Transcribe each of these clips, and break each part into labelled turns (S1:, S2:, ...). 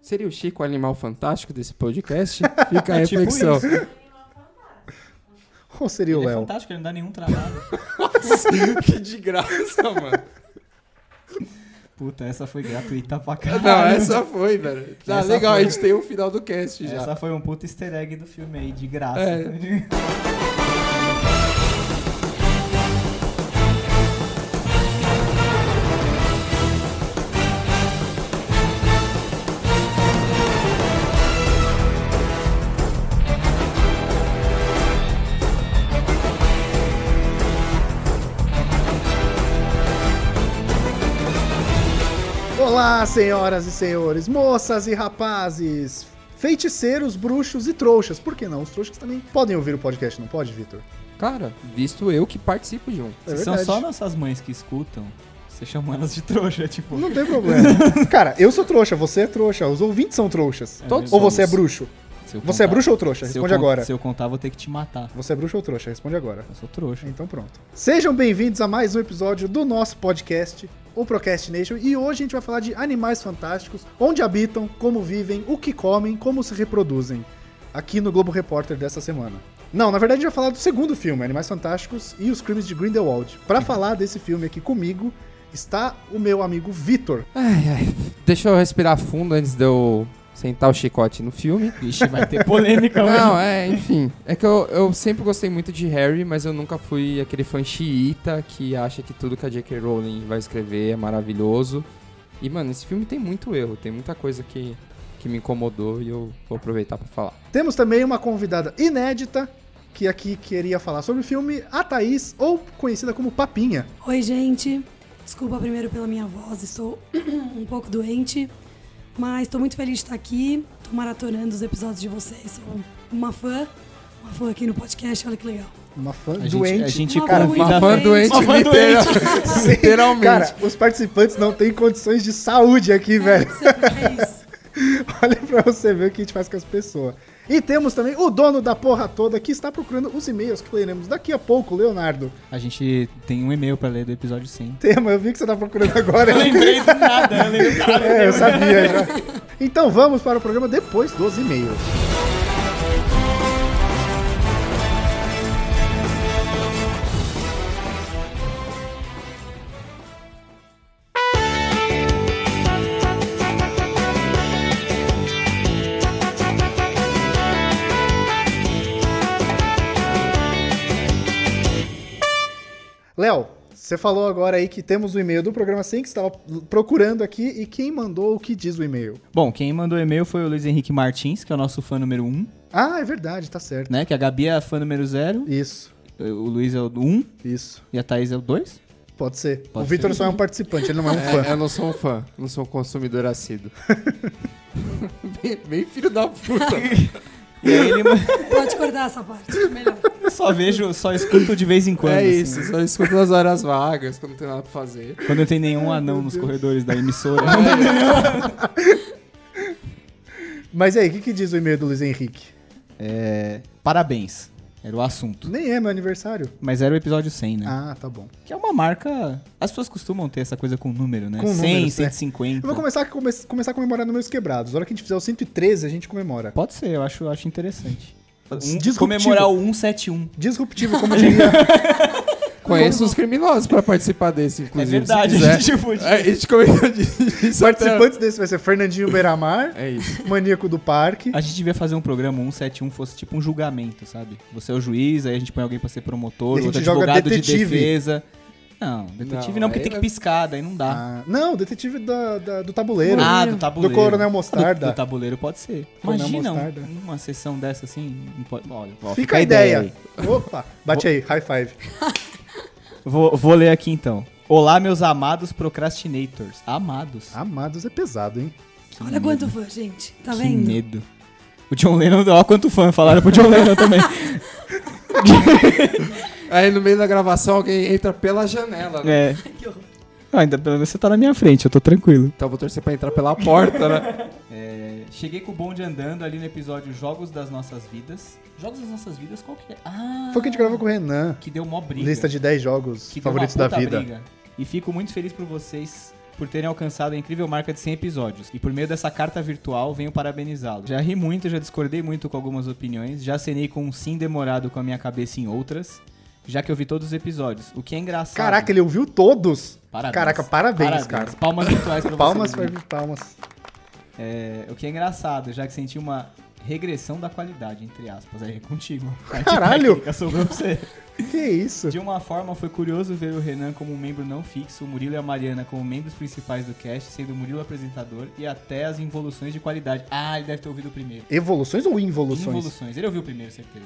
S1: Seria o Chico o animal fantástico desse podcast? Fica a reflexão.
S2: Ou seria o
S3: Ele é
S2: Léo?
S3: fantástico, ele não dá nenhum trabalho.
S1: que de graça, mano.
S3: Puta, essa foi gratuita pra caralho.
S1: Não, essa foi, velho. Tá
S3: Essa
S1: legal,
S3: foi.
S1: a gente tem o final do cast já.
S3: Essa foi um puta easter egg do filme aí, de graça.
S1: É.
S2: Olá, senhoras e senhores, moças e rapazes, feiticeiros, bruxos e trouxas. Por que não? Os trouxas também podem ouvir o podcast, não pode, Vitor?
S1: Cara, visto eu que participo de um.
S2: É
S3: Se são
S2: verdade.
S3: só nossas mães que escutam, você chama elas de trouxa, tipo.
S2: Não tem problema. Cara, eu sou trouxa, você é trouxa, os ouvintes são trouxas.
S1: Todos
S2: Ou
S1: somos.
S2: você é bruxo?
S3: se eu
S2: Você é
S3: contar-
S2: bruxo ou trouxa?
S3: se eu
S2: Responde
S3: con-
S2: agora.
S3: Se eu contar, vou ter que te matar.
S2: Você é bruxo ou trouxa? Responde agora.
S3: Eu sou trouxa.
S2: Então pronto. Sejam bem-vindos a mais um episódio do nosso podcast, o Procrastination, e hoje a gente vai falar de animais fantásticos, onde habitam, como vivem, o que comem, como se reproduzem, aqui no Globo Repórter dessa semana. Não, na verdade a gente vai falar do segundo filme, Animais Fantásticos e os Crimes de Grindelwald. Pra falar desse filme aqui comigo está o meu amigo Vitor.
S1: Ai, ai. Deixa eu respirar fundo antes de eu sentar o chicote no filme.
S3: Vixe, vai ter polêmica né? hoje.
S1: Não, é, enfim. É que eu, eu sempre gostei muito de Harry, mas eu nunca fui aquele fã xiita que acha que tudo que a J.K. Rowling vai escrever é maravilhoso. E, mano, esse filme tem muito erro, tem muita coisa que, que me incomodou e eu vou aproveitar pra falar.
S2: Temos também uma convidada inédita que aqui queria falar sobre o filme, a Thaís, ou conhecida como Papinha.
S4: Oi, gente. Desculpa primeiro pela minha voz, estou um pouco doente, mas estou muito feliz de estar aqui. Estou maratonando os episódios de vocês. Sou uma fã, uma fã aqui no podcast, olha que legal.
S2: Uma fã
S3: A gente-
S2: é doente.
S3: a gente
S4: Uma
S3: convida-
S4: Muito
S1: Uma fã
S4: bem.
S1: doente,
S3: Uma fã
S1: literal-
S2: Sim.
S1: literalmente.
S2: Cara, os participantes não têm condições de saúde aqui, velho.
S4: É isso.
S2: Olha pra você ver o que a gente faz com as pessoas. E temos também o dono da porra toda que está procurando os e-mails que leremos daqui a pouco, Leonardo.
S3: A gente tem um e-mail pra ler do episódio 100.
S2: Tema, eu vi que você tá procurando agora.
S3: lembrei do nada, eu lembrei do nada.
S2: É, eu sabia já. Então vamos para o programa depois dos e-mails. Léo, você falou agora aí que temos o e-mail do programa 100 que você estava procurando aqui e quem mandou o que diz o e-mail?
S3: Bom, quem mandou e-mail foi o Luiz Henrique Martins, que é o nosso fã número 1,
S2: Ah, é verdade, tá certo.
S3: né? Que a Gabi é a fã número 0,
S2: Isso,
S3: o Luiz é o 1
S2: isso.
S3: e a Thaís é o 2.
S2: Pode ser.
S3: Pode
S2: o Vitor
S3: ser.
S2: só é um participante, ele não é um fã.
S1: É, eu não sou um fã, não sou um consumidor assíduo. bem, bem filho da puta.
S3: E aí ele
S4: Pode cortar essa parte, melhor.
S3: só vejo, só escuto de vez em quando.
S1: é
S3: assim.
S1: isso, só escuto nas horas vagas, quando não tem nada pra fazer.
S3: Quando não tem nenhum anão nos corredores da emissora.
S2: Mas e aí, o que, que diz o e-mail do Luiz Henrique?
S3: É, parabéns. Era o assunto.
S2: Nem é meu aniversário.
S3: Mas era o episódio 100, né?
S2: Ah, tá bom.
S3: Que é uma marca... As pessoas costumam ter essa coisa com número, né?
S2: Com
S3: 100,
S2: números, né?
S3: 150.
S2: Eu vou começar a, come- começar a comemorar números quebrados. A hora que a gente fizer o 113, a gente comemora.
S3: Pode ser, eu acho, eu acho interessante.
S2: Disruptivo.
S3: Um comemorar o 171.
S2: Disruptivo, como diria.
S1: Conheço os criminosos pra participar desse, inclusive.
S3: é verdade,
S1: se quiser.
S3: a gente podia.
S1: É, a gente comentou disso. até-
S2: Participantes desse vai ser Fernandinho Beiramar,
S1: É isso.
S2: Maníaco do Parque.
S3: A gente devia fazer um programa 171 fosse tipo um julgamento, sabe? Você é o juiz, aí a gente põe alguém pra ser promotor,
S2: E a
S3: outro
S2: gente joga
S3: advogado de
S2: detetive. é
S3: defesa. Não,
S1: Não,
S3: detetive não, porque
S1: aí
S3: tem que
S1: vai-
S3: piscar, daí não dá.
S2: Ah, não, detetive da- da- do tabuleiro.
S3: Ah, do tabuleiro.
S2: Do Coronel
S3: Do,
S2: Mostarda.
S3: do tabuleiro pode ser.
S2: Coronel
S3: Imagina um-
S2: Mostarda.
S3: uma sessão dessa assim. não pode- olha, ó,
S2: Fica, a ideia.
S3: aí.
S2: Opa, bate aí, high five.
S3: Vou, vou ler aqui então. Olá, meus amados procrastinators. Amados.
S2: Amados é pesado, hein?
S4: Olha quanto fã, gente. Tá
S3: que
S4: vendo?
S3: medo. O John Lennon, ó, quanto fã falaram pro John Lennon também.
S1: Aí no meio da gravação alguém entra pela janela, né?
S3: é. Ah, ainda pelo menos você tá na minha frente, eu tô tranquilo.
S1: Então eu vou torcer pra entrar pela porta, né?
S3: É, cheguei com o bonde andando ali no episódio Jogos das Nossas Vidas. Jogos das Nossas Vidas, qual que é? Ah!
S2: Foi o que a gente gravou com o Renan.
S3: Que deu mó briga.
S2: Lista de 10 jogos
S3: que deu uma
S2: favoritos da
S3: puta
S2: vida.
S3: briga. E fico muito feliz por vocês por terem alcançado a incrível marca de 100 episódios. E por meio dessa carta virtual, venho parabenizá-lo. Já ri muito, já discordei muito com algumas opiniões, já acenei com um sim demorado com a minha cabeça em outras, já que eu vi todos os episódios, o que é engraçado.
S2: Caraca, ele ouviu todos.
S3: Parabéns.
S2: Caraca, parabéns, cara.
S3: Palmas virtuais pra
S2: Palmas,
S3: você.
S2: pra
S3: Bruno.
S2: mim, palmas.
S3: É, o que é engraçado, já que senti uma regressão da qualidade, entre aspas, aí é contigo.
S2: Caralho!
S3: Fica sobrou pra você.
S2: Que isso?
S3: De uma forma, foi curioso ver o Renan como um membro não fixo, o Murilo e a Mariana como membros principais do cast, sendo o Murilo apresentador e até as involuções de qualidade. Ah, ele deve ter ouvido o primeiro.
S2: Evoluções ou involuções?
S3: Involuções. Ele ouviu o primeiro, certeza.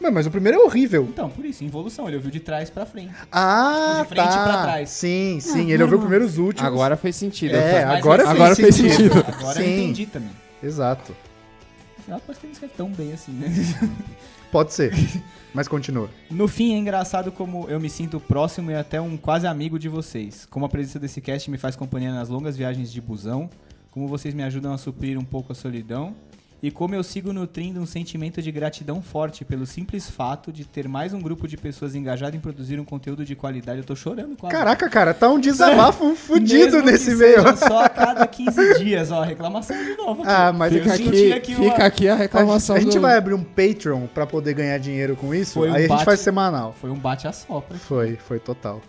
S2: Mas, mas o primeiro é horrível.
S3: Então, por isso, involução. Ele ouviu de trás pra frente.
S2: Ah,
S3: Tipo, de frente
S2: tá.
S3: pra trás.
S2: Sim,
S4: Ah,
S2: sim. ele ouviu
S4: normal.
S2: primeiro os últimos.
S1: Agora fez sentido.
S2: É,
S1: eu falei.
S3: agora
S1: Mas
S3: fez
S1: agora fez
S2: sentido.
S1: sentido.
S3: Agora eu
S2: Sim.
S3: entendi também.
S2: Exato.
S3: Afinal, parece que ele não escreve tão bem assim, né?
S2: Pode ser. mas continua.
S3: No fim, é engraçado como eu me sinto próximo e até um quase amigo de vocês. Como a presença desse cast me faz companhia nas longas viagens de busão, como vocês me ajudam a suprir um pouco a solidão, e como eu sigo nutrindo um sentimento de gratidão forte pelo simples fato de ter mais um grupo de pessoas engajado em produzir um conteúdo de qualidade. Eu tô chorando quase.
S2: Caraca, cara, tá um desabafo fudido
S3: Mesmo que
S2: nesse meio.
S3: seja um Só a cada 15 dias, ó, reclamação de novo. aqui.
S2: Ah, mas
S1: Fica
S3: Eu
S2: a
S3: senti
S1: aqui,
S3: aqui uma-
S1: fica aqui a
S2: gente,
S1: reclamação
S2: a gente
S1: do-
S2: vai abrir um Patreon pra poder ganhar dinheiro com isso.
S3: Foi um
S2: aí a gente
S3: bate-
S2: faz semanal.
S3: Foi um bate-a-sopra.
S2: Foi, foi total.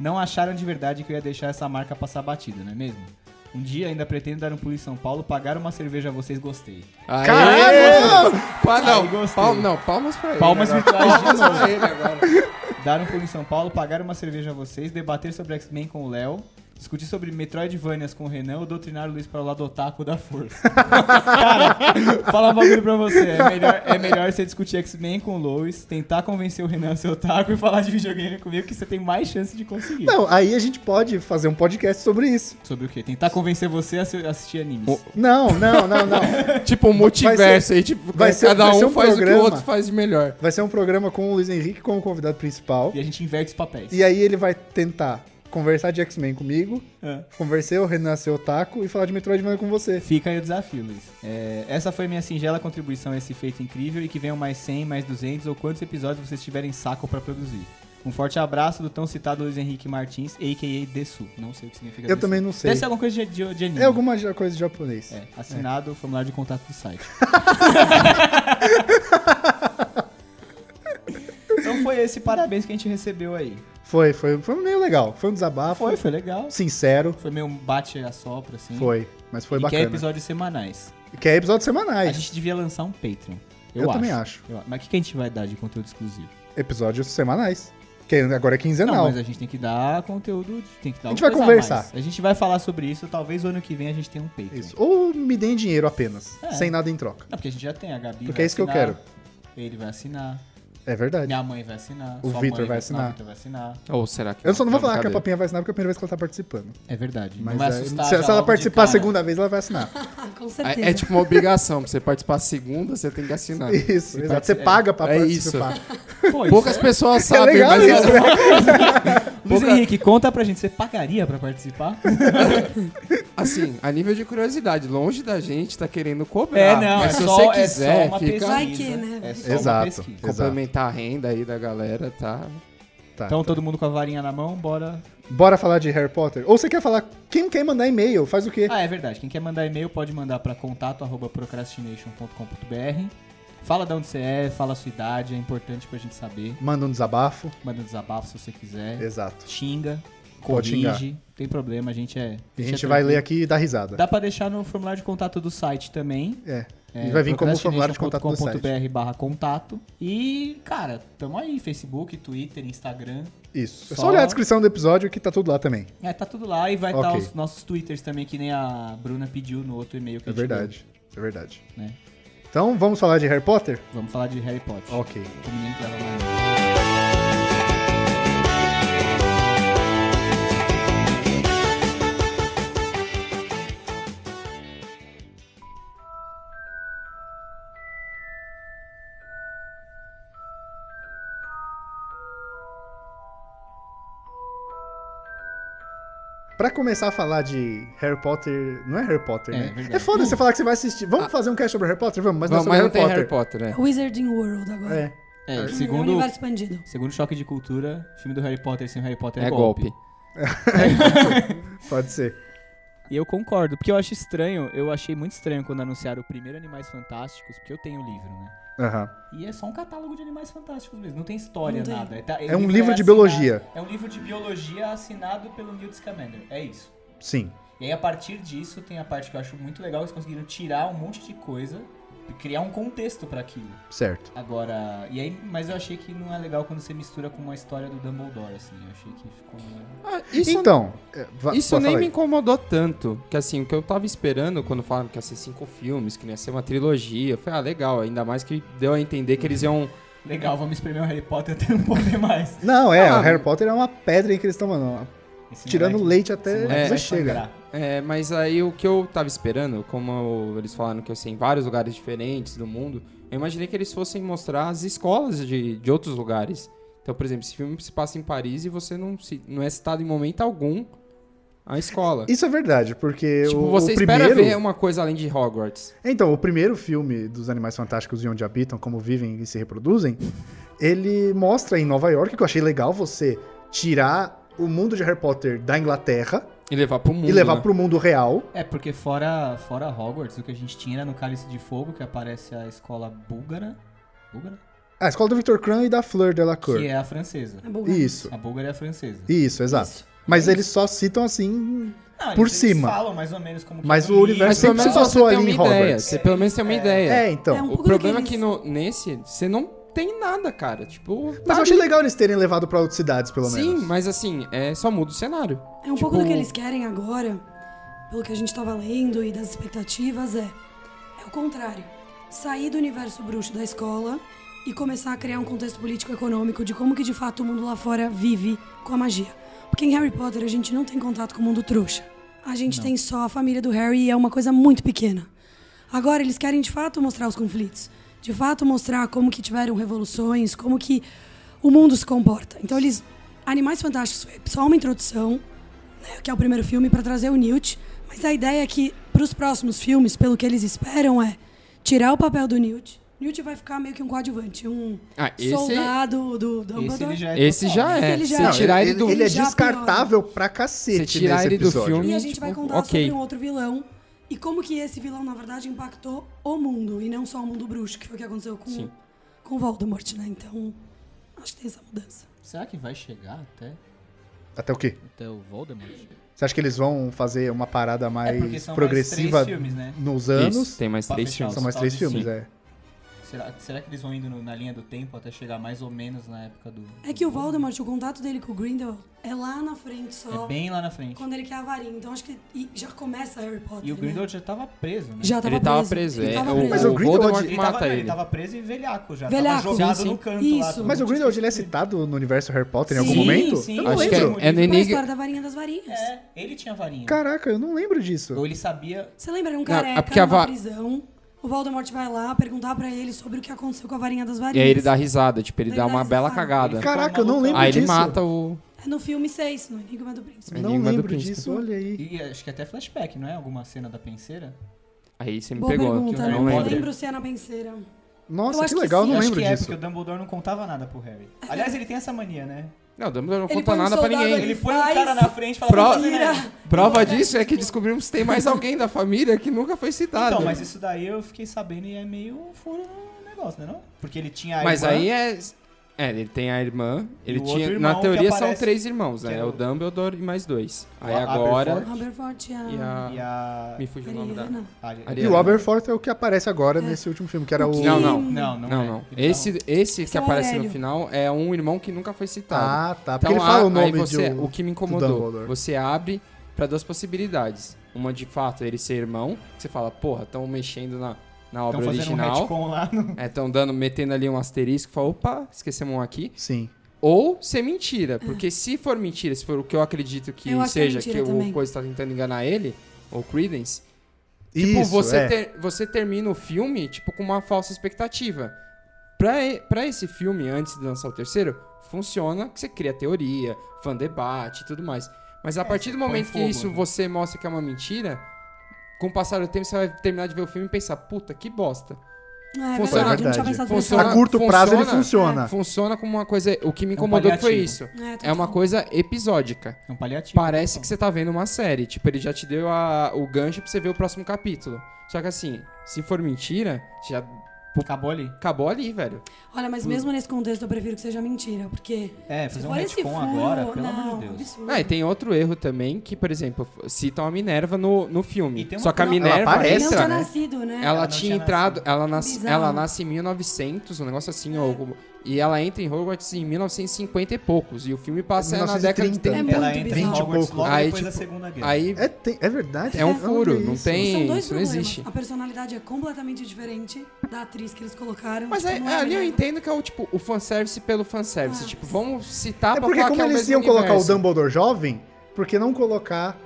S3: Não acharam de verdade que eu ia deixar essa marca passar batida, não é mesmo? Um dia ainda pretendo dar um pulo em São Paulo, pagar uma cerveja a vocês, gostei.
S1: Aê!
S2: Caralho!
S1: Pa-
S3: Aí
S1: não,
S3: gostei.
S1: pal- não, palmas pra ele.
S3: Palmas
S1: agora.
S3: virtuais de
S1: Palmas
S3: novo.
S1: pra ele agora.
S3: Dar um pulo em São Paulo, pagar uma cerveja a vocês, debater sobre X-Men com o Léo, discutir sobre Metroidvanias com o Renan ou doutrinar o Luiz para o lado otaku da força. Cara, falar um bagulho pra você. É melhor, é melhor você discutir X-Men com o Lois, tentar convencer o Renan a ser otaku e falar de videogame comigo, que você tem mais chance de conseguir.
S2: Não, aí a gente pode fazer um podcast sobre isso.
S3: Sobre o quê? Tentar convencer você a se- assistir animes.
S1: O-
S2: Não, não, não, não.
S1: Tipo, um multiverso aí, tipo,
S2: vai ser-
S1: cada
S2: vai ser
S1: um
S2: um
S1: faz o que
S2: programa.
S1: o outro faz de melhor.
S2: Vai ser um programa com o Luiz Henrique como convidado principal.
S3: E a gente inverte os papéis.
S2: E aí ele vai tentar conversar de X-Men comigo,
S3: É.
S2: conversar o Renan seu taco e falar de Metroidvania com você.
S3: Fica aí o desafio, Luiz. É, essa foi minha singela contribuição a esse feito incrível e que venham mais 100, mais 200 ou quantos episódios vocês tiverem saco pra produzir. Um forte abraço do tão citado Luiz Henrique Martins, a.k.a. Dessu. Não sei o que significa
S2: Eu
S3: Dessu.
S2: também não sei.
S3: Deve ser alguma coisa de, de, de anime.
S2: É alguma ja- coisa de japonês.
S3: É, assinado, formulário de contato do site. então foi esse parabéns que a gente recebeu aí.
S2: Foi, foi, foi meio legal. Foi um desabafo.
S3: Foi, foi legal.
S2: Sincero.
S3: Foi meio um bate a sopra, assim.
S2: Foi. Mas foi
S3: e
S2: bacana.
S3: quer episódios semanais.
S2: Que é episódios
S3: A
S2: semanais.
S3: gente devia lançar um Patreon. Eu,
S2: Eu, também acho.
S3: Eu- mas o que, que a gente vai dar de conteúdo exclusivo?
S2: Episódios semanais. Que agora é
S3: Não,
S2: quinzenal.
S3: mas a gente tem que dar conteúdo, de- tem que dar
S2: A gente
S3: uma
S2: vai
S3: coisa
S2: conversar.
S3: a mais. A gente vai falar sobre isso, talvez o ano que vem a gente tenha um Patreon.
S2: Isso. Ou me deem dinheiro apenas.
S3: É.
S2: Sem nada em troca.
S3: Não, porque a gente já tem, a Gabi
S2: Porque
S3: vai
S2: é isso que eu
S3: assinar, Ele vai assinar,
S2: É verdade.
S3: minha mãe vai assinar,
S2: O
S3: sua
S2: Vitor
S3: mãe
S2: vai
S3: O
S2: assinar.
S3: Vitor vai assinar.
S1: Ou será que
S2: Eu só não vou
S1: Tá
S2: falar que a
S1: brincadeira.
S2: papinha vai assinar porque é a primeira vez que ela tá participando.
S3: É verdade,
S2: Mas
S3: não vai
S2: é,
S3: assustar
S2: se,
S3: já
S2: se ela
S3: logo de
S2: participar a
S3: cara.
S2: segunda vez, ela vai assinar.
S4: Ah, com certeza.
S1: É, é tipo uma obrigação, pra você participar a segunda, você tem que assinar.
S2: Isso, exato. Você
S3: partici- é,
S2: paga pra
S1: é isso.
S2: participar.
S3: Pô, isso
S1: Poucas pessoas sabem,
S2: legal
S1: mas é
S2: isso, né?
S1: elas-
S3: é- Luiz Henrique, conta pra gente, você pagaria pra participar?
S1: assim, a nível de curiosidade, longe da gente tá querendo cobrar.
S2: Ah,
S3: É, não,
S1: mas
S3: é
S1: se
S3: só-
S1: você
S3: é só
S1: quiser,
S3: uma
S1: fica
S3: pesquisa.
S4: Vai que, né?
S3: É só uma
S2: Exato.
S3: pesquisa.
S2: Exato.
S1: complementar a renda aí da galera, tá?
S2: Tá.
S3: Então todo mundo com a varinha na mão, bora
S2: Bora falar de Harry Potter? Ou você quer falar quem quer mandar e-mail? Faz o quê?
S3: Ah, é verdade. Quem quer mandar e-mail pode mandar para contato@procrastination.com.br. Fala de onde você é, fala a sua idade, é importante pra gente saber.
S2: Manda um desabafo.
S3: Manda um desabafo se você
S1: É.
S3: quiser.
S2: Exato.
S3: Xinga,
S2: Pode xingar.
S3: corrige, não tem problema, a gente é.
S2: E a gente
S3: é
S2: vai
S3: tranquilo.
S2: ler aqui e dar risada.
S3: Dá pra deixar no formulário de contato do site também.
S2: É.
S3: É,
S2: e vai vir como formulário de contato do site.
S3: procrastination.com.br barra contato. E, cara, tamo aí, Facebook, Twitter, Instagram.
S2: Isso. É só
S3: Só-
S2: olhar a descrição do episódio que tá tudo lá também.
S3: É, tá tudo lá e vai estar
S2: Ok.
S3: os nossos Twitters também, que nem a Bruna pediu no outro e-mail que
S2: É
S3: a gente
S2: verdade. É verdade.
S3: deu, né?
S2: Então vamos falar de Harry Potter?
S3: Vamos falar de Harry Potter.
S2: Ok.
S3: O menino que leva mais.
S2: Pra começar a falar de Harry Potter. Não é Harry Potter,
S3: É,
S2: né?
S3: verdade.
S2: É foda você falar que você vai assistir. Vamos fazer um cast sobre Harry Potter? Vamos, mas não é
S1: Mas,
S2: sobre
S1: Ah. mas não tem
S2: Harry
S1: Harry
S2: Potter.
S1: Potter, né?
S4: Wizarding World agora.
S2: É.
S3: É,
S4: É um
S3: segundo,
S4: universo expandido.
S3: segundo choque de cultura, filme do Harry Potter sem o Harry Potter
S1: É golpe.
S2: Pode ser.
S5: E eu concordo, porque eu acho estranho, eu achei muito estranho quando anunciaram o primeiro Animais Fantásticos, porque eu tenho o livro, né?
S2: Aham.
S3: E é só um catálogo de animais fantásticos mesmo. Não tem história,
S4: Não tem.
S3: nada. tá-
S2: É um livro
S3: ele foi
S2: de
S3: assinado-
S2: biologia.
S3: É um livro de biologia assinado pelo Neil Scamander. É isso.
S2: Sim.
S3: E aí, a partir disso, tem a parte que eu acho muito legal, eles conseguiram tirar um monte de coisa e criar um contexto pra aquilo.
S2: Certo.
S3: Agora, e aí, mas eu achei que não é legal quando você mistura com uma história do Dumbledore, assim. Eu achei que ficou meio...
S1: Ah, isso
S2: então, é, va-
S1: Isso nem
S2: pode falar
S1: me
S2: aí.
S1: incomodou tanto. Que assim, o que eu tava esperando quando falaram que ia ser cinco filmes, que não ia ser uma trilogia, foi ah, legal. Ainda mais que deu a entender que eles iam.
S3: Legal, vamos espremer o Harry Potter até não poder mais.
S2: Não, é,
S1: Ah,
S2: o Harry Potter é uma pedra em que eles estão, mano,
S3: Esse
S2: tirando
S3: moleque-
S2: leite
S3: esse
S2: até
S3: moleque
S1: é,
S2: não
S3: vai
S2: chega.
S3: sangrar.
S1: É, mas aí o que eu tava esperando, como eles falaram que ia ser em vários lugares diferentes do mundo, eu imaginei que eles fossem mostrar as escolas de, de outros lugares. Então, por exemplo, esse filme se passa em Paris e você não, se, não é citado em momento algum a escola.
S2: Isso é verdade, porque
S1: tipo,
S2: o,
S1: você
S2: o
S1: espera
S2: primeiro...
S1: ver uma coisa além de Hogwarts.
S2: Então, o primeiro filme dos Animais Fantásticos e Onde Habitam, Como Vivem e Se Reproduzem, ele mostra em Nova York, que eu achei legal você tirar o mundo de Harry Potter da Inglaterra
S1: E levar pro mundo.
S2: e levar
S1: né?
S2: pro mundo real.
S3: É, porque fora, fora Hogwarts, o que a gente tinha era no Cálice de Fogo, que aparece a escola búlgara. Búlgara?
S2: A escola do Victor Krum e da Fleur Delacour.
S3: Que é a francesa.
S4: É bom.
S2: Isso,
S3: A búlgara é a francesa.
S2: isso, exato. Mas eles só citam assim
S3: Não, Ah, eles-
S2: por
S3: eles
S2: cima.
S3: falam mais ou menos como que
S2: Mas
S3: é
S2: o universo
S1: Mas
S2: Sempre
S1: pelo menos
S2: se passou
S1: você
S2: ali
S1: tem
S2: em
S1: uma ideia.
S2: Hogwarts.
S1: Você pelo menos tem uma ideia.
S2: É, então.
S4: É um
S1: O
S4: pouco
S1: problema é que no,
S4: daqueles-
S1: nesse, você não tem nada, cara. Tipo.
S2: Mas eu achei legal eles terem levado pra outras cidades, Tá, pelo
S1: Sim,
S2: menos.
S1: mas assim, é, só muda o cenário. Tipo,
S4: É um pouco do que eles querem agora, pelo que a gente tava lendo e das expectativas, é. É o contrário. Sair do universo bruxo da escola e começar a criar um contexto político-econômico de como que de fato o mundo lá fora vive com a magia. Porque em Harry Potter a gente não tem contato com o mundo trouxa. A gente tem só a família do Harry e é uma coisa muito pequena. Agora eles querem de fato mostrar os conflitos. De fato mostrar como que tiveram revoluções, como que o mundo se comporta. Então eles... Animais Fantásticos foi só uma introdução né, que é o primeiro filme, para trazer o Newt. Mas a ideia é que, para os próximos filmes, pelo que eles esperam, é tirar o papel do Newt. Newt vai ficar meio que um coadjuvante, um
S1: Ah, esse-
S4: soldado
S3: Esse
S4: do
S3: ele
S4: Dumbledore.
S3: já é
S1: Esse
S3: total,
S1: já
S3: né?
S4: Esse
S1: é.
S4: ele já
S1: Você
S4: é.
S1: tirar ele do. né?
S2: Ele é
S4: já né?
S2: descartável pra cacete
S1: Você tirar
S2: nesse
S1: ele do
S2: episódio.
S1: filme.
S4: E a gente vai
S1: tipo,
S4: contar
S1: ok.
S4: sobre um outro vilão e como que esse vilão, na verdade, impactou o mundo e não só o mundo bruxo, que foi o que aconteceu com,
S1: Sim.
S4: com Voldemort, né? Então, acho que tem essa mudança.
S3: Será que vai chegar até,
S2: Até o quê?
S3: até o Voldemort?
S2: Você acha que eles vão fazer uma parada
S3: é porque
S2: mais
S3: são
S2: progressiva
S3: mais três filmes, né?
S2: nos
S1: Isso,
S2: anos?
S1: tem mais
S3: Pra
S1: três
S3: fechar
S1: filmes.
S2: São mais três
S3: Sim.
S2: filmes, é.
S3: Será, será que eles vão indo no- na linha do tempo até chegar mais ou menos na época do...
S4: É que o Voldemort, o contato dele com o Grindelwald é lá na frente só.
S3: É bem lá na frente.
S4: Quando ele quer a varinha. Então acho que e já começa Harry Potter.
S3: E o
S4: né?
S3: Grindelwald já tava preso, né?
S4: já tava
S1: ele tava
S4: preso.
S1: preso,
S4: Ele
S1: é.
S4: tava
S1: o,
S4: preso.
S2: Mas o
S1: o Voldemort
S3: Ele tava,
S1: mata
S3: não, ele
S1: ele.
S3: tava preso e velhaco já.
S4: Velhaco.
S3: Tava jogado
S1: Sim, sim.
S3: no canto lá.
S4: Isso.
S3: todo
S2: Mas o
S3: mundo
S2: Grindelwald, ele é citado no universo Harry Potter em algum
S4: Sim,
S2: momento?
S3: sim.
S2: eu não
S1: Acho
S2: lembro.
S1: que
S3: lembro.
S1: é, é no
S4: Foi a história
S1: enigma.
S4: da varinha das varinhas.
S3: É, ele tinha varinha.
S2: Caraca, eu não lembro disso.
S3: Ou ele sabia.
S4: Você lembra? Era um
S1: Não, é
S4: careca
S1: porque a
S4: numa
S1: va-
S4: prisão. O Voldemort vai lá perguntar pra ele sobre o que aconteceu com a varinha das
S1: E
S4: varinhas.
S1: aí ele dá risada, tipo, ele
S4: Ele
S1: dá
S4: dá
S1: uma
S4: risada.
S1: bela cagada.
S2: Caraca, eu não lembro
S1: Aí Ah, ele
S2: disso.
S1: mata o.
S4: É no filme 6, no Enigma do Príncipe.
S2: Não
S1: Enigma do
S2: lembro
S1: Príncipe.
S2: disso, olha aí.
S3: E acho que até flashback, não é? Alguma cena da penseira?
S1: Aí você me
S4: Boa
S1: pegou, eu
S4: pergunta. Eu
S1: não
S4: não
S1: lembro.
S4: lembro se é na penseira. Eu
S2: Nossa,
S4: acho
S2: que
S4: que
S2: legal, eu
S4: sim.
S2: não
S3: acho
S2: lembro
S3: que é,
S2: disso.
S3: porque o Dumbledore não contava nada pro Harry. Aliás, ele tem essa mania, né?
S1: Não, o Dumbledore não
S4: Ele
S1: conta
S4: põe um
S1: nada pra
S4: soldado
S1: ninguém.
S4: ali.
S3: Ele põe
S4: faz-
S3: um cara na frente e fala
S1: Pro-
S3: "Tá fazendo
S4: Tira.
S3: nada".
S1: Prova disso é que descobrimos que tem mais alguém da família que nunca foi citado.
S3: Então, mas isso daí eu fiquei sabendo e é meio um furo no negócio, né? Não? Porque ele tinha a
S1: Mas
S3: irmã,
S1: aí é. É, ele tem a irmã. Ele
S3: o outro
S1: tinha.
S3: irmão
S1: Na
S3: que
S1: teoria são
S3: aparece,
S1: três irmãos, né?
S3: que é
S1: É
S3: o-
S1: o Dumbledore e mais dois. Aí
S3: A-
S1: agora.
S3: Aberforth.
S4: Aberforth e a,
S1: E a...
S3: E
S4: Ah.
S3: a.
S1: Me fugiu o nome da.
S4: Ariana.
S3: a-
S1: Ariana.
S2: E o Aberforth é o que aparece agora nesse último filme, que era
S4: é?
S2: o...
S1: Não, não.
S3: Não, não.
S1: Não,
S3: é.
S1: não.
S3: Ele
S1: Esse, esse que
S4: Então, Esse é o
S1: aparece no
S4: Aurélio.
S1: final é um irmão que nunca foi citado.
S2: Ah, tá. Porque
S1: Então,
S2: ele fala
S1: a-
S2: o nome
S1: aí você,
S2: de um-
S1: o que me
S2: do
S1: incomodou,
S2: Dumbledore.
S1: você abre pra duas possibilidades. Uma de fato ele ser irmão, que você fala, porra, estão mexendo na, na
S3: Estão
S1: obra
S3: fazendo um
S1: original.
S3: retcon lá no.
S1: É, estão dando, metendo ali um asterisco, fala, opa, esquecemos um aqui.
S2: Sim.
S1: Ou ser mentira, porque se for mentira, se for o que eu acredito que
S4: Eu acho que é
S1: seja,
S4: mentira
S1: que
S4: também.
S1: o coisa está tentando enganar ele, ou Credence,
S2: Isso,
S1: Tipo, você,
S2: é.
S1: ter- você termina o filme, tipo, com uma falsa expectativa. Pra, e- pra esse filme, antes de lançar o terceiro, funciona que você cria teoria, fã debate e tudo mais. Mas a
S3: É,
S1: partir do
S3: você põe
S1: momento que
S3: fogo,
S1: isso
S3: né?
S1: você mostra que é uma mentira, com o passar do tempo você vai terminar de ver o filme e pensar, puta, que bosta. Funciona,
S4: É verdade, eu não
S2: verdade.
S4: tinha pensado
S2: A
S1: Funciona-
S4: nisso.
S2: curto prazo ele
S1: funciona. É,
S2: funciona.
S1: Funciona como uma coisa. O que me incomodou foi
S3: Ah. um paliativo.
S1: isso.
S4: É,
S1: É uma
S4: total.
S1: coisa episódica.
S3: É um paliativo.
S1: Parece que você tá vendo uma série. Tipo, ele já te deu a- o gancho pra você ver o próximo capítulo. Só que assim, se for mentira, já
S3: Acabou ali.
S1: acabou ali, velho.
S4: Olha, mas mesmo nesse contexto eu prefiro que seja mentira, porque.
S3: É,
S4: Se
S3: fazer um
S4: for esse
S3: retcon
S4: furo,
S3: agora, pelo
S4: não,
S3: amor de Deus.
S4: Absurdo.
S1: Ah, e tem outro erro também, que, por exemplo, citam a Minerva no, no
S3: E
S1: filme.
S3: tem uma
S1: Só que a
S3: coisa-
S1: Minerva
S2: Ela aparece,
S4: Ele não tinha
S1: entra, né?
S4: nascido, né?
S1: Ela
S3: não
S1: tinha
S3: tinha
S1: entrado, ela, nas,
S4: Bizarro.
S1: ela nasce em 1900, um negócio assim, ou, algum- e ela entra em Hogwarts em 1950 e poucos, e o filme passa na década de
S2: 1930.
S1: 30.
S4: é muito
S3: Ela entra em
S4: bizarro.
S3: Hogwarts
S2: pouco.
S3: logo
S1: Aí,
S3: depois da
S1: tipo,
S3: Segunda Guerra.
S1: Aí
S2: É, tem- é verdade.
S1: é um
S2: Olha
S1: furo, não
S2: isso.
S1: tem,
S4: São dois
S1: isso não
S4: problemas.
S1: existe.
S4: A personalidade é completamente diferente da atriz que eles colocaram.
S1: Mas
S4: tipo,
S1: é,
S4: não
S1: é, ali eu
S4: Minerva.
S1: entendo que é o, tipo, o fanservice pelo fanservice.
S4: Ah.
S1: Tipo, vamos citar
S2: É
S1: pra
S2: porque
S1: falar
S2: como
S1: que é o
S2: eles
S1: mesmo
S2: iam colocar o
S1: universo.
S2: Dumbledore jovem, por que não colocar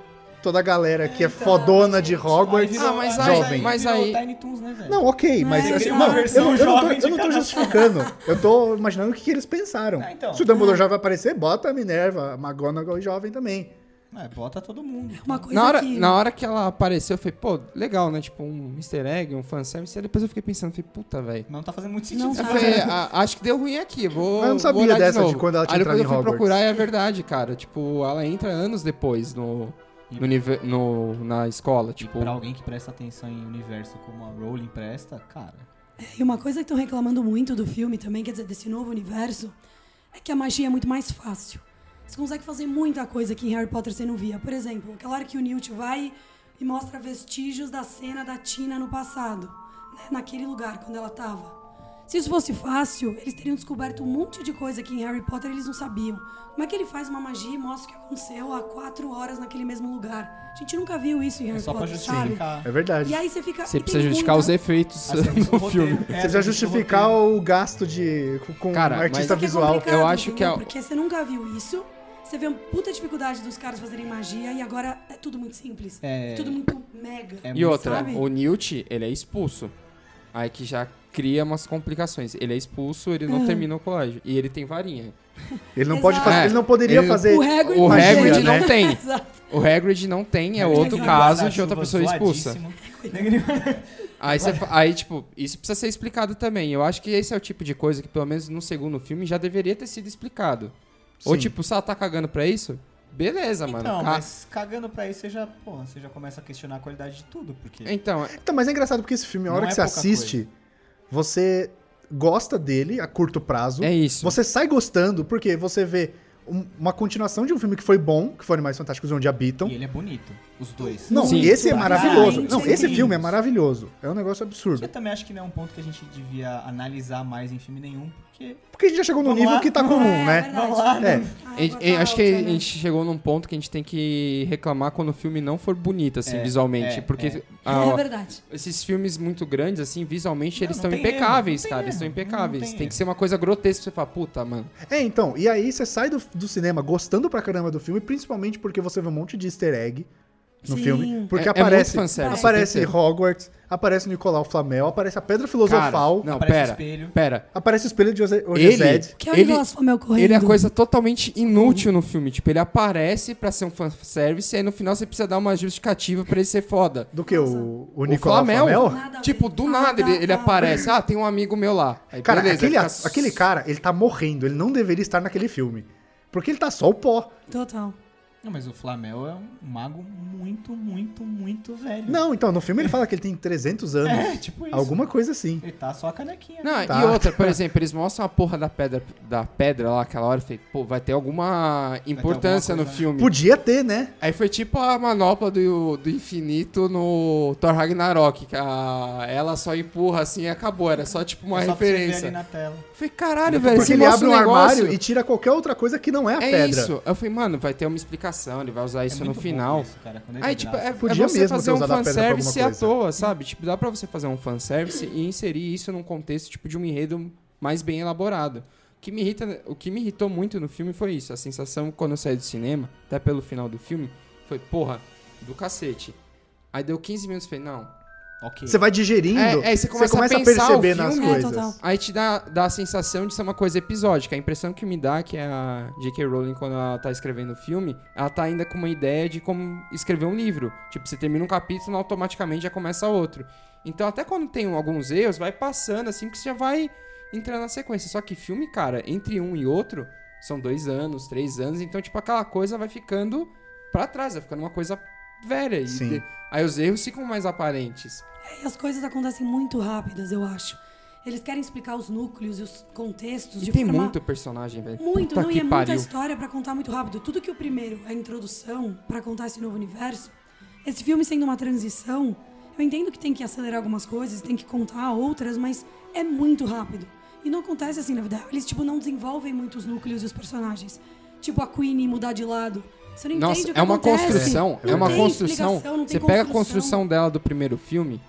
S2: toda a galera que é
S4: Então,
S2: fodona de
S4: gente,
S2: Hogwarts?
S1: virou- Ah, mas aí-
S2: jovem.
S1: mas
S3: virou
S1: aí-
S3: Tiny Toons, né, velho?
S2: Não, ok,
S4: Não,
S2: mas
S4: é
S2: assim,
S4: uma
S2: não, eu,
S3: versão
S2: não, eu não
S3: jovem
S2: tô,
S3: de
S2: eu não tô
S3: cada-
S2: justificando. Eu tô imaginando o que, que eles pensaram.
S3: Ah, então.
S2: Se o Dumbledore jovem aparecer, bota a Minerva, a McGonagall jovem também.
S3: É, bota todo mundo.
S4: Uma coisa
S1: Na hora,
S4: que...
S1: na hora que ela apareceu, eu falei, pô, legal, né? Tipo, um easter egg, um fanservice. Aí depois eu fiquei pensando, falei, puta, velho.
S3: Mas não tá fazendo muito sentido.
S4: Não
S3: essa
S1: Eu
S4: tá.
S3: coisa.
S1: falei, "Ah, acho que deu ruim aqui, vou.
S2: Eu não
S1: vou
S2: sabia
S1: olhar
S2: dessa de
S1: novo."
S2: quando ela tinha
S1: Aí depois
S2: entrado
S1: eu fui
S2: em Hogwarts.
S1: procurar e é verdade, cara. Tipo, ela entra anos depois no, no, nive- no- na escola.
S3: E
S1: Tipo,
S3: pra alguém que presta atenção em universo como a Rowling presta, cara.
S4: E uma coisa que estão reclamando muito do filme também, quer dizer, desse novo universo, é que a magia é muito mais fácil. Você consegue fazer muita coisa que em Harry Potter você não via. Por exemplo, aquela hora que o Newt vai e mostra vestígios da cena da Tina no passado, né, naquele lugar quando ela tava. Se isso fosse fácil, eles teriam descoberto um monte de coisa que em Harry Potter eles não sabiam. Como é que ele faz uma magia e mostra o que aconteceu há quatro horas naquele mesmo lugar? A gente nunca viu isso em Harry
S3: É só pra
S4: Potter, sabe?
S3: justificar.
S2: É verdade.
S4: E aí você fica.
S1: você
S4: e tem
S1: precisa justificar
S4: muita-
S1: os efeitos
S3: Assim,
S1: no filme.
S3: roteiro. É,
S2: Você precisa
S3: assim,
S2: justificar
S3: roteiro.
S2: o gasto de com- com
S1: Cara,
S2: um
S1: mas-
S2: artista
S1: Isso
S4: que é
S2: visual.
S4: complicado,
S1: Eu acho que é
S4: entendeu?
S1: a-
S4: Porque você nunca viu isso. Você vê uma puta dificuldade dos caras fazerem magia e agora é tudo muito simples.
S3: É.
S4: É tudo muito mega.
S3: É
S1: E
S3: muito-
S1: outra,
S4: sabe?
S1: o Newt, ele é expulso. Aí que já cria umas complicações. Ele é expulso, ele
S3: Ah.
S1: não termina o colégio. E ele tem varinha.
S2: Ele não pode fazer,
S1: É,
S2: ele não poderia
S1: ele-
S2: fazer.
S1: o
S2: magia,
S1: Hagrid
S2: né?
S1: não tem.
S4: Exato.
S1: O Hagrid não tem, é
S4: Hagrid
S1: outro
S4: é
S1: caso de outra pessoa
S3: Guarda-chuva
S1: expulsa.
S3: zoadíssimo.
S1: Aí, você fa- aí, tipo, isso precisa ser explicado também. Eu acho que esse é o tipo de coisa que, pelo menos no segundo filme, já deveria ter sido explicado. Ou,
S2: Sim.
S1: tipo, se ela tá cagando pra isso, beleza, mano.
S3: Então,
S1: Ah,
S3: mas cagando pra isso, você já, pô, você já começa a questionar a qualidade de tudo, porque...
S1: Então, é-
S2: Então, mas é engraçado porque esse filme, a
S3: Não
S2: hora que
S3: é
S2: você
S3: pouca
S2: assiste, você gosta dele a curto prazo.
S1: é isso.
S2: Você sai gostando porque você vê um- uma continuação de um filme que foi bom, que foi Animais Fantásticos Onde Habitam.
S3: E ele é bonito, os dois.
S2: Não,
S1: Sim.
S2: esse é maravilhoso.
S4: Exatamente.
S2: Não, esse
S3: Sim.
S2: filme é maravilhoso. É um negócio
S3: Eu
S2: absurdo.
S3: também acho que não é um ponto que a gente devia analisar mais em filme nenhum, porque...
S2: Porque a gente já chegou num
S3: Vamos
S2: nível
S3: lá.
S2: que tá comum,
S4: É,
S2: né?
S4: verdade.
S3: Vamos lá,
S2: É.
S4: Ah,
S1: E-
S4: agora
S1: e
S4: tá
S1: acho que
S4: outra,
S1: a
S4: né?
S1: gente chegou num ponto que a gente tem que reclamar quando o filme não for bonito, assim,
S3: É,
S1: visualmente.
S3: é,
S1: porque
S3: é.
S1: ah,
S4: É
S1: ó,
S4: verdade.
S1: esses filmes muito grandes, assim, visualmente,
S3: Não,
S1: eles
S3: não
S1: estão
S3: tem erro,
S1: impecáveis,
S3: não tem
S1: cara. Eles estão
S3: erro, não
S1: impecáveis.
S3: tem
S1: Tem,
S3: erro.
S1: que ser uma coisa grotesca pra você falar, puta, mano.
S2: É, então. E aí você sai do, do cinema gostando pra caramba do filme, principalmente porque você vê um monte de easter egg no
S4: Sim.
S2: filme. Porque
S1: É- é muito
S2: aparece.
S1: fanservice,
S2: aparece
S1: tem que
S2: Hogwarts, aparece o Nicolau Flamel, aparece a Pedra
S1: Cara,
S2: Filosofal,
S1: não,
S3: aparece o
S1: pera.
S3: espelho.
S1: Pera.
S2: aparece o espelho de Ose-
S1: Ele-
S2: Ojezed.
S4: Que é o
S1: Ele-
S4: negócio, Flamel, correndo.
S1: Ele é coisa totalmente inútil no filme. Tipo, ele aparece pra ser um fanservice e aí no final você precisa dar uma justificativa pra ele ser foda.
S2: Do que? O, o
S1: O
S2: Nicolau
S1: Flamel?
S2: Flamel?
S4: Nada a
S1: Tipo,
S4: ver.
S1: do
S4: Nada
S1: nada ele, ele
S4: a
S1: aparece. Ah, tem um amigo meu lá. Aí,
S2: Cara,
S1: beleza,
S2: aquele,
S1: fica
S2: a- aquele cara, ele tá morrendo, ele não deveria estar naquele filme. Porque ele tá só o pó.
S4: Total.
S3: Não, mas o Flamel é um mago muito, muito, muito velho.
S2: Não, então, no filme ele fala que ele tem 300 anos.
S3: É, tipo isso.
S2: Alguma coisa assim.
S3: Ele tá só a canequinha.
S1: Não, é
S2: Tá.
S1: e outra, por exemplo, eles mostram a porra da pedra, da pedra lá aquela hora, eu falei, pô, vai ter alguma importância no
S3: alguma coisa, né?
S1: filme.
S2: Podia ter, né?
S1: Aí foi tipo a manopla do, do infinito no Thor Ragnarok, que a, ela só empurra assim e acabou, era só tipo uma
S3: é só pra você ver ali
S1: referência.
S3: na tela.
S1: Eu Falei, caralho, velho,
S2: Porque
S1: você
S2: ele
S1: mostra
S2: abre um
S1: negócio,
S2: armário e tira qualquer outra coisa que não é a
S1: É
S2: pedra.
S1: isso. Eu falei, mano, vai ter uma explicação, ele vai usar isso
S3: É
S1: no
S3: muito bom
S1: final.
S3: isso, cara, quando ele
S1: Aí,
S3: dá
S1: tipo,
S3: graça.
S1: é, é
S2: né, Podia
S1: você
S2: mesmo
S1: fazer
S2: ter
S1: um
S2: usado a pedra pra alguma
S1: fanservice à
S2: coisa.
S1: toa, sabe? Tipo, dá pra você fazer um fanservice e inserir isso num contexto, tipo, de um enredo mais bem elaborado. O que me, irrita, o que me irritou muito no filme foi isso. A sensação, quando eu saí do cinema, até pelo final do filme, foi, porra, do cacete. Aí deu 15 minutos e falei, não,
S3: Ok.
S2: Você vai digerindo,
S1: É, é, e
S2: você
S1: você
S2: começa,
S1: começa
S2: a,
S1: a pensar
S2: perceber
S1: o
S2: nas
S1: filme. né?
S4: É,
S2: coisas.
S4: total.
S1: Aí te dá, dá a sensação de ser uma coisa episódica. A impressão que me dá é que a J.K. Rowling, quando ela tá escrevendo o filme, ela tá ainda com uma ideia de como escrever um livro. Tipo, você termina um capítulo automaticamente já começa outro. Então, até quando tem alguns erros, vai passando assim, que você já vai entrando na sequência. Só que filme, cara, entre um e outro, são dois anos, três anos. Então, tipo, aquela coisa vai ficando pra trás, vai ficando uma coisa velha. E
S2: Sim.
S1: de- Aí os erros ficam mais aparentes.
S4: É, e as coisas acontecem muito rápidas, eu acho. Eles querem explicar os núcleos e os contextos
S1: E
S4: de
S1: tem
S4: forma...
S1: muito personagem, velho.
S4: Muito,
S1: Puta
S4: não,
S1: que
S4: e é muita
S1: pariu.
S4: história pra contar muito rápido. Tudo que o primeiro é a introdução pra contar esse novo universo, esse filme sendo uma transição, eu entendo que tem que acelerar algumas coisas, tem que contar outras, mas é muito rápido. E não acontece assim na vida. real. Eles, tipo, não desenvolvem muito os núcleos e os personagens. Tipo, a Queen mudar de lado. Você não entende
S1: Nossa,
S4: o que
S1: é uma
S4: acontece.
S1: construção. É,
S4: Não
S1: uma
S4: tem
S1: construção.
S4: explicação, não
S1: Você
S4: tem
S1: pega a construção dela do primeiro filme,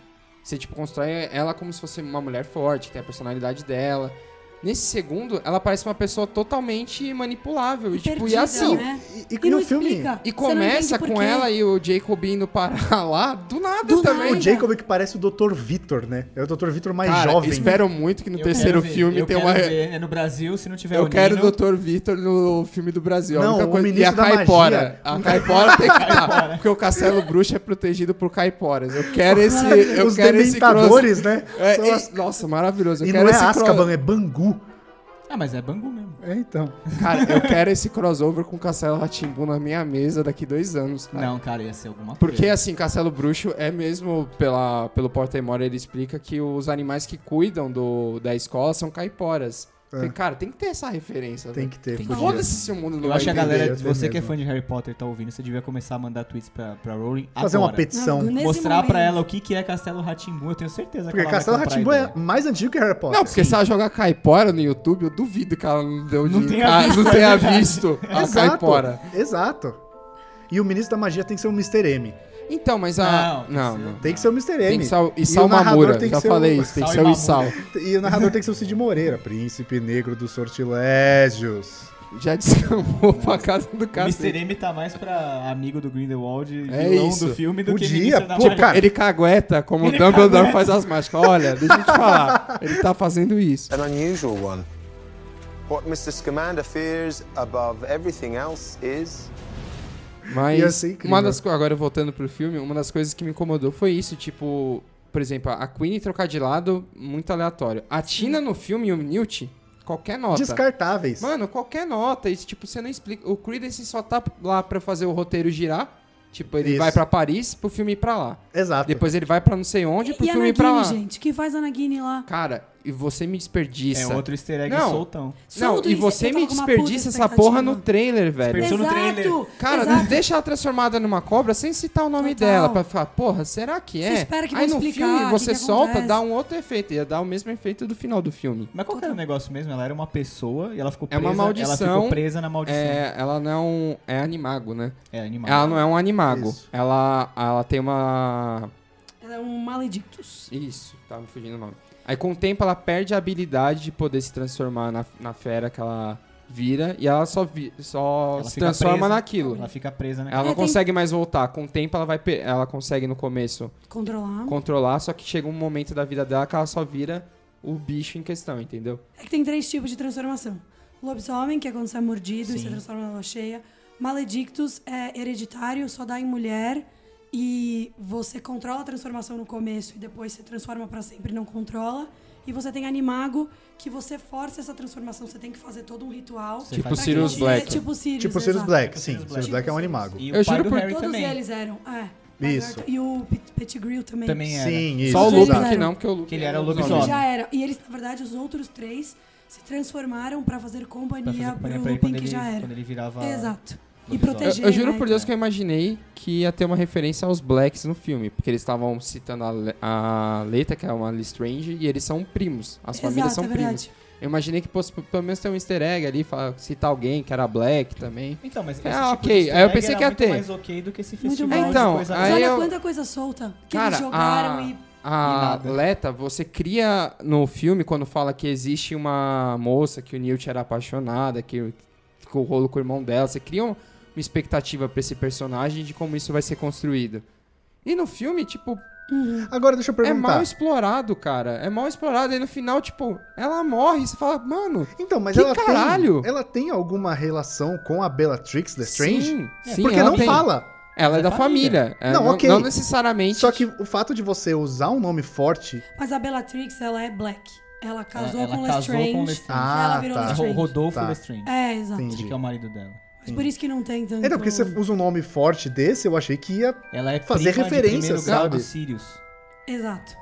S1: você tipo constrói ela como se fosse uma mulher forte, que tem a personalidade dela. Nesse segundo, ela parece uma pessoa totalmente manipulável. E, tipo, e
S4: Perdida,
S1: assim.
S4: né?
S2: E, e,
S4: E,
S2: e
S4: não
S2: o filme,
S4: explica.
S1: E
S4: Você não
S1: começa
S4: entende por
S1: com
S4: quê.
S1: ela e o Jacob indo parar lá do nada
S4: Do
S1: também.
S2: o
S4: nada.
S2: Jacob que parece o Dr. Vitor, né? É o Dr. Vitor mais
S1: Cara,
S2: jovem.
S1: espero muito que no
S3: Eu
S1: terceiro
S3: quero ver,
S1: filme
S3: eu
S1: tenha
S3: quero
S1: uma.
S3: ver. É no Brasil, se não tiver
S1: Eu
S3: o
S1: quero
S3: Nino,
S1: o Dr. Vitor no filme do Brasil.
S2: Não,
S1: a única
S2: o
S1: coisa... E
S2: ministro
S1: a
S2: da magia.
S1: Caipora. A Caipora tem que estar. Porque o Castelo Bruxo é protegido por Caiporas. Eu quero esse. Eu
S2: Os
S1: quero esse cross...
S2: dementadores, né?
S1: É,
S2: São
S1: e-
S2: as-
S1: Nossa, maravilhoso. Eu
S2: E
S1: quero
S2: não é
S1: esse cro-
S2: Azkaban, é Bangu.
S3: Ah, mas é Bangu mesmo.
S2: É, então.
S1: Cara, eu quero esse crossover com o Castelo Ratimbu na minha mesa daqui dois anos, cara.
S3: Não, cara, ia ser alguma coisa.
S1: Porque, assim, Castelo Bruxo é mesmo, pela, pelo porta-memória, ele explica que os animais que cuidam do, da escola são caiporas. Falei, Cara, tem que ter essa referência.
S2: É. Tem
S1: velho.
S2: que ter.
S3: Tem que-
S2: fugido.
S1: Foda-se se o mundo não
S3: Eu
S1: vai
S3: acho que a
S1: entender.
S3: galera,
S2: eu
S3: você que é
S2: mesmo.
S3: fã de Harry Potter tá ouvindo, você devia começar a mandar tweets pra, pra Rowling
S2: Fazer
S3: agora.
S2: uma petição.
S4: Nesse
S3: Mostrar pra
S4: momento.
S3: ela o que, que é Castelo Ratimbu, eu tenho certeza
S2: Porque
S3: que ela
S2: Castelo
S3: vai comprar a
S2: Ratimbu é
S3: ideia.
S2: mais antigo que Harry Potter.
S1: Não, porque se ela jogar caipora no YouTube, eu duvido que ela não deu
S3: Não
S1: de-
S3: tenha
S1: ah,
S3: visto,
S1: não
S3: é
S1: tenha
S3: verdade.
S1: visto a
S2: Exato.
S1: é caipora.
S2: Exato. E o ministro da magia tem que ser o Mr. M.
S1: Então, mas a. Não,
S3: Não, tem que
S1: não.
S2: Tem que ser o Mr. M.
S1: Tem que ser o
S2: E
S1: Issal
S2: o narrador
S1: Mamura.
S2: tem que
S1: Já
S2: ser o-
S1: falei isso, tem que ser
S3: Sal
S1: o
S3: e
S1: Issal.
S2: E o narrador tem que ser o Cid Moreira, príncipe negro dos sortilégios.
S1: Já descambou pra casa do
S3: O
S1: cara.
S3: Mr. M tá mais pra amigo do Grindelwald, e
S1: É
S3: vilão
S1: isso.
S3: do filme, do que
S2: Podia,
S3: ministro da
S2: pô,
S3: Magia.
S2: cara.
S1: Tipo, Ele cagueta como o
S3: Ele
S1: Dumbledore
S3: cagueta.
S1: faz as mágicas. Olha, deixa eu te falar. Ele tá fazendo isso.
S6: An unusual one. What Mr. Scamander fears above everything else is
S1: Mas
S2: Ia ser incrível.
S1: uma das co- agora voltando pro filme, uma das coisas que me incomodou foi isso, tipo, por exemplo, a Queen trocar de lado, muito aleatório. A Tina no filme e o Newt, qualquer nota.
S2: Descartáveis.
S1: Mano, qualquer nota, isso, tipo, você não explica. O Creedence só tá lá pra fazer o roteiro girar. Tipo, ele
S2: Isso.
S1: vai pra Paris pro filme ir pra lá.
S2: Exato.
S1: Depois ele vai pra não sei onde pro
S4: E a
S1: filme ir pra lá.
S4: Nagini, gente? Que faz a Nagini lá?
S1: Cara, e você me desperdiça.
S3: É outro easter egg
S1: Não.
S3: soltão.
S1: Não,
S4: Solto
S1: e
S4: isso,
S1: você
S4: eu tava
S1: me
S4: com uma puta
S1: desperdiça essa porra no
S4: expectativa.
S1: trailer, velho.
S3: Desperdiça. Pensou no trailer.
S1: Cara,
S4: exato.
S1: deixa ela transformada numa cobra sem citar o nome
S4: Total.
S1: dela. Pra ficar, porra, será que é?
S4: Você espera que
S1: Aí
S4: vão
S1: no
S4: explicar o
S1: filme
S4: que
S1: você
S4: que
S1: solta,
S4: acontece.
S1: dá um outro efeito. Ia dar o mesmo efeito do final do filme.
S3: Mas qual que era o negócio mesmo? Ela era uma pessoa e ela ficou
S1: É
S3: presa,
S1: uma
S3: ela
S1: maldição,
S3: ficou presa na maldição. É,
S1: É, ela não é animago, né?
S3: animal.
S1: Ela não é um animago.
S2: Isso.
S1: Ela, ela tem uma.
S4: Ela é um maledictus.
S1: Isso, tava me fugindo o nome. Aí com o tempo ela perde a habilidade de poder se transformar na, na fera que ela vira e ela só, vi- só
S3: Ela
S1: se
S3: fica
S1: transforma
S3: presa.
S1: naquilo.
S3: Ela fica presa, né?
S1: Ela não
S4: É, tem-
S1: consegue mais voltar. Com o tempo ela vai pe- ela consegue no começo
S4: Controlar.
S1: controlar, só que chega um momento da vida dela que ela só vira o bicho em questão, entendeu?
S4: É que tem três tipos de transformação. Lobisomem, que é quando você é mordido e
S3: Sim.
S4: se transforma na lua cheia. Maledictus é hereditário, só dá em mulher. E você controla a transformação no começo e depois se transforma pra sempre e não controla. E você tem animago, que você força essa transformação, você tem que fazer todo um ritual.
S3: Você
S1: Tipo
S4: pra
S3: faz-
S1: o
S4: que
S1: Sirius
S4: você-
S1: Black.
S4: Tipo Sirius,
S2: tipo Sirius
S4: exato.
S2: Black,
S3: Tipo
S2: sim.
S3: Sirius
S2: Sirius
S3: Black.
S2: Black é um animago.
S3: E
S1: Eu
S3: o pai
S1: juro
S3: do
S1: por-
S3: Harry
S4: Todos
S3: também.
S4: eles eram. É.
S2: Isso.
S4: Lagarto- E o Pit- Pettigrew também.
S3: Também era.
S2: Sim, isso.
S1: Só o
S4: Eles
S1: Lupin
S2: exato.
S1: que
S4: eram-
S1: não, porque o Lupin
S3: que ele era
S1: é um
S3: lobisomem.
S1: lobisomem.
S4: Já era. E eles, na verdade, os outros três se transformaram pra fazer
S3: Pra fazer
S4: companhia
S3: companhia
S4: pro
S3: pra ele
S4: Lupin,
S3: quando
S4: que
S3: ele,
S4: já era.
S3: quando ele virava...
S4: Exato.
S3: Lobisomem.
S4: E
S1: Eu,
S4: proteger.
S1: eu juro
S4: né?
S1: por Deus que eu imaginei que ia ter uma referência aos Blacks no filme, porque eles estavam citando a, Le- a Leta, que é uma Lestrange, e eles são primos. As famílias
S4: Exato,
S1: são
S4: é
S1: primos.
S4: verdade.
S1: Eu imaginei que fosse p- pelo menos ter um easter egg ali, fa- citar alguém que era Black também.
S3: Então, mas esse
S1: Ah,
S3: tipo
S1: ok.
S3: de easter
S1: Aí eu
S3: egg
S1: pensei
S3: era
S1: que ia
S3: muito
S1: ter.
S3: mais ok do que esse
S4: Muito
S3: festival
S4: mais.
S3: de
S1: Então,
S3: coisa
S1: aí
S4: Mas
S3: nova.
S4: olha
S1: eu-
S4: quanta coisa solta que
S1: Cara,
S4: eles jogaram
S1: a-
S4: e.
S1: A
S3: E nada.
S1: Leta, você cria no filme, quando fala que existe uma moça que o Newt era apaixonada, que ficou rolo com o irmão dela, você cria um- uma expectativa pra esse personagem de como isso vai ser construído. E no filme, tipo,
S2: Agora deixa eu
S1: É
S2: perguntar.
S1: mal explorado, cara. É mal explorado. Aí no final, tipo, ela morre. Você fala, mano.
S2: Então, mas
S1: Que
S2: ela
S1: caralho?
S2: tem. Ela tem alguma relação com a Bellatrix the Strange? É,
S1: Sim, sim,
S2: Porque
S1: ela
S2: não
S1: tem.
S2: fala.
S1: Ela é da família. É,
S2: Não,
S1: não,
S2: ok.
S1: não necessariamente.
S2: Só que o fato de você usar um nome forte.
S4: Mas a Bellatrix, ela é black. Ela casou
S3: É, ela
S4: com
S3: casou
S4: Lestrange.
S3: com Lestrange.
S2: Ah,
S4: ela virou
S2: tá.
S4: Lestrange.
S3: Rodolfo
S2: Tá.
S3: Lestrange,
S4: É, exato.
S2: Entendi.
S3: ele que é o marido dela.
S4: Mas por isso que não tem tanto...
S2: É, não, porque você usa um nome forte desse, eu achei que ia.
S3: Ela é
S2: Fazer
S3: prima de
S2: referência,
S3: primeiro grau
S2: sabe?
S3: do Sirius.
S4: Exato.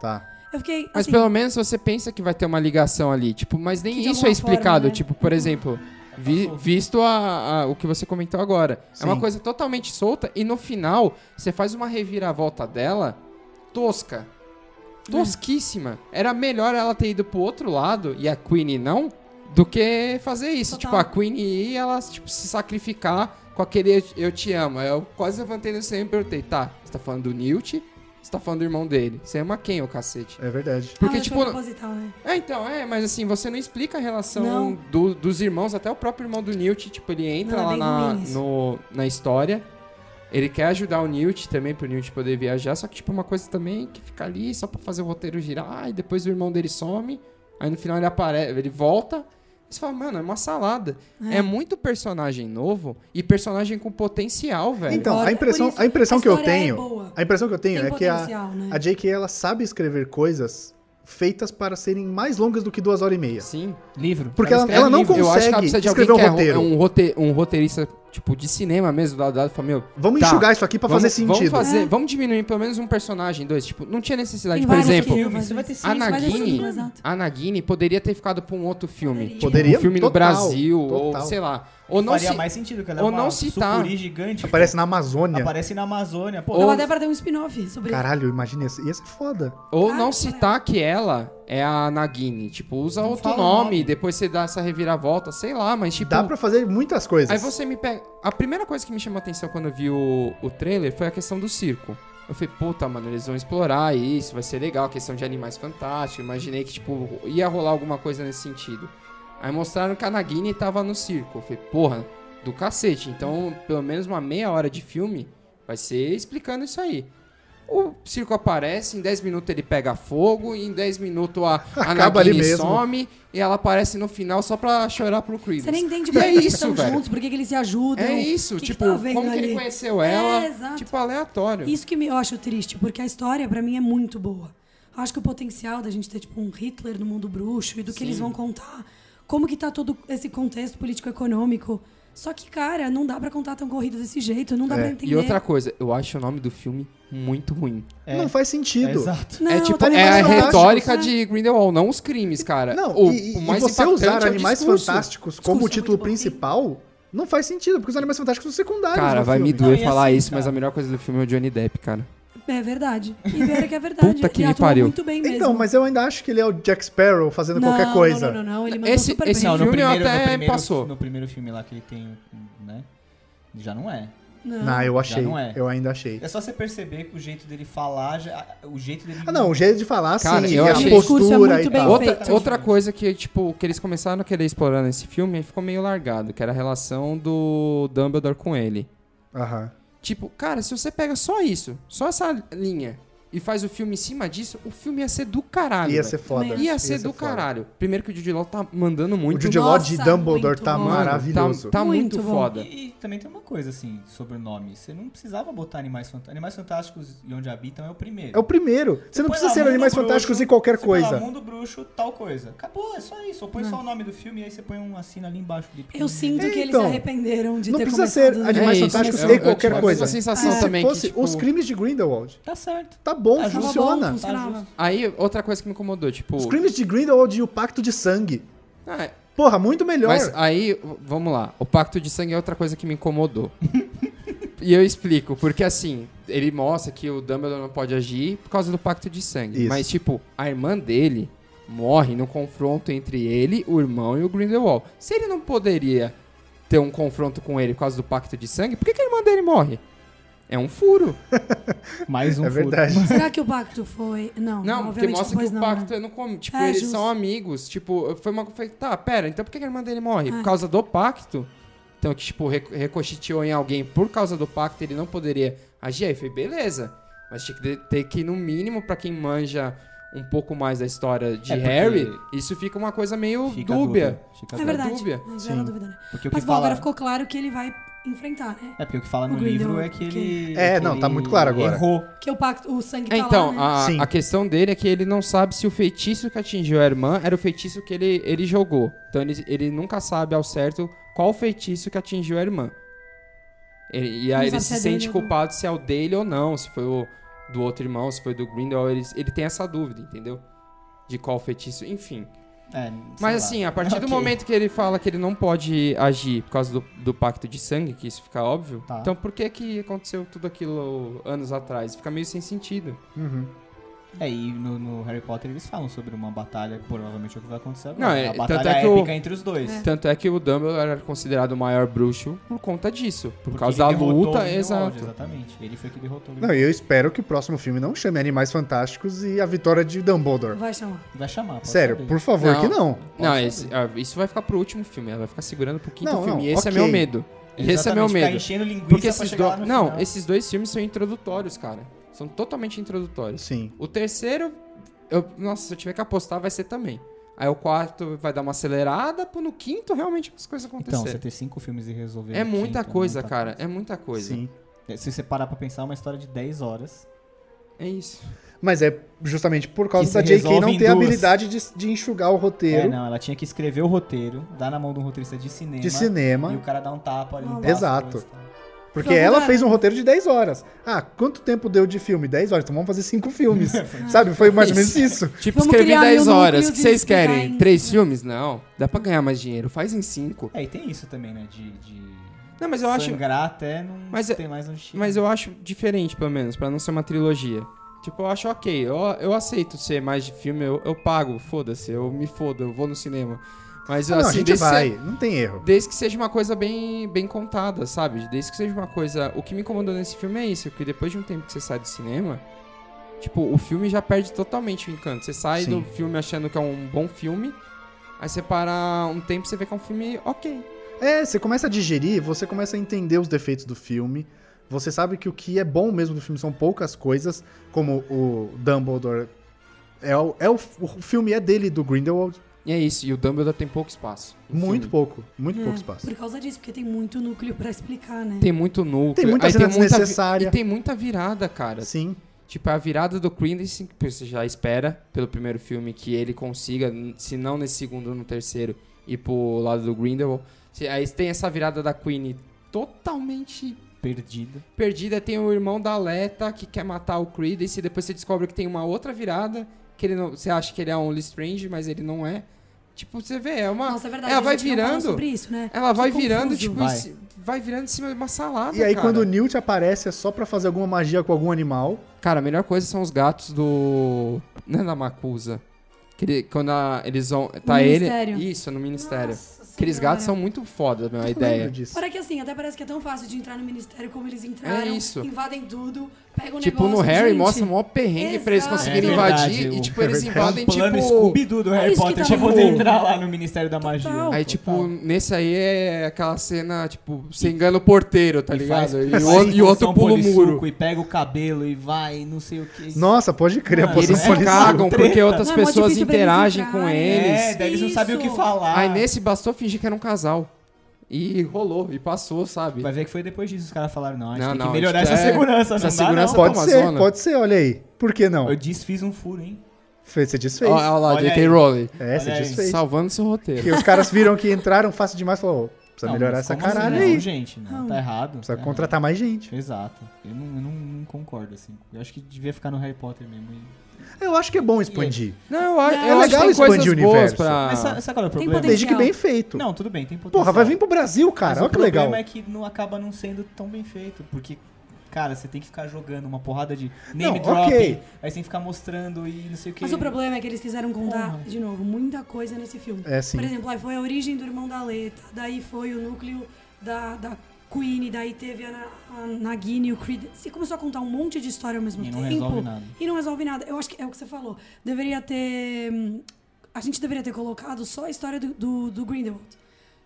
S2: Tá.
S4: Eu fiquei,
S1: Mas
S4: assim,
S1: pelo menos você pensa que vai ter uma ligação ali. Tipo, mas
S4: Que
S1: nem
S4: de
S1: isso é
S4: alguma
S1: explicado.
S4: forma, né?
S1: Tipo, por exemplo, vi- visto a- a- o que você comentou agora. É uma
S2: Sim.
S1: coisa totalmente solta e no final você faz uma reviravolta dela tosca.
S4: É.
S1: Tosquíssima. Era melhor ela ter ido pro outro lado e a Queen não do que fazer isso.
S4: Total.
S1: Tipo, a Queen ir ela tipo, se sacrificar com aquele eu- eu te amo. Aí Eu quase levantei no cinema e perguntei, tá, você tá falando do Newt? Você tá falando do irmão dele? Você ama quem, ô cacete?
S2: É verdade.
S1: Porque,
S4: ah, mas
S1: tipo,
S4: foi proposital, né?
S1: É, então, é, mas assim, você não explica a relação
S4: Não.
S1: do- dos irmãos, até o próprio irmão do Newt, tipo, ele entra
S4: Não, é
S1: lá
S4: bem
S1: na,
S4: ruim isso.
S1: no- na história, ele quer ajudar o Newt também, pro Newt poder viajar, só que, tipo, uma coisa também que fica ali só pra fazer o roteiro girar, e depois o irmão dele some, aí no final ele aparece, ele volta, e você fala, mano, é uma salada. É, muito personagem novo e personagem com potencial, velho.
S2: Então, a
S4: Agora,
S2: impressão,
S4: é por isso,
S2: a impressão
S4: a
S2: que eu
S4: história é
S2: tenho.
S4: boa.
S2: a impressão que eu tenho
S4: Tem
S2: é que a,
S4: potencial, né?
S2: a J.K. ela sabe escrever coisas feitas para serem mais longas do que duas horas e meia.
S1: Sim.
S3: Livro.
S2: Porque ela,
S1: escreve
S2: ela não
S1: livro. Eu acho que ela
S2: consegue
S1: precisa de
S2: escrever um
S1: alguém que é
S2: roteiro.
S1: ro- é um, rote- um roteirista, tipo, de cinema mesmo, do lado do lado, e fala, meu,
S2: Vamos
S1: Tá.
S2: enxugar isso aqui pra fazer
S1: Vamos- Vamos,
S2: sentido.
S1: fazer,
S4: É.
S1: vamos diminuir pelo menos um personagem, dois. Tipo, não tinha necessidade.
S4: Tem
S1: Por
S4: vários
S1: exemplo,
S4: filmes,
S3: Isso vai ter
S4: mas-
S1: a
S3: Sim, isso vai dar
S1: Nagini,
S4: filme, exato.
S1: a Nagini poderia ter ficado pra um outro filme.
S4: Poderia.
S1: Um filme no
S2: Total,
S1: Brasil,
S2: total.
S1: ou sei lá. Ou não
S3: Faria
S1: se...
S3: mais sentido, que ela
S1: ou
S3: é uma
S1: não tá. citar.
S3: sucuri gigante. tipo,
S2: Aparece na
S1: assim,
S2: Amazônia.
S3: Aparece na Amazônia. Pô,
S4: Dava até pra ter um spin-off sobre
S2: Caralho, imagina isso. Ia ser foda.
S1: Ou
S4: Ah,
S1: não
S4: não
S1: citar que ela é a Nagini. Tipo, usa outro
S3: fala o
S1: nome,
S3: nome.
S1: depois você dá essa reviravolta, sei lá, mas tipo.
S2: Dá pra fazer muitas coisas.
S1: Aí você me pega. A primeira coisa que me chamou a atenção quando eu vi o, o trailer foi a questão do circo. Eu falei, puta, mano, eles vão explorar isso, vai ser legal, a questão de animais fantásticos. Imaginei que, tipo, ia rolar alguma coisa nesse sentido. Aí mostraram que a Nagini tava no circo. Eu falei, porra, do cacete. Então, pelo menos uma meia hora de filme vai ser explicando isso aí. O circo aparece, em 10 minutos ele pega fogo, e em 10 minutos a, a
S2: Acaba ali
S1: Nagini
S2: mesmo.
S1: some, e ela aparece no final só pra chorar pro Creed.
S4: Você nem entende
S1: E
S4: por
S1: é
S4: que que eles
S1: isso,
S4: estão
S1: velho.
S4: juntos, por que que eles se ajudam.
S1: É isso,
S4: o que que
S1: tipo,
S4: tá havendo
S1: como que ele
S4: ali?
S1: conheceu
S4: É,
S1: ela,
S4: exato.
S1: tipo, aleatório.
S4: Isso que me, eu acho triste, porque a história, pra mim, é muito boa. Eu acho que o potencial da gente ter, tipo, um Hitler no mundo bruxo e do que eles vão contar, como que tá todo esse contexto político-econômico. Só que, cara, não dá pra contar tão corrido desse jeito, não dá
S2: É,
S4: pra entender.
S1: E outra coisa, eu acho o nome do filme muito ruim.
S2: Não faz
S3: é,
S2: sentido.
S3: exato.
S4: Não, tá
S1: é tipo,
S4: também
S1: é a
S4: acho
S2: Fantásticos,
S1: retórica
S4: né?
S1: de Grindelwald, não os crimes, cara.
S2: Não,
S1: o,
S2: e,
S1: o
S2: e
S1: mais
S2: você
S1: impactante
S2: usar
S1: é o
S2: Animais
S1: discurso.
S2: Fantásticos
S4: Discurso
S2: como
S4: é
S2: título
S4: muito bom, hein?
S2: principal não faz sentido, porque os Animais Fantásticos são secundários.
S1: Cara,
S2: no
S1: vai
S2: filme.
S1: me doer
S3: Não, e
S1: falar
S3: assim,
S1: isso, mas
S3: cara.
S1: a melhor coisa do filme é o Johnny Depp, cara.
S4: É verdade. E ver que é verdade.
S1: Puta que
S4: ele
S1: me
S4: atua
S1: pariu.
S4: muito bem mesmo.
S2: Então, mas eu ainda acho que ele é o Jack Sparrow fazendo
S4: Não,
S2: qualquer coisa.
S4: Não, não, não, ele mandou
S1: Esse-
S4: super
S1: esse
S4: bem.
S1: filme eu até passou.
S3: No primeiro filme lá que ele tem, né? Já não é.
S4: Não.
S2: Não, eu achei.
S3: não é.
S2: Eu ainda achei.
S3: É só você perceber que o jeito dele falar, já- o jeito dele...
S2: Ah, não, o jeito de falar,
S1: Cara,
S2: sim,
S1: eu
S2: e
S1: achei-
S2: a
S1: O
S4: discurso é
S2: postura
S4: muito
S2: e
S4: bem
S2: tal.
S4: feito.
S1: Outra,
S4: Perfeito.
S1: outra coisa que, tipo, que eles começaram a querer explorar nesse filme, aí ficou meio largado, que era a relação do Dumbledore com ele.
S2: Aham.
S1: Tipo, cara, se você pega só isso, só essa linha, e faz o filme em cima disso, o filme ia ser do caralho.
S2: Ia
S1: velho.
S2: ser foda.
S4: Também
S1: Ia ser do
S2: foda.
S1: caralho. Primeiro que o Jude Law tá mandando
S2: O
S1: muito.
S2: Jude Law de
S4: Nossa,
S2: Dumbledore
S4: muito
S2: tá
S4: bom.
S1: Mano,
S2: maravilhoso.
S1: Tá, tá muito,
S4: Muito bom.
S1: foda.
S3: E, e também tem uma coisa, assim, sobre o nome. Você não precisava botar Animais Fantásticos. Animais Fantásticos e Onde Habitam é o primeiro.
S2: É o primeiro. Você não
S3: põe
S2: precisa
S3: lá
S2: ser
S3: Mundo
S2: Animais
S3: Bruxo,
S2: Fantásticos em qualquer
S3: você põe lá
S2: coisa.
S3: Mundo Bruxo, tal coisa. Acabou, é só isso. Ou põe só o nome do filme e aí você põe um assino ali embaixo. ali.
S4: Eu sinto que eles se
S2: Então,
S4: arrependeram de
S2: não
S4: ter
S1: é
S2: precisa
S4: começado...
S2: ser Animais
S1: né? isso, é
S2: Fantásticos
S1: eu-
S2: e
S1: eu
S2: qualquer
S1: tive
S2: coisa. Ah,
S1: essa sensação
S2: se
S1: também que,
S2: fosse
S1: tipo-
S2: os crimes de Grindelwald.
S3: Tá certo.
S2: Tá bom,
S3: Tava bom,
S4: Tava
S2: funciona.
S4: Bom, funcionava.
S1: Aí, outra coisa que me incomodou, tipo.
S2: Os crimes de Grindelwald e o Pacto de Sangue.
S1: Ah,
S2: Porra, muito melhor.
S1: mas aí, v- vamos lá. O pacto de sangue é outra coisa que me incomodou. e eu explico, porque assim, ele mostra que o Dumbledore não pode agir por causa do pacto de sangue.
S2: Isso.
S1: Mas, tipo, a irmã dele morre no confronto entre ele, o irmão e o Grindelwald. Se ele não poderia ter um confronto com ele por causa do pacto de sangue, por que, que a irmã dele morre? É um furo.
S3: Mais um
S2: é verdade.
S4: Será que o pacto foi... Não,
S1: Não, porque
S4: obviamente
S1: mostra que
S4: depois
S1: o
S4: não. né?
S1: pacto é no começo. Tipo,
S4: É,
S1: eles
S4: justo.
S1: são amigos. Tipo, foi uma coisa. falei, Tá, pera, então por que que a irmã dele morre? Por
S4: Ah.
S1: causa do pacto? Então, que, tipo, re- recochiteou em alguém por causa do pacto, ele não poderia agir. Aí eu falei, beleza. Mas tinha que de- ter que, no mínimo, pra quem manja um pouco mais da história de
S3: É, porque-
S1: Harry, isso fica uma coisa meio
S3: Fica
S1: dúbia.
S3: dúbia, fica
S4: é
S1: Fica
S3: dúbia.
S4: verdade.
S1: dúbia.
S4: Não
S2: Sim.
S4: gera dúvida, né?
S3: Porque o que
S4: Mas bom, agora
S3: fala...
S4: ficou claro que ele vai enfrentar, né?
S3: É, porque o que fala
S4: o
S3: no
S4: Grindelwald,
S3: livro é que ele...
S2: É,
S3: que
S2: não,
S3: ele
S2: tá muito claro agora.
S3: Errou.
S4: Que o pacto, o sangue tá
S1: É, então,
S4: lá, né?
S1: a,
S2: Sim.
S1: a questão dele é que ele não sabe se o feitiço que atingiu a irmã era o feitiço que ele, ele jogou. Então ele, ele nunca sabe ao certo qual feitiço que atingiu a irmã. Ele- e aí
S4: Não
S1: ele
S4: sabe
S1: se
S4: se é
S1: sente
S4: dele ou do-
S1: culpado se é o dele ou não, se foi o do outro irmão, se foi do Grindelwald. Ele, ele tem essa dúvida, entendeu? De qual feitiço, enfim.
S3: É, sei
S1: Mas
S3: lá.
S1: assim, a partir do
S3: Ok.
S1: momento que ele fala que ele não pode agir por causa do, do pacto de sangue, que isso fica óbvio,
S3: Tá.
S1: então por que que aconteceu tudo aquilo anos atrás? Fica meio sem sentido.
S2: Uhum.
S3: É, e no, no Harry Potter eles falam sobre uma batalha, que provavelmente é o que vai acontecer agora.
S1: Não,
S3: é
S1: é-
S3: uma
S1: tanto
S3: batalha
S1: é que o-
S3: épica entre os dois.
S1: Tanto é que o Dumbledore era considerado o maior bruxo por conta disso. Por
S3: Porque
S1: causa
S3: ele
S1: da
S3: derrotou um o
S1: luta,
S3: Grindelwald,
S1: exato.
S3: Exatamente. Ele foi que derrotou o
S2: Não, e eu espero que o próximo filme não chame Animais Fantásticos e a vitória de Dumbledore.
S4: Vai chamar.
S3: Vai chamar. pode
S2: Sério,
S3: saber.
S2: por favor,
S1: Não.
S2: que não.
S1: Não,
S3: Pode
S1: esse- ah, isso vai ficar pro último filme. Ela vai ficar segurando pro quinto
S2: Não,
S1: filme.
S2: não,
S1: e esse
S2: ok.
S1: é meu medo. E Esse é meu
S3: Exatamente, ficar
S1: medo.
S3: enchendo linguiça
S1: Porque
S3: pra
S1: esses
S3: chegar lá
S1: dois.
S3: no
S1: Não,
S3: final.
S1: esses dois filmes são introdutórios, cara. São totalmente introdutórios.
S2: Sim.
S1: O terceiro, eu- nossa, se eu tiver que apostar, vai ser também. Aí o quarto vai dar uma acelerada, pô, no quinto realmente as coisas
S3: Então, você
S1: acontecerem.
S3: ter cinco filmes e resolver.
S1: é
S3: no
S1: muita
S3: quinto,
S1: coisa,
S3: muita
S1: cara. É muita coisa.
S2: Sim.
S3: coisa. Se você parar pra pensar, é uma história de 10 horas.
S1: É isso.
S2: Mas é justamente por causa
S3: Que
S2: da
S3: se
S2: J.K.
S3: resolve
S2: não
S3: em
S2: ter a
S3: duas.
S2: habilidade de, de enxugar o
S3: É,
S2: roteiro
S3: não, ela tinha que escrever o roteiro, dar na mão de um roteirista de cinema.
S2: de cinema.
S3: E o cara dá um tapa ali no
S4: Não.
S3: braço,
S2: Exato.
S3: coisa e tal.
S2: Porque
S4: Vamos
S2: ela
S4: dar-
S2: fez um roteiro de 10 horas. Ah, quanto tempo deu de filme? 10 horas. Então vamos fazer 5 filmes. Sabe? Foi mais ou menos isso.
S1: Tipo,
S4: Vamos
S1: escrevi
S4: criar
S1: 10
S4: mil
S1: horas.
S4: núcleos
S1: O que
S4: e
S1: vocês
S4: explicar
S1: querem?
S4: em-
S1: Três filmes? Não. Dá pra ganhar mais dinheiro. Faz em cinco.
S3: É, e tem isso também, né? De. de...
S1: Não, mas eu
S4: é
S1: acho.
S3: Sangrar até não
S1: Mas eu-
S3: tem mais um chip.
S1: Mas eu acho diferente, pelo menos, pra não ser uma trilogia. Tipo, eu acho ok, eu, eu aceito ser mais de filme, eu, eu pago, foda-se, eu me fodo, eu vou no cinema. Mas
S4: Ah,
S2: Não,
S1: assim,
S2: a gente
S1: desde que
S2: vai.
S1: se-
S2: Não tem erro.
S1: Desde que seja uma coisa bem, bem contada, sabe? Desde que seja uma coisa. O que me incomodou nesse filme é isso, que depois de um tempo que você sai do cinema, tipo, o filme já perde totalmente o encanto. Você sai
S2: Sim.
S1: do filme achando que é um bom filme, aí você para um tempo e você vê que é um filme ok.
S2: É, você começa a digerir, você começa a entender os defeitos do filme. Você sabe que o que é bom mesmo do filme são poucas coisas, como o Dumbledore. É o, é o, o filme é dele, do Grindelwald.
S1: E é isso, e o Dumbledore tem pouco espaço. no
S2: Muito
S1: filme.
S2: pouco. Muito
S4: É,
S2: pouco espaço.
S4: Por causa disso, porque tem muito núcleo pra explicar, né?
S1: Tem muito núcleo.
S2: Tem muita
S1: aí
S2: cena
S1: vi-
S2: desnecessária.
S1: E tem muita virada, cara.
S2: Sim.
S1: Tipo, a virada do Credence, que você já espera pelo primeiro filme que ele consiga, n- se não nesse segundo, no terceiro, ir pro lado do Grindelwald. Se- Aí tem essa virada da Queen totalmente
S3: Perdido.
S1: perdida. Tem o irmão da Aleta que quer matar o Credence e depois você descobre que tem uma outra virada que ele não, você acha que ele é Only Strange, mas ele não é. Tipo, você vê, é uma
S4: Nossa, é verdade.
S1: Ela
S4: a
S1: vai
S4: gente não falou
S1: virando.
S4: sobre isso, né?
S1: ela vai
S4: Que
S1: virando,
S4: confuso.
S1: tipo,
S3: Vai.
S1: em ci- vai virando em cima de uma salada,
S2: E aí,
S1: cara.
S2: quando o Newt aparece, é só pra fazer alguma magia com algum animal.
S1: Cara, a melhor coisa são os gatos do. Não é da Macusa. Que ele- quando a- eles vão. Tá ele.
S4: ministério.
S1: Isso, no ministério.
S4: Nossa
S1: Aqueles
S4: Senhora.
S1: gatos são muito foda, meu, a
S2: Eu lembro
S1: ideia.
S2: disso.
S4: Fora que assim, até parece que é tão fácil de entrar no ministério como eles entraram,
S1: É isso.
S4: invadem tudo, pegam o
S1: Tipo, no
S4: negócio,
S1: Harry
S4: gente.
S1: mostra o maior perrengue pra eles
S4: Exato.
S1: conseguirem
S3: É verdade,
S1: invadir.
S3: o-
S1: E, tipo, eles invadem,
S3: um plano
S1: tipo.
S3: Scooby-Doo do
S4: É
S3: Harry
S4: isso que
S3: Potter
S4: tá
S3: pra poder
S4: maluco.
S3: entrar lá no Ministério da Magia.
S4: Total.
S1: Aí, tipo,
S3: Total.
S1: nesse aí é aquela cena, tipo, você engana o porteiro, tá
S3: E faz-
S1: ligado? E
S3: faz
S1: o outro- e o outro
S3: polissuco
S1: pula o muro.
S3: E pega o cabelo e vai, não sei o que.
S2: Nossa, pode crer, a
S3: Mano,
S1: E Ah, eles
S2: poção
S1: se
S3: É,
S2: policial.
S1: cagam porque outras
S4: Não, é mó
S1: pessoas
S4: difícil pra eles
S1: interagem com
S4: entrarem.
S1: eles.
S3: É, daí eles não sabem o que
S4: Isso.
S3: falar.
S1: Aí nesse bastou fingir que era um casal. E rolou, e passou, sabe?
S3: Vai ver que foi depois disso que os caras falaram, não, a gente
S1: Não,
S3: tem
S1: não,
S3: que melhorar
S1: tipo,
S3: essa
S1: é,
S3: segurança,
S1: essa
S3: não
S1: segurança
S3: dá,
S2: Pode
S1: Tá
S2: ser,
S1: Amazona.
S2: pode ser, olha aí. Por que não?
S3: não. Eu desfiz um furo, hein?
S2: Fe- Você desfez.
S1: Olha lá,
S3: Olha
S1: J.K.
S3: aí.
S1: Rowling.
S2: é, você
S3: olha aí.
S2: desfez.
S1: Salvando seu roteiro.
S2: Porque os caras viram que entraram fácil demais e falaram, "Ô, precisa
S3: Não,
S2: melhorar
S3: mas
S2: essa
S3: como assim?
S2: caralho
S3: não,
S2: aí.
S3: gente, não,
S4: Não.
S3: tá errado.
S2: Precisa
S3: tá
S2: contratar mais gente.
S3: errado. Exato. Eu, não, eu não, não concordo, assim. Eu acho que devia ficar no Harry Potter mesmo. e-
S2: Eu acho que é bom expandir.
S1: Não, eu, acho-
S4: Não,
S1: eu acho que
S4: é
S1: tem
S2: legal
S1: coisas
S2: expandir o
S1: boas
S2: universo.
S1: pra...
S3: Mas sabe, sabe qual é o
S4: Tem
S3: problema?
S4: poder-
S2: Desde que bem feito.
S3: Não, tudo bem, tem potencial.
S2: Porra, vai vir pro Brasil, cara.
S3: Mas
S2: Olha
S3: o
S2: que
S3: problema
S2: legal.
S3: é que não acaba não sendo tão bem feito, porque cara, você tem que ficar jogando uma porrada de
S2: Não,
S3: name drop,
S2: ok.
S3: aí você tem que ficar mostrando e não sei o que.
S4: Mas o problema é que eles quiseram contar,
S3: Porra.
S4: de novo, muita coisa nesse filme.
S2: É, sim.
S4: Por exemplo, aí foi a origem do irmão da Leta, daí foi o núcleo da, da Queen, daí teve a, Na- a Nagini e o Creed. Você começou a contar um monte de história ao mesmo
S3: E
S4: tempo.
S3: não resolve nada.
S4: E não resolve nada. Eu acho que é o que você falou. Deveria ter. hum, A gente deveria ter colocado só a história do, do, do Grindelwald.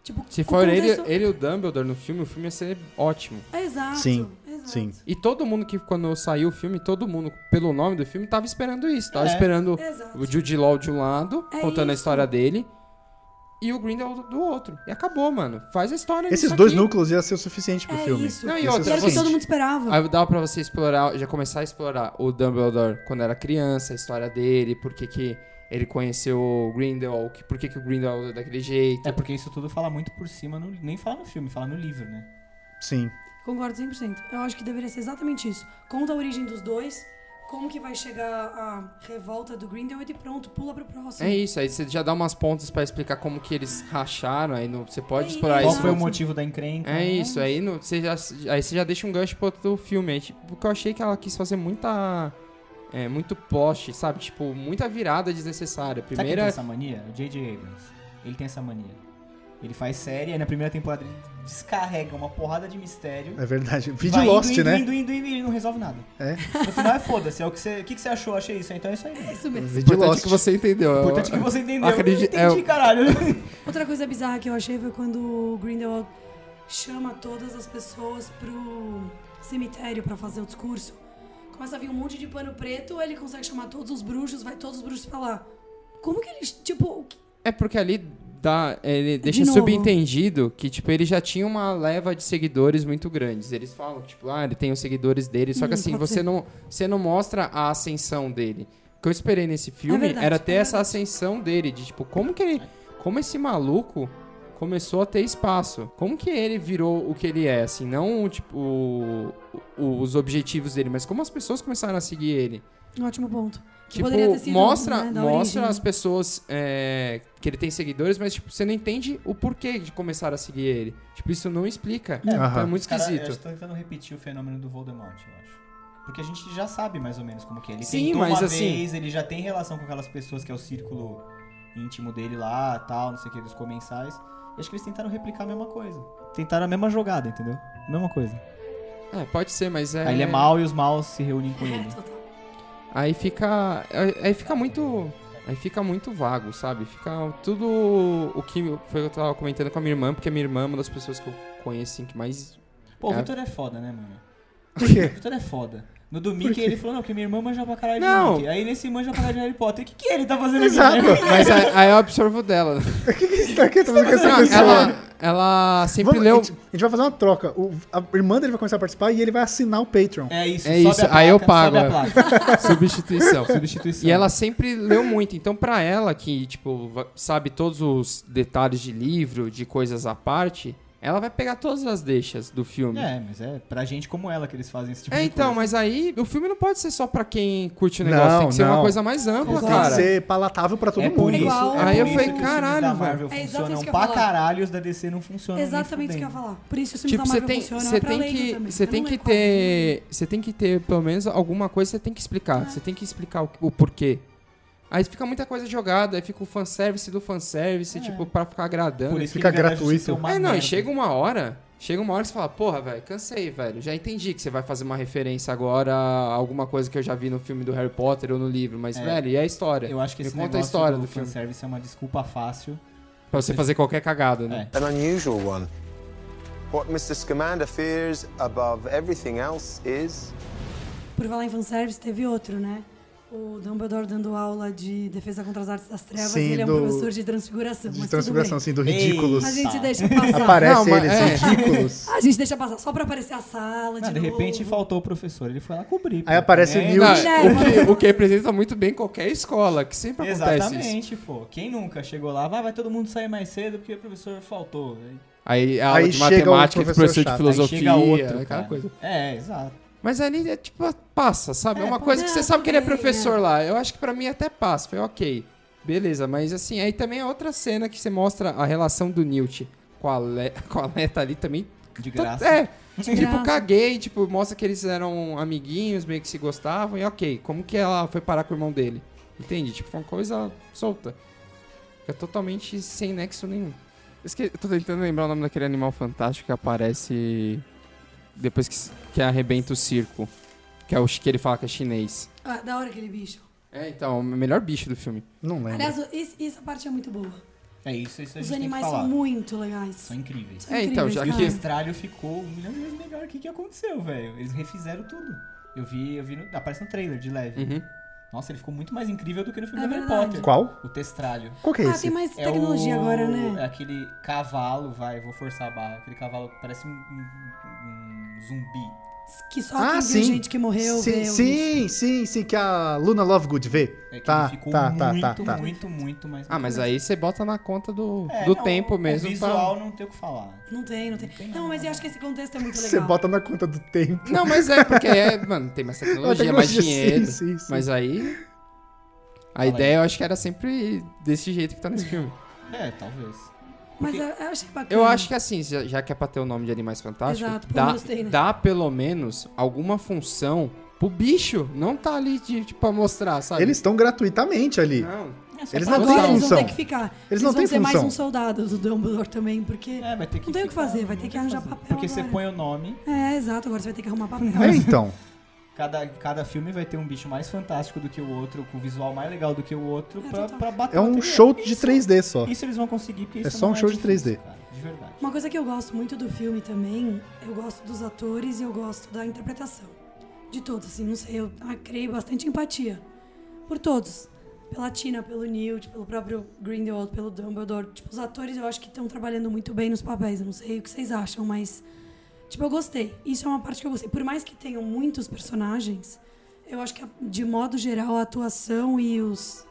S4: Tipo,
S1: Se
S4: com
S1: for ele,
S4: contexto-
S1: ele e o Dumbledore no filme, o filme ia ser ótimo.
S4: Exato.
S2: Sim.
S4: Exato.
S2: Sim.
S1: E todo mundo que, quando saiu o filme, todo mundo, pelo nome do filme, tava esperando isso. Tava
S3: É.
S1: esperando
S4: Exato.
S1: o Jude Law de um lado,
S4: É
S1: contando a
S4: isso.
S1: história dele, e o Grindelwald do outro. E acabou, mano. Faz a história
S2: Esses
S1: nisso
S2: dois
S1: aqui.
S2: núcleos ia ser o suficiente pro
S4: É
S2: filme.
S4: isso.
S1: Não, e
S2: Ia ser o
S1: outra,
S4: E era o
S1: Gente.
S4: que
S2: suficiente.
S4: todo mundo esperava.
S1: Aí dava pra você explorar, já começar a explorar o Dumbledore quando era criança, a história dele, por que que ele conheceu o Grindelwald, que- por que que o Grindelwald é daquele jeito.
S3: É porque isso tudo fala muito por cima, no- nem fala no filme, fala no livro, né?
S2: Sim.
S4: Concordo 100%. Eu acho que deveria ser exatamente isso. Conta a origem dos dois, como que vai chegar a revolta do Grindelwald e pronto, pula pro próximo.
S1: É isso, aí você já dá umas pontas pra explicar como que eles racharam, aí não- você pode
S4: É
S1: explorar
S4: isso.
S3: Qual
S1: isso.
S3: foi o motivo da encrenca?
S1: É isso, aí não- você, já, aí você já deixa um gancho pro outro filme. Aí, tipo, porque eu achei que ela quis fazer muita. É, muito poste, sabe? Tipo, muita virada desnecessária.
S3: Sabe é quem tem
S1: Primeira.
S3: essa mania? O J.J. Abrams. Ele tem essa mania. Ele faz série, aí na primeira temporada ele descarrega uma porrada de mistério.
S2: É verdade. Vi de
S3: Vai indo,
S2: Lost,
S3: indo,
S2: né?
S3: Indo, indo, indo, e não resolve nada.
S2: É.
S3: No final é foda-se. É o que você. O que, que você achou? Achei isso. Então é isso aí.
S4: É isso mesmo.
S2: Vi de
S1: Importante
S2: Lost.
S1: que você entendeu.
S3: O importante é que você entendeu.
S1: Acredi-
S3: Eu entendi,
S1: é,
S3: caralho.
S4: Outra coisa bizarra que eu achei foi quando o Grindelwald chama todas as pessoas pro cemitério pra fazer o discurso. Começa a vir um monte de pano preto, ele consegue chamar todos os bruxos, vai todos os bruxos pra lá. Como que eles, tipo, o que-
S1: É porque ali dá, ele deixa
S4: É novo.
S1: subentendido que, tipo, ele já tinha uma leva de seguidores muito grandes. Eles falam, tipo, ah, ele tem os seguidores dele. Só que
S4: Hum,
S1: assim,
S4: pode
S1: você
S4: ser.
S1: não, você não mostra a ascensão dele. O que eu esperei nesse filme
S4: verdade,
S1: era ter
S4: é
S1: essa
S4: verdade.
S1: ascensão dele, de tipo, como que ele. Como esse maluco começou a ter espaço? Como que ele virou o que ele é? Assim, não, tipo, o- o- os objetivos dele, mas como as pessoas começaram a seguir ele.
S4: um ótimo ponto. Que
S1: Tipo,
S4: poderia ter sido,
S1: mostra,
S4: né, da
S1: mostra
S4: origem.
S1: as pessoas é, que ele tem seguidores, mas tipo, você não entende o porquê de começar a seguir ele. Tipo, isso não explica.
S3: É,
S1: Então é
S2: Aham.
S1: muito esquisito.
S3: Cara, eu estou tentando repetir o fenômeno do Voldemort, eu acho. Porque a gente já sabe mais ou menos como que é. Ele
S1: Sim,
S3: tentou
S1: mas
S3: uma
S1: assim-
S3: vez, ele já tem relação com aquelas pessoas que é o círculo íntimo dele lá, tal, não sei o que, dos comensais. Eu acho que eles tentaram replicar a mesma coisa. Tentaram a mesma jogada, entendeu? Mesma coisa.
S1: É, pode ser, mas é.
S3: Aí ele é mal e os maus se reúnem com ele.
S4: É, total.
S1: Aí fica. aí- Aí fica muito. Aí fica muito vago, sabe? Fica tudo o que foi o que eu tava comentando com a minha irmã, porque a minha irmã é uma das pessoas que eu conheço assim, que mais.
S3: Pô, o
S1: É.
S3: Vitor é foda, né, mano?
S2: O quê?
S3: O Vitor é foda. No domingo ele falou, não, porque minha irmã manja pra caralho
S1: Não.
S3: de Mickey. Aí nesse manja pra caralho de Harry Potter. O que, que ele tá fazendo
S2: Exato.
S3: aqui?
S1: Mas
S3: é-
S1: aí aí eu absorvo dela.
S2: O que que você tá aqui? Tá fazendo com essa
S1: Não,
S2: pessoa?
S1: ela, ela sempre
S2: Vamos-
S1: leu.
S2: a, gente, a gente vai fazer uma troca. O- a irmã dele vai começar a participar e ele vai assinar o Patreon.
S3: É isso,
S1: É
S3: sobe
S1: isso,
S3: a placa,
S1: aí eu
S3: Sobe a
S1: pago, é.
S3: placa.
S1: Substituição.
S3: Substituição.
S1: E ela sempre leu muito, então pra ela que, tipo, va- sabe todos os detalhes de livro, de coisas à parte, ela vai pegar todas as deixas do filme. É.
S3: É, mas é pra gente como ela que eles fazem esse tipo de
S1: então,
S3: coisa.
S1: mas aí o filme não pode ser só pra quem curte o
S2: Não,
S1: negócio, tem que ser uma
S2: não.
S1: coisa mais ampla,
S4: Exato.
S2: Tem que
S1: cara.
S2: ser palatável pra todo
S3: é
S2: mundo.
S3: por isso,
S4: Igual.
S3: é
S1: Aí
S3: por
S1: eu falei,
S3: isso que os filmes
S1: caralho,
S3: da
S1: velho.
S3: Marvel
S4: É exatamente
S3: funcionam
S4: isso que eu ia
S3: pra
S4: falar.
S3: caralho, os da DC não funcionam
S4: É exatamente o
S3: nem
S4: que eu
S3: fudendo.
S4: ia falar. Por isso os filmes
S1: Tipo,
S4: da
S1: você
S4: Marvel
S1: tem,
S4: funcionam,
S1: você
S4: é um. pra
S1: tem
S4: lei
S1: que,
S4: também.
S1: você
S4: Eu
S1: tem
S4: não
S1: que
S4: leio quadrinho.
S1: ter, você tem que ter pelo menos alguma coisa, você tem que explicar, você tem que explicar o, o porquê. Aí fica muita coisa jogada, aí fica o fanservice do
S4: É.
S1: fanservice, tipo, pra ficar agradando.
S3: Por isso
S2: Fica
S3: que Liga da
S2: gratuito.
S3: Justiça é uma
S1: é, não, e
S3: merda.
S1: chega uma hora. Chega uma hora que você fala, porra, velho, cansei, velho. Já entendi que você vai fazer uma referência agora a alguma coisa que eu já vi no filme do Harry Potter ou no livro, mas,
S3: É.
S1: velho, e a história?
S3: Eu acho que
S1: um- Me
S3: esse
S1: conta a
S3: negócio
S1: história
S3: do,
S1: do filme.
S3: fanservice é uma desculpa fácil.
S1: Pra você fazer qualquer cagada,
S3: É.
S1: né?
S6: An unusual one. What Mr. Scamander fears above everything else is
S4: Por falar em fanservice, teve outro, né? O Dumbledore dando aula de defesa contra as artes das trevas
S2: Sim,
S4: e ele é um
S2: do-
S4: professor de transfiguração.
S2: De
S4: mas
S2: transfiguração,
S4: tudo
S2: assim, do ridículos.
S4: bem. A
S3: Ei.
S4: gente
S3: Tá.
S4: deixa passar.
S1: Não,
S2: Aparece
S1: mas-
S2: eles,
S1: é.
S2: ridículos.
S4: A gente deixa passar só pra aparecer a sala
S3: Ah,
S4: de
S3: de
S4: novo.
S3: repente faltou o professor, ele foi lá cobrir.
S2: Aí aparece o
S3: Nil.
S2: Newt.
S1: Não,
S4: Guilherme.
S1: o, que, o que representa muito bem qualquer escola, que sempre acontece isso.
S3: Exatamente, pô. Quem nunca chegou lá, "Ah, vai, vai todo mundo sair mais cedo porque o professor faltou. Aí
S1: Aí a aula
S2: Aí
S1: de
S2: chega o
S1: matemática, professor,
S2: professor
S1: professor de filosofia,
S2: chato, aí
S3: chega outro,
S1: aquela
S3: cara.
S1: coisa.
S3: É, exato.
S1: Mas ali é tipo, passa, sabe? É,
S4: É,
S1: uma
S4: pô,
S1: coisa que
S4: não,
S1: você sabe que ele é
S4: tudo bem,
S1: professor
S4: é.
S1: lá. Eu acho que pra mim até passa. Foi ok. Beleza, mas assim, aí também é outra cena que você mostra a relação do Newt com a, Le... com a Leta ali também.
S3: De
S1: Tá-
S3: graça.
S1: É, tipo,
S4: graça.
S1: caguei, tipo, mostra que eles eram amiguinhos, meio que se gostavam, e ok, como que ela foi parar com o irmão dele? Entende? Tipo, foi uma coisa solta. Fica totalmente sem nexo nenhum. Esque... eu Tô tentando lembrar o nome daquele animal fantástico que aparece depois que, s- que arrebenta o circo. Que é o chi- que ele fala que é chinês.
S4: Ah, da hora aquele bicho.
S1: É, então, o melhor bicho do filme.
S2: Não lembro.
S4: Aliás, esse- essa parte é muito boa.
S3: É isso, isso a gente tem
S4: Os
S3: que
S4: animais
S3: falar.
S4: são muito legais.
S3: São incríveis.
S4: São
S1: É, então,
S4: incríveis,
S1: já
S4: cara.
S3: O
S1: que-
S3: estralho ficou um milhão de vezes melhor. O que, que aconteceu, velho? Eles refizeram tudo. Eu vi, eu vi no, aparece no trailer de leve.
S1: Uhum.
S3: Nossa, ele ficou muito mais incrível do que no filme
S4: É
S3: do Harry
S4: verdade.
S3: Potter.
S2: Qual?
S3: O testralho.
S2: Qual que é
S4: Ah,
S2: esse?
S4: tem mais
S3: É
S4: tecnologia
S3: o-
S4: agora,
S3: É
S4: né?
S3: aquele cavalo, vai, vou forçar a barra. Aquele cavalo que parece um, um- um zumbi.
S4: Que só
S2: Ah,
S4: quem
S2: sim.
S4: viu gente que morreu
S2: sim,
S4: vê o bicho.
S2: sim, sim, sim, que a Luna Lovegood vê.
S3: É que
S2: Tá,
S3: ele ficou
S2: tá, tá,
S3: muito,
S2: tá, tá.
S3: muito, muito mais.
S1: Ah, mas
S3: incrível.
S1: aí você bota na conta do,
S3: É,
S1: do
S3: não,
S1: tempo mesmo. tá-
S3: O visual não tem o que falar.
S4: Não tem, não tem. Não, mas eu acho que esse contexto é muito legal.
S2: Você bota na conta do tempo.
S1: Pra... Não, mas é, porque é, mano, tem mais
S2: É uma
S1: tecnologia, mais
S2: tecnologia,
S1: dinheiro.
S2: sim, sim, sim.
S1: Mas aí. A
S3: aí.
S1: ideia eu acho que era sempre desse jeito que tá nesse filme.
S3: É, talvez.
S4: Mas eu, eu achei bacana.
S1: Eu acho que assim, já, já que é pra ter o nome de Animais Fantásticos,
S4: Hum. Exato, pelo
S1: dá,
S4: menos tem, né?
S1: dá pelo menos alguma função pro bicho. Não tá ali de, de, pra mostrar, sabe?
S2: Eles estão gratuitamente ali.
S1: Não.
S2: Eles não
S4: Agora
S2: têm
S4: eles vão
S2: função.
S4: ter que ficar.
S2: Eles não
S4: vão
S2: têm
S4: ser mais
S2: função.
S4: um soldado do Dumbledore também, porque.
S3: É, vai ter que.
S4: Não tem o que
S3: ficar,
S4: fazer, vai ter
S3: não
S4: que
S3: tem o
S4: arranjar papel
S3: Porque você
S4: agora.
S3: põe o nome,
S4: É, exato, agora você vai ter que arrumar papel.
S2: É, então.
S3: cada, cada filme vai ter um bicho mais fantástico do que o outro, com o visual mais legal do que o outro,
S4: É,
S3: pra,
S4: total.
S3: pra bater
S2: É
S3: o
S2: um
S3: material.
S2: show de
S3: Isso-
S2: 3D só.
S3: Isso eles vão conseguir, porque
S2: É
S3: isso
S2: só um
S3: não
S2: show de
S3: difícil,
S2: 3D.
S3: cara, de verdade.
S4: Uma coisa que eu gosto muito do filme também, eu gosto dos atores e eu gosto da interpretação. De todos, assim, não sei, eu ah, criei bastante empatia. Por todos. Pela Tina, pelo Newt, pelo próprio Grindelwald, pelo Dumbledore. Tipo, os atores eu acho que estão trabalhando muito bem nos papéis. Eu não sei o que vocês acham, mas. Tipo, eu gostei. Isso é uma parte que eu gostei. Por mais que tenham muitos personagens, eu acho que, de modo geral, a atuação e os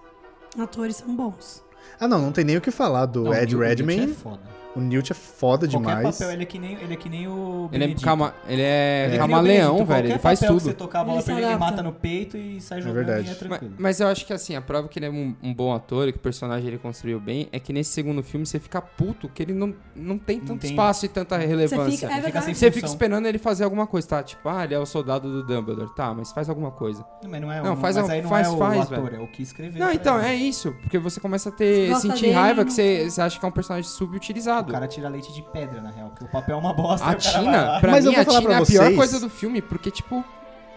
S4: atores são bons.
S2: Ah, não, não tem nem o que falar do
S3: Não,
S2: Ed
S3: o Newt É
S2: Redman.
S3: foda.
S2: O Newt é foda
S3: Qualquer
S2: demais.
S3: papel, ele é que nem, ele é que nem o
S1: Ele é,
S3: Benedito.
S1: cama, ele é,
S3: Ele é que nem o
S1: camaleão,
S3: Benedito,
S1: velho. Ele
S3: qualquer
S1: faz
S3: papel
S1: tudo.
S3: Que você tocar a bola
S4: Ele
S3: pra
S4: se
S3: ele, ele
S4: adapta.
S3: mata no peito e sai jogando
S2: verdade.
S3: e é
S1: Ma- Mas,
S3: tranquilo.
S1: eu acho que assim, a prova que ele é um, um bom ator e que o personagem ele construiu bem é que nesse segundo filme você fica puto que ele não, não tem tanto
S3: tem.
S1: espaço e tanta relevância.
S4: fica- é verdade.
S3: sem
S1: Você assim, fica
S3: função.
S1: esperando ele fazer alguma coisa, tá? Tipo, ah, ele é o soldado do Dumbledore. Tá, mas faz alguma coisa.
S3: Não, mas não é
S1: Não,
S3: o,
S1: faz
S3: mas
S1: a-
S3: aí não
S1: faz-
S3: é o
S1: faz,
S3: ator,
S1: velho.
S3: é o que escreveu.
S1: Não,
S3: pra
S1: então,
S3: ele.
S1: é isso. Porque você começa a ter.
S4: Você gosta
S1: sentir
S4: dele, né?
S1: raiva
S4: não-
S1: que você, você acha que é um personagem subutilizado.
S3: O cara tira leite de pedra, na real, porque o papel é uma bosta.
S1: A
S3: o cara vai
S1: Tina,
S3: lá.
S1: pra
S2: Mas eu
S1: mim,
S2: vou
S1: a
S2: falar
S1: Tina é
S2: pra
S1: a pior
S2: vocês.
S1: coisa do filme, porque, tipo,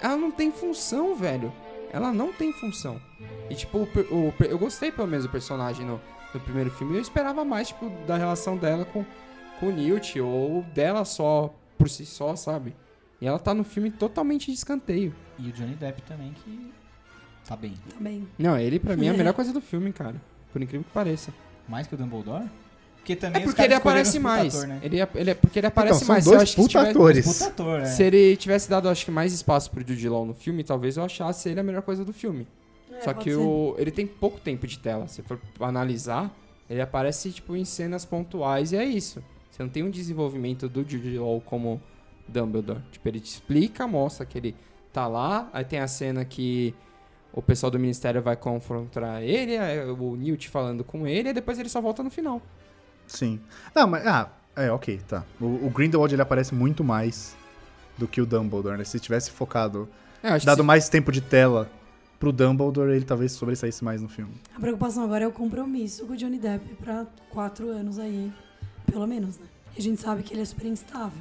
S1: ela não tem função, velho. Ela não tem função. E, tipo, o per- o per- eu gostei pelo menos do personagem no, no primeiro filme. E eu esperava mais, tipo, da relação dela com, com o Newt, ou dela só, por si só, sabe? E ela tá no filme totalmente de escanteio.
S3: E o Johnny Depp também, que tá bem.
S1: assim.
S4: Também.
S1: Não, ele pra mim é a melhor coisa do filme, cara. Por incrível que pareça.
S3: Mais que o Dumbledore? Porque
S1: É
S3: também os
S1: porque
S3: caras
S1: ele
S3: escolheram
S1: aparece
S3: os puta
S1: mais.
S3: Ator, né?
S1: ele, é- ele é porque ele
S2: Então,
S1: aparece
S2: são
S1: mais. eu
S2: dois
S1: acho que se
S2: puta
S1: tiver-
S2: atores.
S3: Puta ator, é.
S1: Se ele tivesse dado, acho que mais espaço pro Jude Law no filme, talvez eu achasse ele a melhor coisa do filme.
S4: É,
S1: Só
S4: pode
S1: que
S4: ser.
S1: o, ele tem pouco tempo de tela. Se for analisar, ele aparece tipo em cenas pontuais e é isso. Você não tem um desenvolvimento do Jude Law como Dumbledore. Tipo, ele te explica, mostra que ele tá lá, aí tem a cena que o pessoal do ministério vai confrontar ele, aí o Newt falando com ele, e depois ele só volta no final.
S2: Sim. Não, mas. Ah, é, ok, tá. O, o Grindelwald ele aparece muito mais do que o Dumbledore, né? Se tivesse focado,
S1: É, eu acho
S2: dado
S1: que
S2: mais tempo de tela pro Dumbledore, ele talvez sobressaísse mais no filme.
S4: A preocupação agora é o compromisso com o Johnny Depp pra quatro anos aí, pelo menos, né? E a gente sabe que ele é super instável.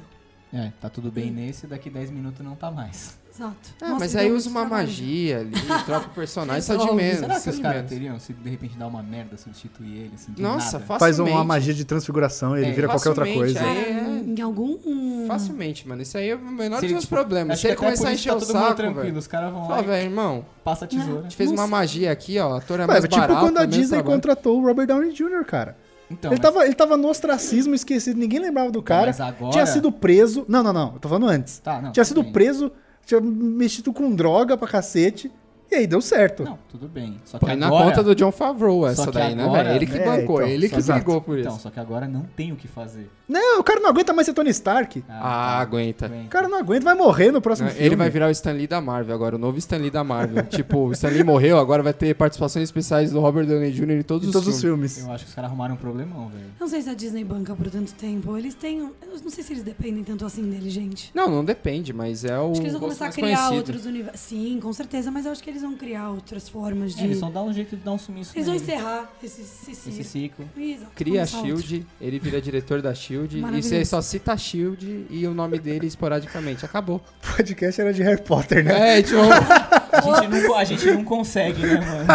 S3: É, tá tudo bem nesse, daqui 10 minutos não tá mais.
S4: Exato.
S1: se- Ah,
S4: Nossa,
S1: mas
S4: ele
S1: aí
S4: deu
S1: usa
S4: muito
S1: uma
S4: trabalho.
S1: magia ali, troca o personagem, só de
S4: Resolve.
S1: menos.
S3: Será que
S1: só
S3: os
S1: de
S3: caras
S1: menos.
S3: teriam, se de repente dar uma merda, substituir ele, assim, do
S1: Nossa, facilmente.
S3: nada?
S2: Faz uma magia de transfiguração e ele
S3: É,
S2: vira qualquer outra
S1: facilmente,
S2: coisa.
S1: é.
S4: Cara, em algum. hum,
S1: Facilmente, mano. Isso aí é o menor
S3: Se
S1: dos
S3: ele,
S1: meus
S3: tipo,
S1: problemas.
S3: Acho
S1: Se
S3: que
S1: ele
S3: até por
S1: começar a
S3: isso
S1: encher
S3: tá
S1: o
S3: todo mundo
S1: saco,
S3: tranquilo,
S1: velho.
S3: os caras vão
S1: Fala,
S3: lá
S1: velho, irmão.
S3: e passa a tesoura.
S1: A gente fez
S4: Não
S1: uma
S4: sei.
S1: magia aqui, ó. A ator é
S2: Mas
S1: mais
S2: é tipo
S1: barata,
S2: quando a
S1: menos
S2: Disney
S1: trabalho.
S2: contratou o Robert Downey Jr., cara.
S3: Então,
S2: ele, tava, ele tava no ostracismo esquecido, ninguém lembrava
S1: Então,
S2: do cara.
S3: mas agora-
S2: Tinha sido preso. Não, não, não. Eu tô falando antes.
S3: Tá, não,
S2: tinha
S3: tudo
S2: sido
S3: bem.
S2: preso, tinha mexido com droga pra cacete. E aí deu certo.
S3: Não, tudo bem. Só que
S1: Põe na
S3: agora...
S1: conta do John Favreau
S3: Só
S1: essa
S3: que
S1: daí, né,
S3: agora-
S1: velho? Ele que
S2: É,
S1: bancou,
S2: então,
S1: ele que
S2: exato.
S1: brigou por
S3: Então,
S1: isso.
S3: só que agora não tem o que fazer.
S2: Não, o cara não aguenta mais ser Tony Stark.
S1: Ah,
S3: tá.
S1: aguenta.
S2: O cara não aguenta, vai morrer no próximo filme.
S1: Né, Ele vai virar o Stan Lee da Marvel agora, o novo Stan Lee da Marvel. tipo, o Stan Lee morreu, agora vai ter participações especiais do Robert Downey Jr. em todos,
S2: em todos os
S1: filmes.
S2: filmes.
S3: Eu acho que os caras arrumaram um problemão, velho.
S4: eu Não sei se a Disney banca por tanto tempo. Eles têm. um- Eu não sei se eles dependem tanto assim dele, gente.
S1: Não, não depende, mas é o.
S4: Acho que eles
S1: gosto
S4: vão começar a
S1: mais
S4: criar
S1: conhecido.
S4: outros universos. Sim, com certeza, mas eu acho que eles vão criar outras formas
S1: É.
S4: de.
S3: Eles só dá um jeito de dar um sumiço
S4: Eles vão
S3: nele.
S4: encerrar esse, esse,
S3: esse
S4: esse...
S3: ciclo.
S4: Exato,
S1: Cria a
S4: começar outro.
S1: Shield, ele vira diretor da Shield, e você
S4: Maravilhoso.
S1: só cita a Shield e o nome dele esporadicamente. Acabou.
S2: O podcast era de Harry Potter, né?
S1: É, tipo,
S3: A gente, não, a gente não consegue, né, mano?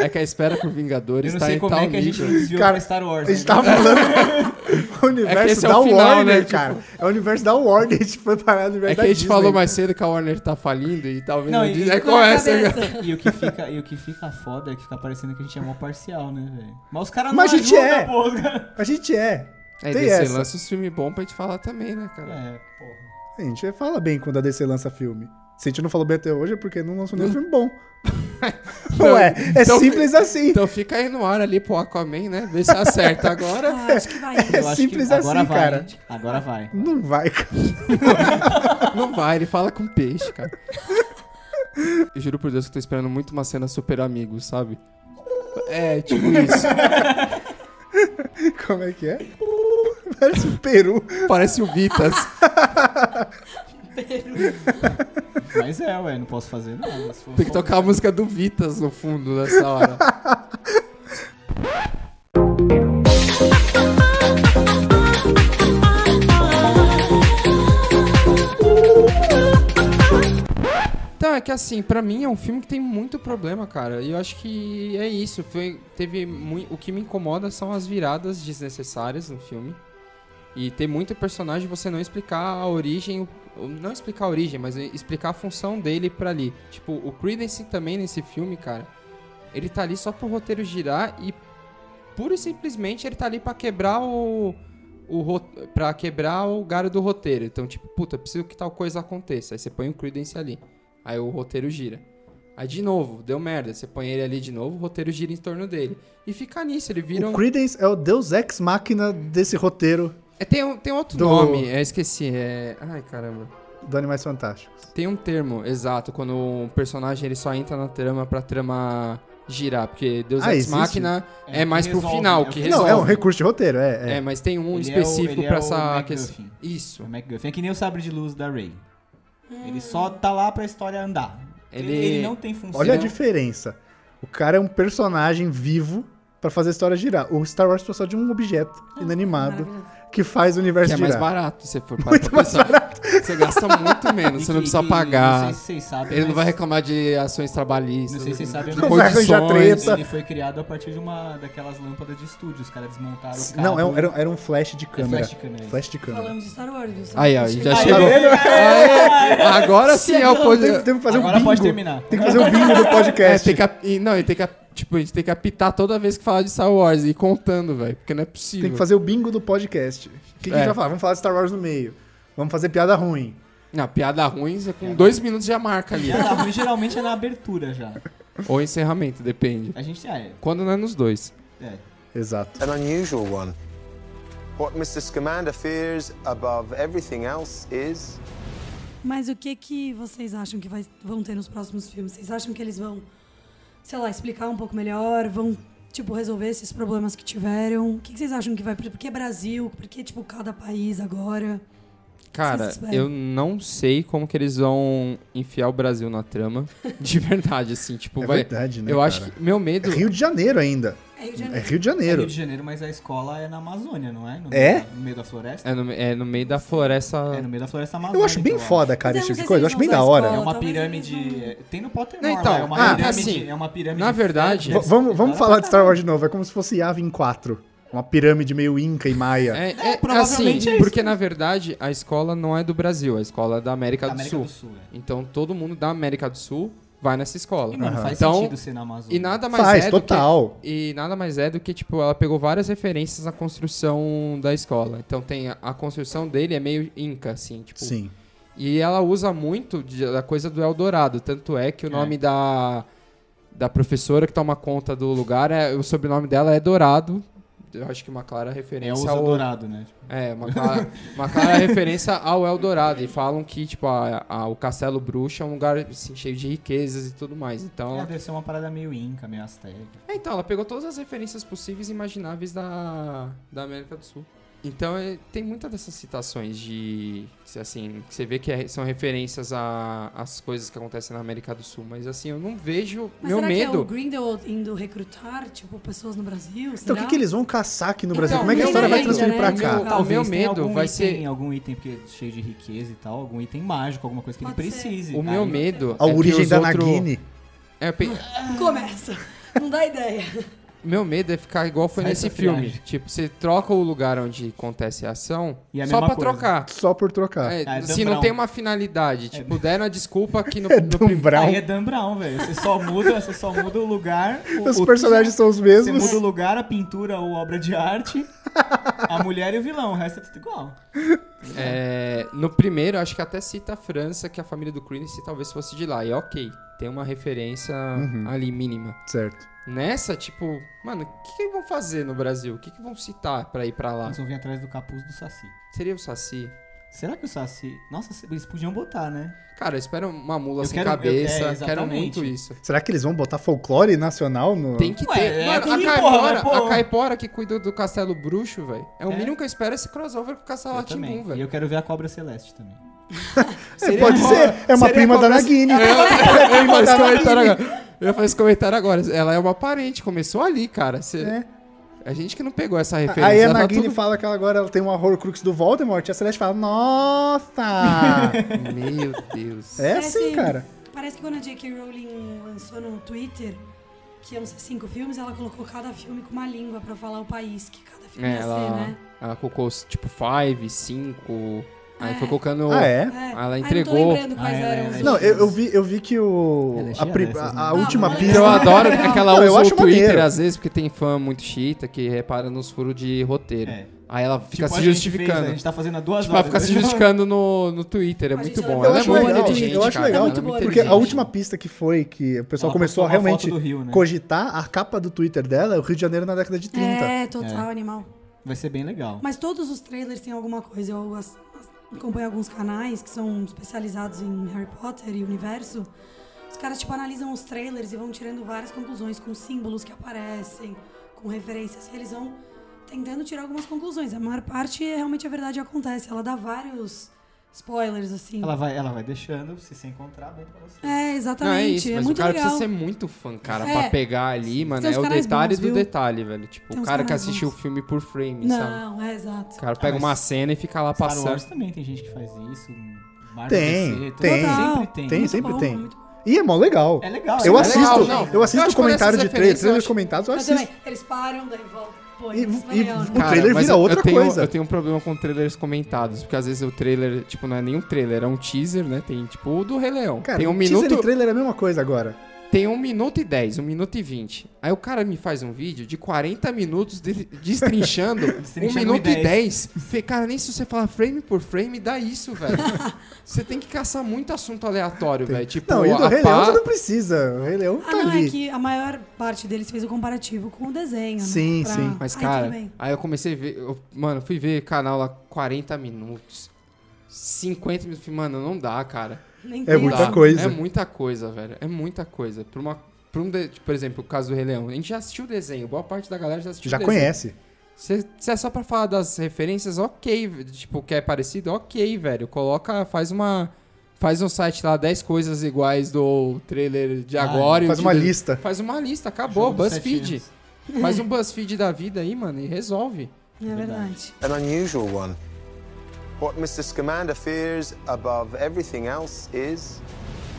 S1: É que a espera por Vingadores
S3: Eu não
S1: tá
S3: sei
S1: em
S3: como
S1: tal
S3: é que a gente não
S1: nível.
S3: desviou
S2: Cara,
S3: pra Star Wars.
S2: A gente tá-
S3: né?
S2: tava falando o universo
S1: esse é o
S2: da
S1: final,
S2: Warner,
S1: né, tipo-
S2: cara. É o universo da Warner, a gente foi parar no universo
S1: É que
S2: da
S1: a gente
S2: Disney.
S1: falou mais cedo que a Warner tá falindo e talvez
S3: Não,
S1: não,
S3: e-
S1: diz-
S3: e-
S1: É
S3: não,
S1: qual é essa?
S3: E o que fica, e o que fica foda é que fica parecendo que a gente é mó parcial, né, velho? Mas os caras não
S2: Mas a gente
S3: ajudam,
S2: é.
S3: pô, os caras-
S2: A gente é.
S1: É,
S2: Tem
S1: DC
S2: essa.
S1: lança uns filmes bons pra gente falar também, né, cara?
S3: É, porra.
S2: A gente é, fala bem quando a DC lança filme. Se a gente não falou bem até hoje é porque não lançou nenhum filme bom. Ué, é
S1: então-
S2: simples assim.
S1: Então fica aí no ar ali pro Aquaman, né? Vê se acerta agora.
S4: Ah, acho que vai.
S2: É
S3: Eu acho
S2: simples
S3: que agora
S2: assim,
S3: vai,
S2: cara.
S3: hein? Agora vai.
S2: Não vai, cara.
S1: Não vai, ele fala com peixe, cara. Eu juro por Deus que eu tô esperando muito uma cena super amigos, sabe? É, tipo isso.
S2: Como é que é? Parece um peru.
S1: Parece o Vitas.
S3: Mas é, ué, não posso fazer nada. se for
S1: Tem que
S3: foda.
S1: tocar a música do Vitas no fundo nessa hora. Então, é que assim, pra mim é um filme que tem muito problema, cara. E eu acho que é isso. Foi, teve mui- O que me incomoda são as viradas desnecessárias no filme. E tem muito personagem você não explicar a origem, ou não explicar a origem, mas explicar a função dele pra ali. Tipo, o Creedence também nesse filme, cara, ele tá ali só pro roteiro girar e pura e simplesmente ele tá ali pra quebrar o o para quebrar o galho do roteiro. Então, tipo, puta, preciso que tal coisa aconteça. Aí você põe o Creedence ali. Aí o roteiro gira. Aí de novo, deu merda. Você põe ele ali de novo, o roteiro gira em torno dele. E fica nisso, ele vira
S2: O
S1: um
S2: Credence é o deus ex máquina desse roteiro
S1: é, tem, um- tem outro
S2: Do-
S1: nome, eu esqueci. É... Ai, caramba.
S2: do Animais Fantásticos.
S1: Tem um termo exato, quando um personagem ele só entra na trama pra trama girar. Porque Deus
S2: Ah,
S1: Ex
S2: existe?
S1: Machina
S3: É,
S1: é, mais
S3: que
S1: pro
S3: resolve,
S1: final,
S3: é o
S1: que
S3: que
S1: resolve.
S2: Não, é um recurso de roteiro, é.
S1: É,
S2: é.
S1: mas tem um
S3: Ele é o-
S1: específico
S3: ele é
S1: pra
S3: o
S1: essa
S3: MacGuffin.
S1: questão. Isso.
S3: O MacGuffin é que nem o sabre de luz da Ray. Ele só tá lá pra história andar.
S1: Ele-
S3: não tem função.
S2: Olha a diferença. O cara é um personagem vivo pra fazer a história girar. O Star Wars precisa de um objeto inanimado que faz
S1: Ah,
S2: o
S1: Que
S2: universo
S1: é mais
S2: girar.
S1: barato, se for parar pra pensar. Você gasta muito menos,
S3: E
S1: você não
S3: que-
S1: precisa
S3: que-
S1: pagar.
S3: Não sei se vocês sabem.
S1: Ele não
S3: mas-
S1: vai reclamar de ações trabalhistas. assim.
S3: Não sei se vocês sabem,
S2: Não
S3: mas
S2: vai arranjar
S1: Condições.
S2: treta.
S3: ele foi criado a partir de uma daquelas lâmpadas de estúdio. Os caras desmontaram o cabo.
S2: Não, é um- era, era um flash de câmera.
S3: flash de câmera, é isso.
S2: Flash de câmera.
S4: Falamos de Star Wars, viu?
S1: Aí, ó, já
S3: Aí,
S1: chegou.
S3: ele- é-
S1: Agora sim é o poder.
S2: Temos que fazer um
S3: Agora
S2: bingo.
S3: pode terminar.
S2: Tem que fazer o bingo do
S1: É,
S2: podcast.
S1: tem que, ap- e- não, e tem que, ap- tipo, a gente tem que apitar toda vez que falar de Star Wars e ir contando, velho, porque não é possível.
S2: Tem que fazer o bingo do podcast. O que, que a
S1: É.
S2: gente vai falar? Vamos falar de Star Wars no meio. Vamos fazer piada ruim.
S1: Não, piada ruim, você com dois minutos já marca ali.
S3: Ah, mas geralmente é na abertura já.
S1: Ou encerramento, depende.
S3: A gente ah, é.
S1: Quando não é nos dois.
S3: é.
S2: Exato.
S6: An unusual one. What Mr. Scamander fears above everything else is
S4: Mas o que que vocês acham que vai- vão ter nos próximos filmes? Vocês acham que eles vão, sei lá, explicar um pouco melhor? Vão, tipo, resolver esses problemas que tiveram? O que, que vocês acham que vai... Por que Brasil? Por que, tipo, cada país agora?
S1: Cara,
S4: Vocês esperam.
S1: eu não sei como que eles vão enfiar o Brasil na trama. De verdade, assim, tipo,
S2: É
S1: vai.
S2: verdade, né,
S1: eu
S2: cara?
S1: acho que. Meu
S2: É
S1: medo.
S2: Rio de Janeiro ainda.
S4: É Rio de
S2: É
S4: Janeiro.
S2: Rio de
S3: É
S2: Janeiro.
S3: Rio de Janeiro, mas a escola é na Amazônia, não é? No
S2: É? Ah.
S3: meio da- No meio da floresta?
S1: É no, é no meio da floresta.
S3: É, no meio da floresta amazônica.
S2: Eu acho bem
S3: acho.
S2: foda, cara,
S4: Mas
S2: esse
S4: eu não
S2: tipo
S4: sei
S2: de
S4: se
S2: coisa. Eu
S4: eles
S2: acho bem
S4: vão usar
S2: da
S4: a
S2: hora.
S3: É
S4: escola.
S3: uma
S4: Talvez eles
S3: pirâmide.
S4: não-
S3: é, Tem no Pottermore.
S1: Não, então,
S3: é uma
S1: ah,
S3: pirâmide.
S1: assim,
S3: é uma pirâmide.
S1: na
S3: de
S1: verdade-
S3: ferro.
S2: tá, V- vamos vamos falar de Star Wars de novo. É como se fosse Yavin 4. Uma pirâmide meio Inca e Maia.
S1: É, é,
S3: provavelmente
S1: assim,
S3: é isso.
S1: porque na verdade a escola não é do Brasil, a escola é da América,
S3: América do Sul. é.
S1: Então todo mundo da América do Sul vai nessa escola.
S3: E, mano, faz
S1: então,
S3: sentido ser na Amazônia.
S1: e nada mais
S2: Faz,
S1: é do que
S2: total.
S1: E nada mais é do que, tipo, ela pegou várias referências na construção da escola. Então tem a, a construção dele é meio inca, assim, tipo.
S2: Sim.
S1: E ela usa muito de- da coisa do Eldorado. Tanto é que o
S3: É.
S1: nome da, da professora que toma conta do lugar, é, o sobrenome dela é Dourado. Eu acho que uma clara
S3: É o
S1: referência
S3: uso
S1: ao.
S3: dourado, né?
S1: É, uma clara, uma clara referência ao Eldorado. E falam que, tipo, a- a- o Castelo Bruxo é um lugar assim, cheio de riquezas e tudo mais. Então.
S3: É, deve ser uma parada meio inca, meio azteca.
S1: É, então, ela pegou todas as referências possíveis e imagináveis da, da América do Sul. Então é- tem muitas dessas citações de. Assim, que você vê que é- são referências a- às coisas que acontecem na América do Sul, mas assim, eu não vejo.
S4: Mas
S1: meu
S4: será que é o
S1: medo.
S4: Grindelwald indo recrutar, tipo, pessoas no Brasil?
S2: Então, o
S4: será?
S2: que, que eles vão caçar aqui no Brasil?
S1: Então,
S2: Como é que a
S1: meu
S2: história vai
S1: medo,
S2: transferir
S1: né?
S2: pra
S1: Meu-
S2: cá?
S1: Tá, o meu
S3: tenha
S1: medo
S3: algum
S1: vai
S3: item,
S1: ser-
S3: algum item porque é cheio de riqueza e tal, algum item mágico, alguma coisa que ele
S4: Pode ser.
S3: precise.
S1: O meu
S3: Aí-
S1: medo.
S2: A
S1: é que
S2: origem
S1: os
S2: da
S1: outro-
S2: Nagini.
S1: É, eu pe-
S4: Começa. Não dá ideia.
S1: Meu medo é ficar igual foi
S3: Sai
S1: nesse
S3: essa
S1: filme.
S3: friagem.
S1: Tipo, você troca o lugar onde acontece a ação
S3: E é a
S1: só
S3: mesma
S1: pra
S3: coisa.
S1: trocar.
S2: Só por trocar.
S1: É,
S3: Ah, é Dan
S1: assim, não
S3: Brown.
S1: tem uma finalidade. Tipo, deram a desculpa que no,
S2: É
S1: no
S2: Dom
S1: prim-
S3: Aí
S2: Brown.
S3: é Dan Brown, velho. Você só muda, você só muda o lugar. o-
S2: Os
S3: o-
S2: personagens são os
S3: Você
S2: mesmos.
S3: muda o lugar, a pintura ou obra de arte, a mulher e o vilão. O resto é tudo igual.
S1: é, no primeiro, acho que até cita a França, que a família do Credence talvez fosse de lá. E é ok, tem uma referência
S2: Uhum.
S1: ali mínima.
S2: Certo.
S1: Nessa, tipo, mano, o que, que vão fazer no Brasil? O que, que vão citar pra ir pra lá?
S3: Eles vão vir atrás do capuz do Saci.
S1: Seria o Saci?
S3: Será que o Saci. Nossa, eles podiam botar, né?
S1: Cara, eu espero uma mula
S3: Eu
S1: sem
S3: quero- eu-
S1: cabeça.
S3: é,
S1: quero
S3: exatamente.
S1: muito isso.
S2: Será que eles vão botar folclore nacional no.
S1: Tem que
S3: Ué,
S1: ter.
S3: é
S1: Mano,
S3: assim,
S1: a,
S3: porra,
S1: caipora,
S3: mas, porra.
S1: a Caipora que cuida do Castelo Bruxo, velho. É o
S3: É.
S1: mínimo que eu espero esse crossover com o Castelo
S3: Eu também.
S1: Rá-Tim-Bum,
S3: E
S1: Tá velho.
S3: eu quero ver a cobra celeste também.
S2: É, pode ser. É uma
S1: seria
S2: prima da
S1: cobra-
S2: Nagini.
S1: Eu ia fazer esse comentário agora. Eu ia fazer esse comentário agora. Ela é uma parente, começou ali, cara. Cê-
S2: É.
S1: A gente que não pegou essa
S3: É.
S1: referência.
S2: Aí é a
S1: ela tá
S2: Nagini
S1: tudo-
S2: fala que ela agora ela tem uma Horcrux do Voldemort. E a Celeste fala: Nossa!
S1: Meu Deus.
S2: é
S4: É,
S2: assim,
S4: sim.
S2: cara.
S4: Parece que quando a J.K. Rowling lançou no Twitter que iam ser cinco filmes, ela colocou cada filme com uma língua pra falar o país que cada filme
S1: É,
S4: ia
S1: ela,
S4: ser, né?
S1: ela colocou os, tipo 5, 5. Aí
S4: É.
S1: foi colocando.
S2: Ah, é?
S4: É.
S1: Ela
S4: Ah,
S1: entregou.
S4: eu não tô lembrando
S3: Ah,
S4: quais
S3: ela-
S4: eram
S3: ela-
S4: os
S2: Não, eu, eu
S4: outros.
S2: vi, eu vi que o.
S3: Ela é
S2: A,
S3: cheia
S2: pri-
S3: dessas,
S2: a-
S3: né?
S2: a
S3: Ah,
S2: última
S4: mas
S2: pira.
S1: Eu adoro que ela
S2: Não, eu
S1: usa o
S2: acho
S1: Twitter
S2: maneiro.
S1: às vezes, porque tem fã muito chita que repara nos furos de roteiro.
S3: É.
S1: Aí ela fica
S3: Tipo, a
S1: se
S3: gente
S1: justificando.
S3: fez, a gente tá fazendo há duas
S1: Tipo, ela
S3: horas.
S1: fica se
S3: né?
S1: justificando no, no Twitter, é
S4: A
S1: muito
S4: gente-
S1: bom.
S4: eu
S1: Ela é
S4: acho
S1: muito
S4: legal,
S1: inteligente,
S4: eu acho
S1: cara.
S4: legal,
S1: Ela é muito
S4: porque
S2: Porque a
S1: inteligente.
S2: última pista que foi que o pessoal
S3: Ela
S2: começou a
S3: postou uma
S2: realmente
S3: foto do Rio, né?
S2: cogitar, a capa do Twitter dela é o Rio de Janeiro na década de 30.
S4: É, total, animal.
S3: Vai ser bem legal.
S4: Mas todos os trailers têm alguma coisa. Eu as- as- acompanho alguns canais que são especializados em Harry Potter e universo. Os caras, tipo, analisam os trailers e vão tirando várias conclusões com símbolos que aparecem, com referências. E eles vão tentando tirar algumas conclusões. A maior parte, é realmente, a verdade acontece. Ela dá vários spoilers, assim.
S3: Ela, vai, ela vai deixando, se você encontrar, bom pra você.
S4: É,
S1: Não,
S4: exatamente.
S1: é isso,
S4: é
S1: mas o
S4: muito
S1: cara
S4: legal.
S1: precisa ser muito fã, cara,
S4: É.
S1: pra pegar ali, mano.
S4: Tem uns
S1: É o
S4: canais
S1: detalhe
S4: bons,
S1: do
S4: viu?
S1: detalhe, velho. Tipo,
S4: Tem
S1: o
S4: uns
S1: cara que
S4: canais
S1: assistiu o
S4: bons.
S1: filme por frame, sabe?
S4: Não, é exato.
S1: O cara pega
S3: Ah, mas-
S1: uma cena e fica lá
S3: Star Wars
S1: passando.
S3: também tem gente que faz isso. um Marvel
S2: Tem,
S3: DC, tudo. assim,
S2: tem.
S3: Sempre tem.
S2: Tem,
S4: Muito
S2: sempre
S4: bom,
S2: tem.
S4: muito bom.
S2: E é mó legal.
S3: É legal.
S2: Eu
S3: é
S2: assisto,
S1: legal, não.
S2: eu
S1: Eu
S2: assisto
S1: acho que
S2: comentário
S1: quando
S2: de
S1: essas
S2: trailer,
S1: referências, eu
S2: trailers
S1: acho-
S2: comentados, eu
S4: Mas
S2: assisto.
S4: também, eles param, daí voltam. Pô,
S2: E-
S4: isso é
S2: e-
S4: legal, né?
S2: o trailer
S1: mas
S2: vira
S1: eu-
S2: outra
S1: eu tenho,
S2: coisa.
S1: Eu tenho um problema com trailers comentados, porque às vezes o trailer, tipo, não é nem um trailer, é um teaser, né? Tem, tipo, o do Rei Leão.
S2: Cara,
S1: tem um
S2: teaser
S1: minuto,
S2: e trailer é a mesma coisa agora.
S1: tem um minuto e dez, um minuto e vinte. Aí o cara me faz um vídeo de 40 minutos de- destrinchando, um
S3: Destrinchando
S1: minuto
S3: uma
S1: e dez. Falei, Cara, nem se você falar frame por frame, dá isso, velho. Você tem que caçar muito assunto aleatório, velho. Tipo,
S2: Não, e do
S1: a
S2: Rei
S1: pá-
S2: Leão você não precisa. O Rei Leão
S4: Ah,
S2: tá
S4: não,
S2: ali.
S4: é que a maior parte deles fez o comparativo com o desenho. né?
S2: Sim,
S4: Pra-
S2: sim.
S1: Mas,
S4: Aí,
S1: cara,
S4: tudo
S1: aí,
S4: bem.
S1: eu comecei a ver. eu- mano, fui ver canal lá 40 minutos. 50 minutos. Falei, Mano, não dá, cara.
S4: Nem
S2: É
S4: tem
S1: Não
S2: muita
S1: dá.
S4: isso.
S2: coisa.
S1: É muita coisa, velho. É muita coisa. Pra uma, pra um de- tipo, por exemplo, o caso do Rei Leão. A gente já assistiu o desenho. Boa parte da galera já assistiu
S2: Já
S1: o desenho.
S2: conhece.
S1: Se, se é só pra falar das referências, ok. v- Tipo, que é parecido, ok, velho. Coloca, faz uma. Faz um site lá, 10 coisas iguais do trailer de
S3: Ah,
S1: agora. e o
S2: Faz
S1: de
S2: uma
S1: dois-
S2: lista.
S1: Faz uma lista,
S3: Jogo
S1: acabou.
S3: dos sete
S1: BuzzFeed.
S3: anos.
S1: Faz um BuzzFeed da vida aí, mano, e resolve.
S4: É verdade.
S6: An unusual one. What Mr. Scamander fears above everything else is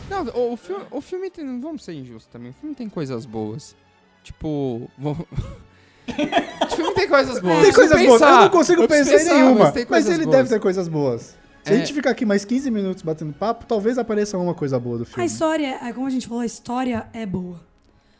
S1: Não, o, o filme, o filme tem. Não vamos ser injustos também. O filme tem coisas boas. Tipo. vamos- o filme tem coisas boas.
S2: Tem
S1: eu preciso
S2: coisas boas. Eu não
S1: pensar,
S2: consigo
S1: eu preciso
S2: pensar em nenhuma.
S1: mas tem
S2: Mas,
S1: coisas
S2: ele
S1: boas.
S2: deve ter coisas boas. Se a
S1: É.
S2: gente ficar aqui mais 15 minutos batendo papo, talvez apareça uma coisa boa do
S4: A
S2: filme.
S4: história, é, como a gente falou, a história é boa.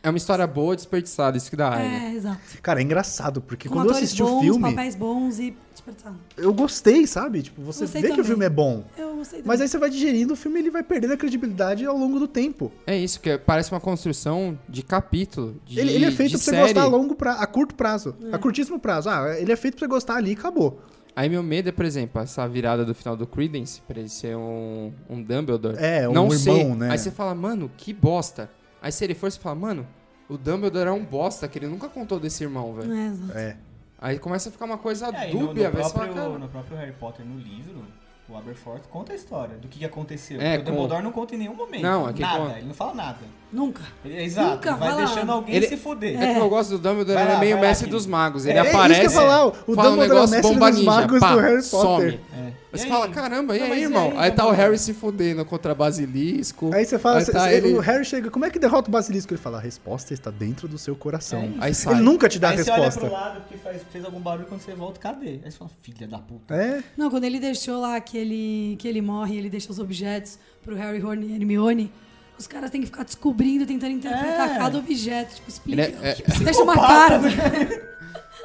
S1: É uma história boa desperdiçada, isso que dá raiva.
S4: É, exato.
S2: Cara, Ah, é engraçado, porque
S4: Com
S2: quando eu
S4: atores
S2: assisti
S4: bons,
S2: o filme,
S4: papéis bons e desperdiçado.
S2: eu gostei, sabe? Tipo, você
S4: Gostei
S2: vê que o
S4: também.
S2: filme é bom.
S4: Eu gostei
S2: Mas é aí
S4: também.
S2: você vai digerindo, o filme ele vai perdendo a credibilidade ao longo do tempo.
S1: É, isso, que parece uma construção de capítulo. De,
S2: Ele, ele é feito
S1: de
S2: pra você
S1: série.
S2: gostar a longo pra, a curto prazo,
S4: É.
S2: a curtíssimo prazo. Ah, ele é feito pra você gostar ali e acabou.
S1: Aí meu medo é, por exemplo, essa virada do final do Credence pra ele ser um, um Dumbledore.
S2: É, um
S1: não
S2: irmão,
S1: ser.
S2: né?
S1: Aí você fala, mano, que bosta. Aí se ele for, você fala, mano, o Dumbledore é um bosta, que ele nunca contou desse irmão, velho.
S4: É, exato.
S2: É.
S1: Aí começa a ficar uma coisa
S3: É, e no,
S1: dúbia,
S3: no,
S1: vai ser uma
S3: próprio,
S1: cara.
S3: no próprio Harry Potter, no livro, o Aberforth conta a história do que, que aconteceu.
S1: É,
S3: Porque o
S1: com-
S3: Dumbledore não conta em nenhum momento.
S1: Não, é que
S3: nada,
S1: conta.
S3: ele não fala nada.
S4: Nunca.
S3: Ele, é exato,
S4: Nunca
S3: ele vai
S4: fala
S3: deixando
S4: nada.
S3: alguém
S1: Ele-
S3: se fuder.
S1: É que eu gosto do Dumbledore,
S3: Vai
S1: ele
S3: lá,
S1: é meio
S3: vai lá,
S1: mestre
S3: Kino.
S1: dos magos. Ele
S2: É,
S1: aparece,
S2: isso que eu ia falar, o
S1: fala um
S2: Dumbledore é o
S1: negócio,
S2: mestre
S1: bomba
S2: dos
S1: ninja,
S2: magos
S1: pá,
S2: do Harry
S1: some.
S2: Potter.
S3: É.
S1: Aí
S3: E
S1: você
S3: aí?
S1: fala, caramba, e
S3: Não,
S1: aí,
S3: mas e
S1: irmão? Aí tá o
S3: Dumbledore?
S1: Harry se fudendo contra Basilisco.
S2: Aí você fala,
S1: Aí
S2: cê-
S1: tá
S2: cê-
S1: ele-
S2: o Harry chega, como é que derrota o Basilisco? Ele fala, a resposta está dentro do seu coração.
S1: É Aí sai.
S2: Ele nunca te dá a
S3: Aí você olha pro
S2: resposta.
S3: lado porque faz- fez algum barulho quando você volta, cadê? Aí você fala, filha da puta.
S2: É,
S4: Não, quando ele deixou lá que ele, que ele morre, ele deixa os objetos pro Harry, Rony e Hermione, os caras têm que ficar descobrindo, tentando interpretar
S3: É.
S4: cada objeto. Tipo, explica.
S1: Ele é- é-
S4: Tipo, deixa uma cara.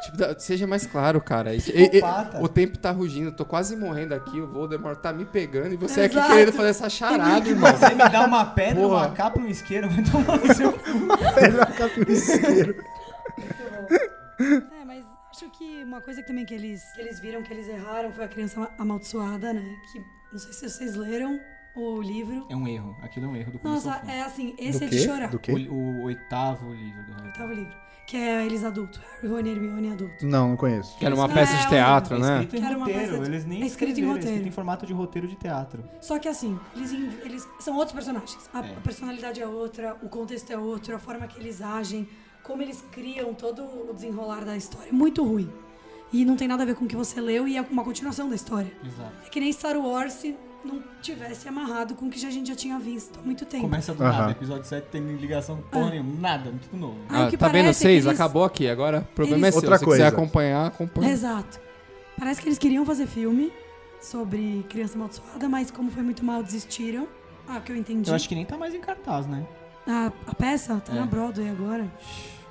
S1: Tipo, dá- seja mais claro, cara. E- e-
S3: Psicopata.
S1: o tempo tá rugindo, eu tô quase morrendo aqui, o Voldemort tá me pegando e você aqui
S4: Exato.
S1: querendo fazer essa charada, irmão.
S3: Você me dá uma pedra,
S1: Porra.
S3: uma capa, um isqueiro, vai tomar no seu
S2: pega a capa do isqueiro.
S4: É, mas acho que uma coisa que também que eles, que eles viram que eles erraram foi a criança amaldiçoada, né? Que não sei se vocês leram o livro.
S3: É um erro, aquilo é um erro do começo
S4: Nossa,
S3: ao fim.
S4: é assim, esse
S2: Do
S4: é de
S2: quê?
S4: chorar.
S2: Do quê?
S3: O, o oitavo livro do Harry
S4: Oitavo livro. Que é eles adultos. Harry, Rony e Hermione adulto.
S2: Não, não conheço.
S1: Que era uma
S4: Não,
S1: peça
S4: é
S1: de
S4: um-
S1: teatro,
S3: Potter. É
S1: né?
S3: escrito em
S4: Era uma
S3: roteiro,
S4: peça de-
S3: eles nem
S4: é escrito em
S3: escreveram, É
S4: roteiro.
S3: escrito em formato de roteiro de teatro.
S4: Só que assim, eles, in- eles são outros personagens. A
S3: É.
S4: personalidade é outra, o contexto é outro, a forma que eles agem, como eles criam todo o desenrolar da história. É muito ruim. E não tem nada a ver com o que você leu e é uma continuação da história.
S3: Exato.
S4: É que nem Star Wars se não tivesse amarrado com o que já- a gente já tinha visto há muito tempo.
S3: Começa do
S2: Aham.
S3: nada, episódio 7 tem ligação com
S4: Ah.
S3: porra nenhuma, nada, tudo novo.
S4: Aí o
S1: Ah,
S4: que
S1: tá vendo?
S4: parece é que
S1: Seis,
S4: eles-
S1: acabou aqui. Agora o problema
S4: eles-
S1: é seu.
S2: Outra
S1: Se
S2: coisa.
S1: quiser acompanhar, acompanha.
S4: Exato. Parece que eles queriam fazer filme sobre criança amaldiçoada, mas como foi muito mal, desistiram. Ah, o que eu entendi.
S3: Eu acho que nem tá mais em cartaz, né?
S4: a, a peça tá
S3: É.
S4: na Broadway agora.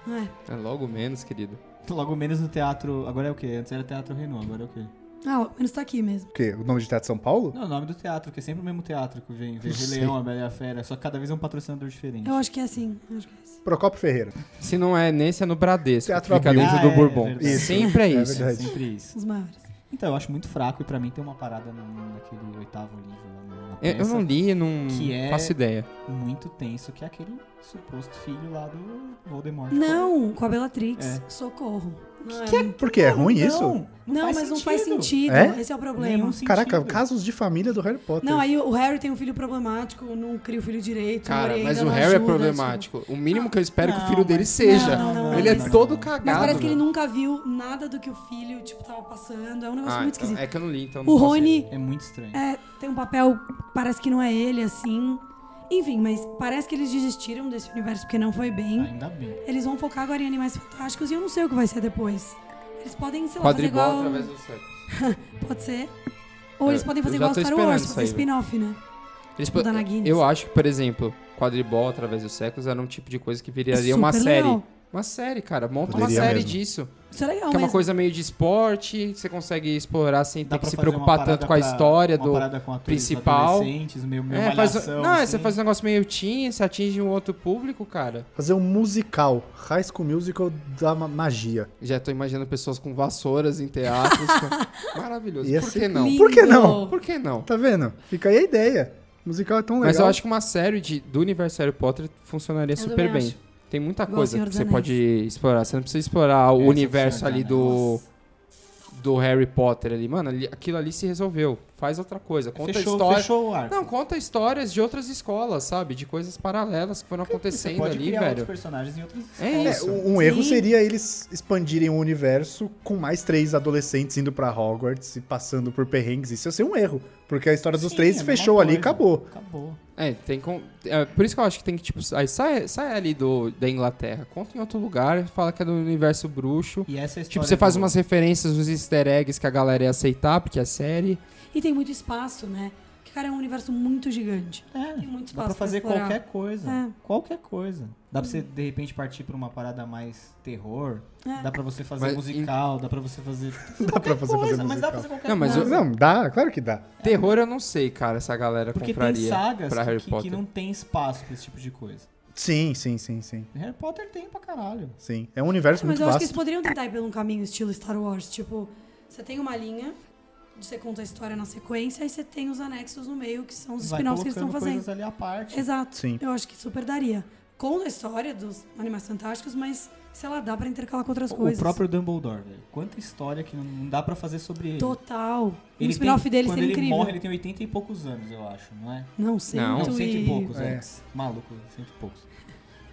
S4: Não é?
S1: É logo menos, querido.
S3: Logo menos no teatro. Agora é o quê? Antes era Teatro Renault, agora é o quê?
S4: Ah, ao menos tá aqui mesmo.
S2: O quê? O nome de Teatro de São Paulo?
S3: Não, o nome do teatro, que é sempre o mesmo teatro que vem. Vem
S2: Não
S3: Rei
S2: sei.
S3: Leão, a Bela e a Fera, só que cada vez é um patrocinador diferente.
S4: Eu acho que é assim. eu acho que é assim.
S2: Procopio Ferreira.
S1: Se não é nesse, é no Bradesco.
S2: Teatro
S1: fica
S2: Abril.
S1: dentro
S3: Ah,
S1: do
S3: é,
S1: Bourbon.
S3: verdade. Isso.
S1: Sempre é
S2: É
S1: isso.
S2: verdade.
S3: Sempre isso.
S4: Os maiores.
S3: Então, eu acho muito fraco e pra mim tem uma parada no- no- naquele oitavo livro lá na- na
S1: Eu, É, eu
S3: peça,
S1: não li, não
S3: Que é-
S1: faço ideia.
S3: Muito tenso, que é aquele suposto filho lá do Voldemort.
S4: Não, com a Bellatrix.
S3: É.
S4: Socorro. Não, é-
S2: Por quê? É ruim
S3: não,
S2: isso?
S3: Não,
S4: não
S3: faz
S4: mas não faz sentido.
S2: É?
S4: Esse é o problema.
S3: Nenhum
S2: Caraca,
S3: sentido.
S2: casos de família do Harry Potter.
S4: Não, aí o Harry tem um filho problemático, não cria o filho direito.
S1: Cara,
S4: orienta,
S1: mas o
S4: não
S1: Harry é
S4: ajuda,
S1: problemático. O mínimo que eu espero que o
S3: Ah, Não,
S1: filho dele
S3: mas-
S1: seja.
S4: né, Não, não, não,
S1: ele é
S4: mas-
S1: todo
S4: tipo.
S1: cagado.
S4: Mas parece que ele
S1: mano.
S4: nunca viu nada do que o filho, tipo, tava passando. É um negócio
S1: Ah,
S4: muito
S1: então-
S4: esquisito.
S1: é que eu não li, então não
S4: o
S1: posso
S4: Rony
S3: É muito estranho.
S4: é, tem um papel que parece que não é ele, assim. Enfim, mas parece que eles desistiram desse universo porque não foi bem.
S3: Ainda bem.
S4: Eles vão focar agora em Animais Fantásticos e eu não sei o que vai ser depois. Eles podem, sei lá,
S1: Quadribol
S4: fazer igual...
S1: através do século.
S4: Pode ser. Ou eles
S1: Eu-
S4: podem fazer
S1: eu já
S4: igual
S1: tô
S4: Star
S1: esperando
S4: Wars,
S1: isso
S4: fazer
S1: aí,
S4: spin-off, né?
S1: Eles
S4: Tipo,
S1: po-
S4: da Nagini.
S1: eu acho que, por exemplo, quadribol através dos séculos era um tipo de coisa que viraria uma
S4: Super
S1: série.
S4: legal.
S1: Uma série, cara. Monta uma
S2: Poderia
S1: série
S2: mesmo.
S1: disso.
S4: Isso é legal
S1: que é uma
S4: mesmo.
S1: coisa meio de esporte, você consegue explorar sem
S3: Dá
S1: ter que
S3: pra
S1: se
S3: fazer uma
S1: preocupar
S3: parada
S1: tanto com a
S3: pra-
S1: história
S3: uma
S1: do.
S3: parada com atores
S1: principal.
S3: adolescentes, meio, meio
S1: É, faz,
S3: malhação,
S1: não, é,
S3: assim.
S1: você faz um negócio meio teen, você atinge um outro público, cara.
S2: Fazer um musical. High School Musical da ma- magia.
S1: Já tô imaginando pessoas com vassouras em teatros. com- Maravilhoso.
S2: Ia
S1: Por
S2: ser
S1: que não?
S4: Lindo.
S2: Por que não?
S1: Por que não?
S2: Tá vendo? Fica aí a ideia. Musical é tão legal.
S1: Mas eu acho que uma série de, do universo Harry Potter funcionaria
S4: Eu
S1: super
S4: também
S1: bem.
S4: acho.
S1: Tem muita
S4: Igual
S1: coisa
S4: Senhor
S1: que
S4: dos
S1: você
S4: Anéis.
S1: pode explorar. Você não precisa explorar o
S3: É,
S1: universo
S3: Senhor dos
S1: ali
S3: né?
S1: do, do Harry Potter ali. Mano, ali- aquilo ali se resolveu. Faz outra coisa. Conta
S3: fechou,
S1: um história.
S3: fechou o arco.
S1: Não, conta histórias de outras escolas, sabe? De coisas paralelas que foram
S3: Você
S1: acontecendo
S3: pode
S1: ali,
S3: criar
S1: velho.
S3: outros personagens em outros
S1: É
S2: É,
S1: isso.
S2: um um erro
S4: Sim.
S2: seria eles expandirem o universo com mais três adolescentes indo pra Hogwarts e passando por perrengues. Isso ia ser um erro. Porque a história dos
S3: é
S4: é
S2: três fechou ali e acabou.
S3: Acabou.
S1: É, tem com... é, por isso que eu acho que tem que, tipo, aí sai, sai ali do, da Inglaterra, conta em outro lugar, fala que é do universo bruxo.
S3: E essa é a
S1: Tipo,
S3: história
S1: você faz
S3: do-
S1: umas referências, uns easter eggs que a galera ia aceitar, porque é série.
S4: E tem muito espaço, né? Porque, cara, é um universo muito gigante.
S3: É,
S4: Tem muito espaço
S3: dá pra fazer
S4: explorar.
S3: qualquer coisa.
S4: É. Uhum.
S3: Qualquer coisa. Dá pra você, de repente, partir pra uma parada mais terror.
S4: É.
S3: Dá pra você fazer
S1: Mas
S3: musical, dá pra você fazer.
S2: Dá pra você fazer
S3: coisa, mas dá pra
S2: musical.
S3: fazer qualquer
S1: Não, mas
S3: coisa.
S1: eu-
S2: Não, dá, claro que dá.
S1: Terror eu não sei, cara, se a galera
S3: Porque tem
S1: compraria
S3: sagas
S1: pra
S3: que-
S1: Harry
S3: que, que
S1: Potter.
S3: não tem espaço pra esse tipo de coisa.
S2: Sim, sim, sim, sim.
S3: Harry Potter tem pra caralho.
S2: Sim. É um universo
S4: Mas
S2: muito
S4: eu acho que eles
S2: vasto.
S4: poderiam tentar ir por um caminho estilo Star Wars. Tipo, você tem uma linha, você conta a história na sequência, e você tem os anexos no meio, que são os
S3: Vai
S4: spin-offs que eles estão
S3: colocando
S4: fazendo.
S3: coisas assim. ali à parte.
S4: Exato.
S2: Sim.
S4: Eu acho que super daria. Conta a história dos Animais Fantásticos, mas sei lá, dá pra intercalar com outras
S3: O
S4: coisas.
S3: próprio Dumbledore, velho. Quanta história que não- não dá pra fazer sobre ele.
S4: Total. O
S3: Ele
S4: spin-off
S3: tem-
S4: dele
S3: quando
S4: seria
S3: ele
S4: incrível.
S3: morre, ele tem 80 e poucos anos, eu acho, não é?
S4: Não, cento
S1: Não,
S3: Não, cento
S4: e...
S3: e poucos, é.
S2: É.
S3: Maluco, cento e poucos.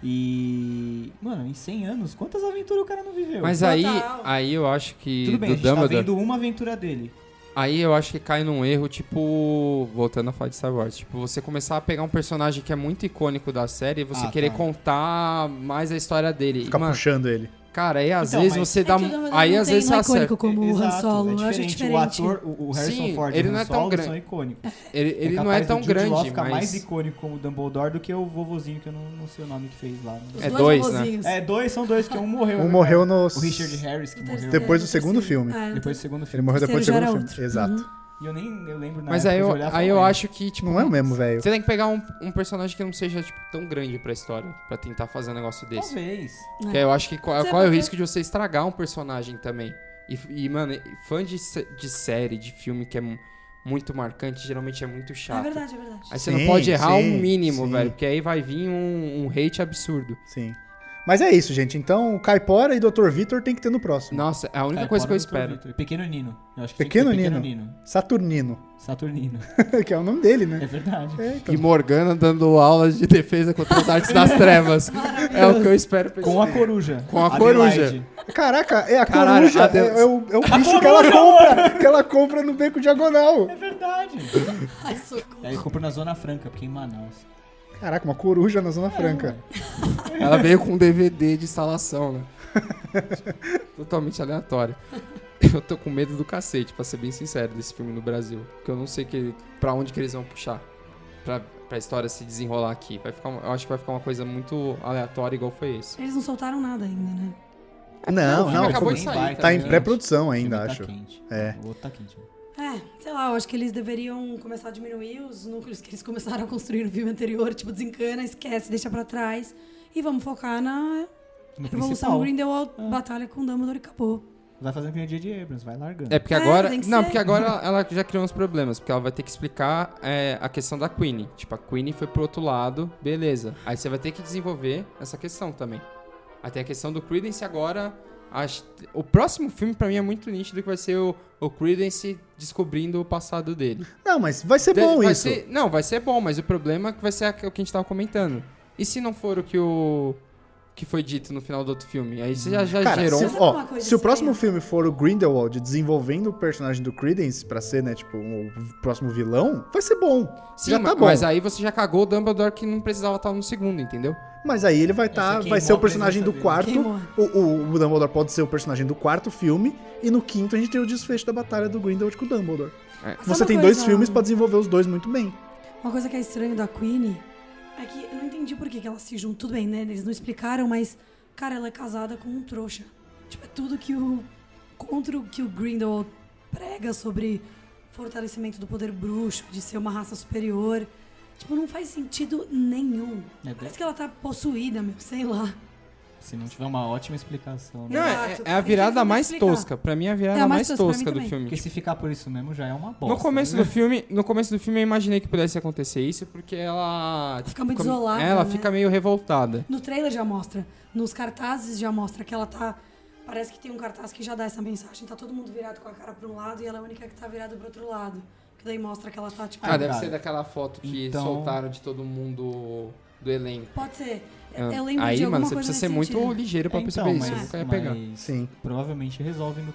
S3: E. Mano, em 100 anos, quantas aventuras o cara não viveu?
S1: Mas
S4: Total.
S1: aí, aí eu acho que
S3: Tudo bem, a
S1: do
S3: gente tá
S1: Dumbledore,
S3: vendo uma aventura dele.
S1: aí eu acho que cai num erro, tipo, voltando a falar de Star Wars, tipo, você começar a pegar um personagem que é muito icônico da série e você
S3: Ah,
S1: querer
S3: tá.
S1: contar mais a história dele.
S2: Ficar
S1: Mano,
S2: puxando ele.
S1: cara, aí às
S3: Então,
S1: vezes
S3: mas-
S1: você
S4: É
S1: dá, um-
S4: que o Dumbledore
S1: aí
S4: não
S1: às
S4: tem,
S1: vezes
S4: não
S1: você
S4: é
S1: acerta.
S4: icônico como o Han
S3: Exato,
S4: Solo,
S3: é
S4: eu acho
S3: diferente.
S4: diferente.
S3: O ator, o, o Harrison
S1: Sim,
S3: Ford
S1: ele
S3: e o
S1: não
S3: Han
S1: é tão
S3: Solo
S1: grande.
S3: são icônicos.
S1: Ele, ele não é
S3: capaz
S1: tão
S3: do Jude Law
S1: grande,
S3: ficar
S1: mas
S3: mais icônico como o Dumbledore do que o vovozinho que eu não, não sei o nome que fez lá.
S4: Os
S1: É dois, né?
S4: vovozinhos.
S3: É, dois, são dois, porque um morreu.
S2: Um
S3: né,
S2: morreu
S3: cara?
S2: no.
S3: O Richard Harris que
S4: O
S3: morreu. né?
S4: terceiro.
S2: Depois do
S4: É,
S2: segundo
S4: terceiro.
S2: filme.
S4: É,
S3: Depois do segundo
S2: Ele
S3: filme.
S2: morreu depois do
S4: Terceiro
S2: segundo
S4: já era
S2: filme.
S4: outro.
S2: Exato.
S3: E eu nem eu lembro na
S1: Mas
S3: época
S1: aí
S3: de
S1: eu,
S3: né? olhar e falar,
S1: aí eu
S3: "Ué,
S1: acho que, tipo.
S2: Não é o mesmo, velho.
S1: Você tem que pegar um, um personagem que não seja, tipo, tão grande pra história, pra tentar fazer um negócio desse.
S3: Talvez.
S1: Que aí eu acho que qual,
S4: Sabe
S1: qual é o
S4: por quê?
S1: risco de você estragar um personagem também. E, e, mano, fã de, sé- de série, de filme que é mu- muito marcante, geralmente é muito chato.
S4: É verdade, é verdade.
S1: Aí você
S2: Sim,
S1: não pode errar o
S2: sim,
S1: mínimo,
S2: sim.
S1: velho, porque aí vai vir um, um hate absurdo.
S2: Sim. Mas é isso, gente. Então, o Caipora e Dr. Vitor tem que ter no próximo.
S1: Nossa, é a única coisa
S3: Caipora
S1: que eu
S3: do Dr.
S1: espero.
S3: Vitor. Pequeno Nino. Eu acho que
S2: Pequeno
S3: tem que ter Pequeno
S2: Nino.
S3: Nino.
S2: Saturnino.
S3: Saturnino.
S2: que é o nome dele,
S3: É
S2: né?
S3: verdade.
S2: É, então.
S1: E Morgana dando aulas de defesa contra as artes das trevas. É o que eu espero pra esse
S3: Com a
S1: filme.
S3: coruja.
S1: Com a
S3: Adelaide.
S2: Caraca, é a
S1: Caralho,
S2: coruja.
S1: a Deus.
S2: É, é o, é o bicho que ela compra, que ela compra no beco diagonal.
S3: É verdade.
S4: Ai, socorro.
S3: Aí comprou na Zona Franca, porque em Manaus.
S2: Caraca, uma coruja na Zona Franca.
S1: Ela veio com um DVD de instalação, né? Totalmente aleatório. Eu tô com medo do cacete, pra ser bem sincero, desse filme no Brasil. Porque eu não sei que, pra onde que eles vão puxar. Pra, pra história se desenrolar aqui. Vai ficar, uma- eu acho que vai ficar uma coisa muito aleatória, igual foi esse.
S4: Eles não soltaram nada ainda, né?
S1: o
S2: Não,
S1: filme
S2: não.
S1: acabou
S2: foi-
S1: de
S3: nem
S1: sair,
S3: vai,
S1: tá
S2: Tá em
S3: ligado?
S2: pré-produção ainda,
S3: O filme
S2: acho.
S3: Tá quente.
S2: É.
S3: O outro tá quente.
S4: É, sei lá, eu acho que eles deveriam começar a diminuir os núcleos que eles começaram a construir no filme anterior, tipo, desencana, esquece, deixa pra trás. E vamos focar na
S3: No
S4: Revolução
S3: principal.
S4: Grindelwald,
S2: É.
S3: Ah.
S4: batalha com Dumbledore e acabou.
S3: Vai fazendo que nem dia de Abrams, vai largando.
S1: É, porque
S4: É,
S1: agora.
S4: tem que
S1: não,
S4: ser.
S1: porque agora ela já criou uns problemas. Porque ela vai ter que explicar é, a questão da Queen. Tipo, a Queen foi pro outro lado, beleza. Aí você vai ter que desenvolver essa questão também. Aí tem a questão do Credence agora. acho- o próximo filme, pra mim, é muito nítido que vai ser o, o Credence descobrindo o passado dele.
S2: Não, mas vai ser É bom
S1: vai
S2: isso.
S1: ser- não, vai ser bom, mas o problema é que vai ser aqu- o que a gente tava comentando. E se não for o que o. que foi dito no final do outro filme? Aí você já, já
S2: Cara,
S1: gerou.
S2: se,
S1: um-
S4: Sabe
S2: ó,
S4: uma coisa
S2: se o próximo
S4: estranha?
S2: filme for o Grindelwald desenvolvendo o personagem do Credence pra ser, né, tipo, um- o próximo vilão, vai ser bom.
S1: Sim,
S2: já tá
S1: ma-
S2: bom.
S1: mas aí você já cagou o Dumbledore que não precisava estar no segundo, entendeu?
S2: Mas aí ele vai tá,
S3: Você
S2: vai
S3: queimou
S2: ser o
S3: a
S2: personagem do
S3: presença
S2: quarto.
S4: Queimou.
S2: O, o, o Dumbledore pode ser o personagem do quarto filme. E no quinto a gente tem o desfecho da batalha do Grindelwald com o Dumbledore.
S4: Sabe
S2: Você
S4: uma
S2: tem dois
S4: coisa-
S2: filmes pra desenvolver os dois muito bem.
S4: Uma coisa que é estranho da Queen é que eu não entendi por que, que ela se junta. Tudo bem, né? Eles não explicaram, mas, cara, ela é casada com um trouxa. Tipo, é tudo que o. Contra o que o Grindelwald prega sobre fortalecimento do poder bruxo, de ser uma raça superior. Tipo, não faz sentido nenhum.
S3: É,
S4: Parece que ela tá possuída, meu, sei lá.
S3: Se não tiver uma ótima explicação, né?
S1: Não, é,
S4: Exato.
S1: é a
S4: Tem
S1: virada
S4: que
S1: mais
S4: explicar.
S1: tosca. Pra mim, é a virada
S4: É a
S1: mais
S4: mais tosca pra
S1: tosca
S4: mim
S1: do
S4: também.
S1: filme. Tipo,
S3: Porque se ficar por isso mesmo, já é uma bosta.
S1: No começo
S3: né?
S1: do filme, no começo do filme eu imaginei que pudesse acontecer isso, porque ela
S4: Fica muito isolada,
S1: Ela
S4: né?
S1: fica meio revoltada.
S4: No trailer já mostra, nos cartazes já mostra que ela tá. Parece que tem um cartaz que já dá essa mensagem. Tá todo mundo virado com a cara pra um lado e ela é a única que tá virada pro outro lado. Que daí mostra que ela tá, tipo.
S1: Ah, deve
S3: cara.
S1: ser daquela foto que
S3: Então-
S1: soltaram de todo mundo do elenco.
S4: Pode ser.
S1: Ah,
S4: Eu lembro
S1: Aí,
S4: de alguma
S1: mano, você
S4: coisa
S1: precisa
S4: nesse
S1: ser muito
S4: sentido.
S1: ligeiro pra
S3: É,
S1: perceber isso. Eu
S4: mas-
S1: nunca ia pegar.
S3: mas
S2: Sim.
S3: Provavelmente resolve no,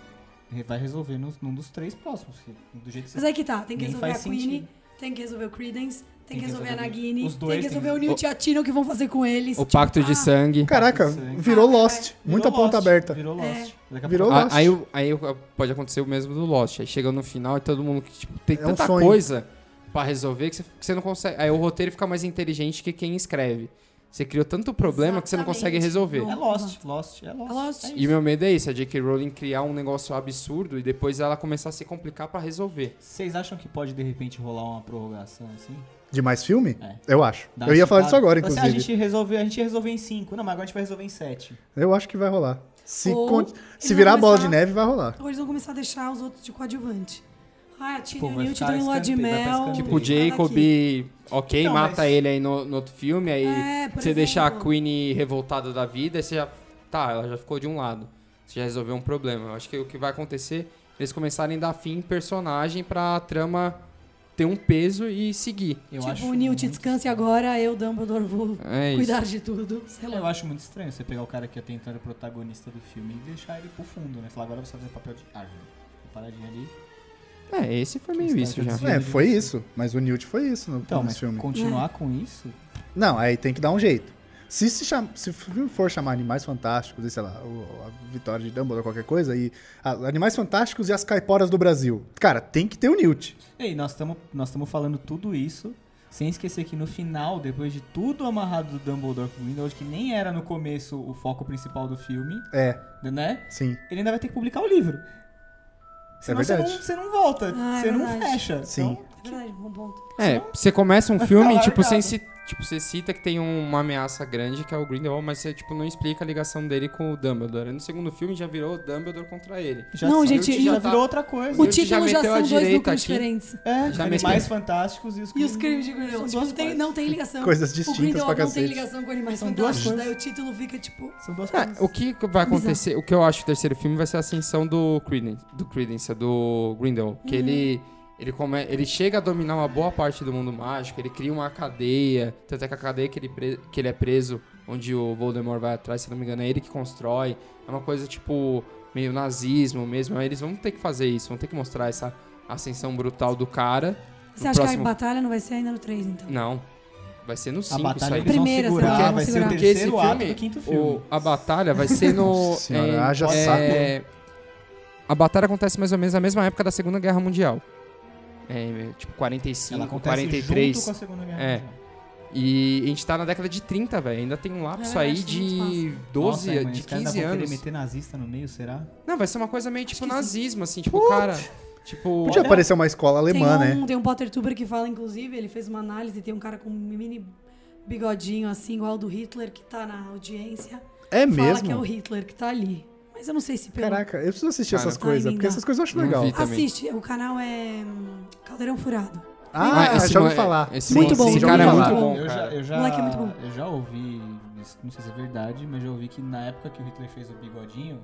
S3: re- vai resolver nos, num dos três próximos. se- Do jeito que
S4: Mas
S3: você
S4: aí que tá. Tem que
S3: Nem
S4: resolver a
S3: faz
S4: Queenie,
S3: sentido.
S4: tem que resolver o Creedence, tem, que resolver a Nagini,
S3: Os
S4: tem
S3: dois
S4: que resolver
S3: tem-
S4: o Newt e a Tina, o que vão fazer com eles.
S1: O pacto de
S4: ah,
S1: sangue.
S2: Caraca,
S3: Isso aí.
S2: virou
S4: Ah,
S2: Lost.
S3: é, Virou
S2: Muita ponta
S3: Lost,
S2: aberta.
S3: Virou
S4: É.
S3: Lost. Daqui a
S2: Virou
S3: pouco-
S1: Ah,
S2: Lost.
S1: aí, o- aí o- pode acontecer o mesmo do Lost. Aí chega no final e todo mundo que tipo, tem
S2: É um
S1: tanta
S2: sonho.
S1: coisa pra resolver que você, que você não consegue. Aí o roteiro fica mais inteligente que quem escreve. Você criou tanto problema que você não consegue
S4: Exatamente.
S1: resolver.
S3: É Lost, Lost, é Lost.
S4: É Lost.
S3: isso.
S1: E meu medo é isso, a J.K. Rowling criar um negócio absurdo e depois ela começar a se complicar pra resolver.
S3: Vocês acham que pode de repente rolar uma prorrogação assim?
S2: De mais filme?
S3: É.
S2: Eu acho.
S3: Dá
S2: eu ia
S3: uma
S2: falar disso
S3: esticada?
S2: agora,
S3: Fala assim,
S2: inclusive.
S3: "Ah, a gente resolveu, a gente resolveu em 5. Não, mas agora a gente vai resolver em 7.
S2: Eu acho que vai rolar. Se,
S4: Ou
S2: con-
S4: eles
S2: Se
S4: vão
S2: virar a bola de
S4: começar-
S2: neve, vai rolar.
S4: Ou Tipo, eles vão começar a deixar os outros de coadjuvante. Ah, a Tina
S3: Pô,
S4: e o
S3: vai
S4: Newt
S3: ficar
S4: estão em lua de
S3: escanteio, vai pra
S4: mel.
S3: escanteio.
S1: Tipo, o
S4: cada
S1: Jacob,
S4: aqui.
S1: ok,
S3: Então,
S1: mata
S3: mas-
S1: ele aí no, no outro filme, aí
S4: É, por
S1: você deixa a
S4: exemplo.
S1: Queen revoltada da vida, aí você já Tá, ela já ficou de um lado. Você já resolveu um problema. Eu acho que o que vai acontecer é eles começarem a dar fim em personagem pra trama ter um peso e seguir.
S3: Eu
S4: tipo,
S3: acho
S4: o Newt,
S3: muito-
S4: descanse agora, eu, Dumbledore, vou
S1: É isso.
S4: cuidar de tudo. Sei
S3: Eu
S4: lá.
S3: acho muito estranho você pegar o cara que é tentando o protagonista do filme e deixar ele pro fundo, né? Falar, agora você vai fazer papel de árvore. Uma paradinha ali.
S1: É, esse foi meio
S3: Está
S1: isso já.
S3: introduzindo.
S2: É, foi isso. Mas o Newt foi isso no,
S3: Então,
S2: nesse
S3: mas
S2: filme.
S3: continuar com isso?
S2: Não, aí tem que dar um jeito. Se, se, cham- se o filme for chamar Animais Fantásticos, e, sei lá, o- a Vitória de Dumbledore, qualquer coisa, e ah, Animais Fantásticos e as Caiporas do Brasil. Cara, tem que ter o Newt.
S3: Ei, nós estamos nós tamo falando tudo isso, sem esquecer que no final, depois de tudo amarrado do Dumbledore com o Grindelwald, que nem era no começo o foco principal do filme,
S2: É,
S3: né?
S2: sim. é
S3: Ele ainda vai ter que publicar o livro.
S1: É
S3: Senão você não,
S2: verdade.
S3: você não volta,
S4: Ah, é
S3: você não
S4: verdade.
S3: fecha.
S2: Sim.
S3: Então,
S4: É verdade, bom ponto.
S1: É, você começa um filme,
S3: ficar
S1: tipo,
S3: largado.
S1: sem ci- tipo, você cita que tem um- uma ameaça grande que é o Grindelwald, mas você tipo, não explica a ligação dele com o Dumbledore. Aí No segundo filme já virou o Dumbledore contra ele.
S3: já
S4: Não,
S3: saiu,
S4: gente,
S3: já
S1: e-
S3: virou outra coisa.
S4: O
S1: Newt já
S4: título
S1: meteu
S4: já,
S1: a
S4: são dois
S1: direita
S4: núcleos
S1: aqui.
S4: diferentes.
S3: É,
S1: Já
S3: animais
S1: mexeu.
S3: fantásticos e os
S4: E os crimes de Grindelwald.
S3: São
S4: Tipo,
S3: duas
S4: não, tem,
S3: coisas.
S4: não tem ligação.
S2: Coisas
S4: o
S2: distintas
S4: Grindelwald
S2: pra
S4: não tem
S2: cacete.
S4: ligação com animais
S3: São duas
S4: fantásticos.
S3: coisas.
S4: Daí o título fica tipo.
S3: São duas
S1: Ah,
S3: coisas.
S1: o que vai acontecer, o que eu acho do terceiro filme vai ser a ascensão do Credence, do, Credence, do Grindel, que ele ele, come, ele chega a dominar uma boa parte do mundo mágico, ele cria uma cadeia, tanto é que a cadeia que ele, pre- que ele é preso, onde o Voldemort vai atrás, se não me engano, é ele que constrói, é uma coisa tipo meio nazismo mesmo, aí eles vão ter que fazer isso, vão ter que mostrar essa ascensão brutal do cara.
S4: Você
S1: No
S4: acha
S1: próximo-
S4: que a batalha não vai ser ainda no 3, então?
S1: Não, vai ser no
S3: A
S1: 5 isso
S3: batalha
S1: aí.
S3: eles vão
S4: Primeira,
S3: segurar,
S4: será?
S3: Ah, vai
S4: Vão
S3: ser o
S4: segurar.
S1: Porque esse
S3: terceiro ato
S1: filme,
S3: do quinto
S1: o-
S3: filme.
S1: a batalha vai ser no.
S2: Nossa senhora,
S1: em-
S2: haja
S1: A batalha acontece mais ou menos na mesma época da Segunda Guerra Mundial. É, tipo, 45,
S3: Ela acontece
S1: 43.
S3: junto com a Segunda Guerra
S1: É.
S3: Mundial.
S1: E a gente tá na década de 30, velho. Ainda tem um lapso
S4: É,
S1: aí
S4: acho muito
S1: de
S4: fácil.
S1: 12,
S3: Nossa, é, mano,
S1: de
S3: os caras ainda
S1: 15
S3: vão querer
S1: anos.
S3: meter nazista no meio, será?
S1: Não, vai ser uma coisa meio tipo
S4: que sim.
S1: nazismo, assim. Tipo, cara. Tipo.
S2: Podia
S3: Olha-
S2: aparecer uma escola
S4: Né? Tem
S2: alemã,
S4: um,
S2: né?
S4: tem um Potter Tuber que fala, inclusive, ele fez uma análise, tem um cara com um mini bigodinho assim, igual ao do Hitler, que tá na audiência.
S2: É
S4: Fala que é
S2: mesmo?
S4: o Hitler que tá ali. Mas eu não sei se pelo...
S2: Caraca, eu preciso assistir
S1: Cara.
S2: essas coisas,
S4: Ai,
S2: porque
S4: linda.
S2: essas coisas eu acho
S1: Não
S2: legal.
S1: vi. também.
S4: Assiste, o canal é hum, Caldeirão Furado.
S2: Ah,
S1: esse é-
S2: já ouvi
S1: mo-
S2: falar.
S1: esse
S2: Sim,
S4: Muito
S2: sim,
S4: bom,
S2: já
S1: Esse
S2: ouvi
S1: cara é
S2: falar.
S1: muito bom.
S3: eu
S1: cara.
S3: já, eu já,
S4: Moleque é muito bom.
S3: eu já ouvi, isso- não sei se é verdade, mas já ouvi que na época que o Hitler fez o bigodinho,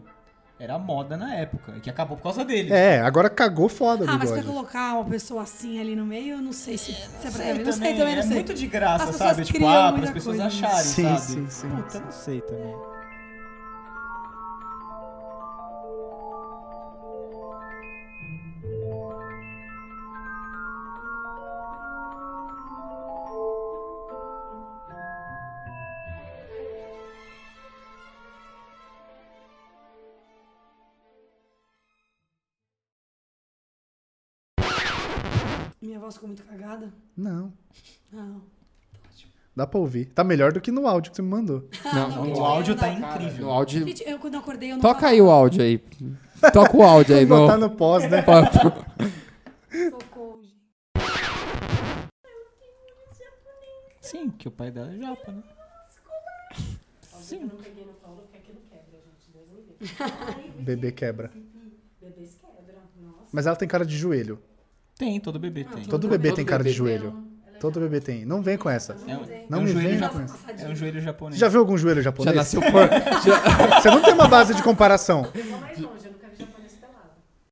S3: era moda na época, e que acabou por causa dele.
S2: É, agora cagou foda o
S4: Ah, mas pra
S2: bigode.
S4: colocar uma pessoa assim ali no meio, eu não sei se... se é pra
S3: Sei
S4: ver. não sei também, não
S3: é
S4: sei.
S3: muito de graça,
S4: As pessoas
S3: sabe? Tipo,
S4: criam
S3: ah,
S4: muita
S3: as pessoas
S4: coisa.
S3: acharem,
S2: Sim,
S3: sabe?
S2: sim, sim.
S3: Puta, não sei também.
S4: Minha voz ficou muito cagada. Ah,
S2: Não,
S4: Não.
S2: dá pra ouvir. Tá melhor do que no áudio que você me mandou.
S1: Não,
S4: Ah, não,
S3: O áudio tá
S4: Cara,
S1: No
S3: incrível.
S1: áudio.
S4: Gente, eu quando eu acordei, eu não
S1: Toca
S4: falava.
S1: aí o áudio aí. Toca o áudio aí,
S2: Vou botar
S1: meu.
S2: no pós, né?
S4: Socorro, gente.
S3: Sim, que o pai dela é japa, né? Sim.
S2: Bebê quebra. Mas ela tem cara de joelho.
S3: Tem, todo bebê tem.
S2: Todo bebê
S1: Todo
S2: tem cara de
S1: bebê
S2: joelho. Todo bebê tem. Não vem com essa.
S3: É um,
S2: Não
S3: é um
S2: me
S3: joelho
S2: vem
S3: ja-
S2: com essa.
S3: é um joelho
S2: Você
S3: japonês.
S2: já viu algum joelho
S1: Já
S2: japonês?
S1: nasceu por.
S2: Você não tem uma base de comparação.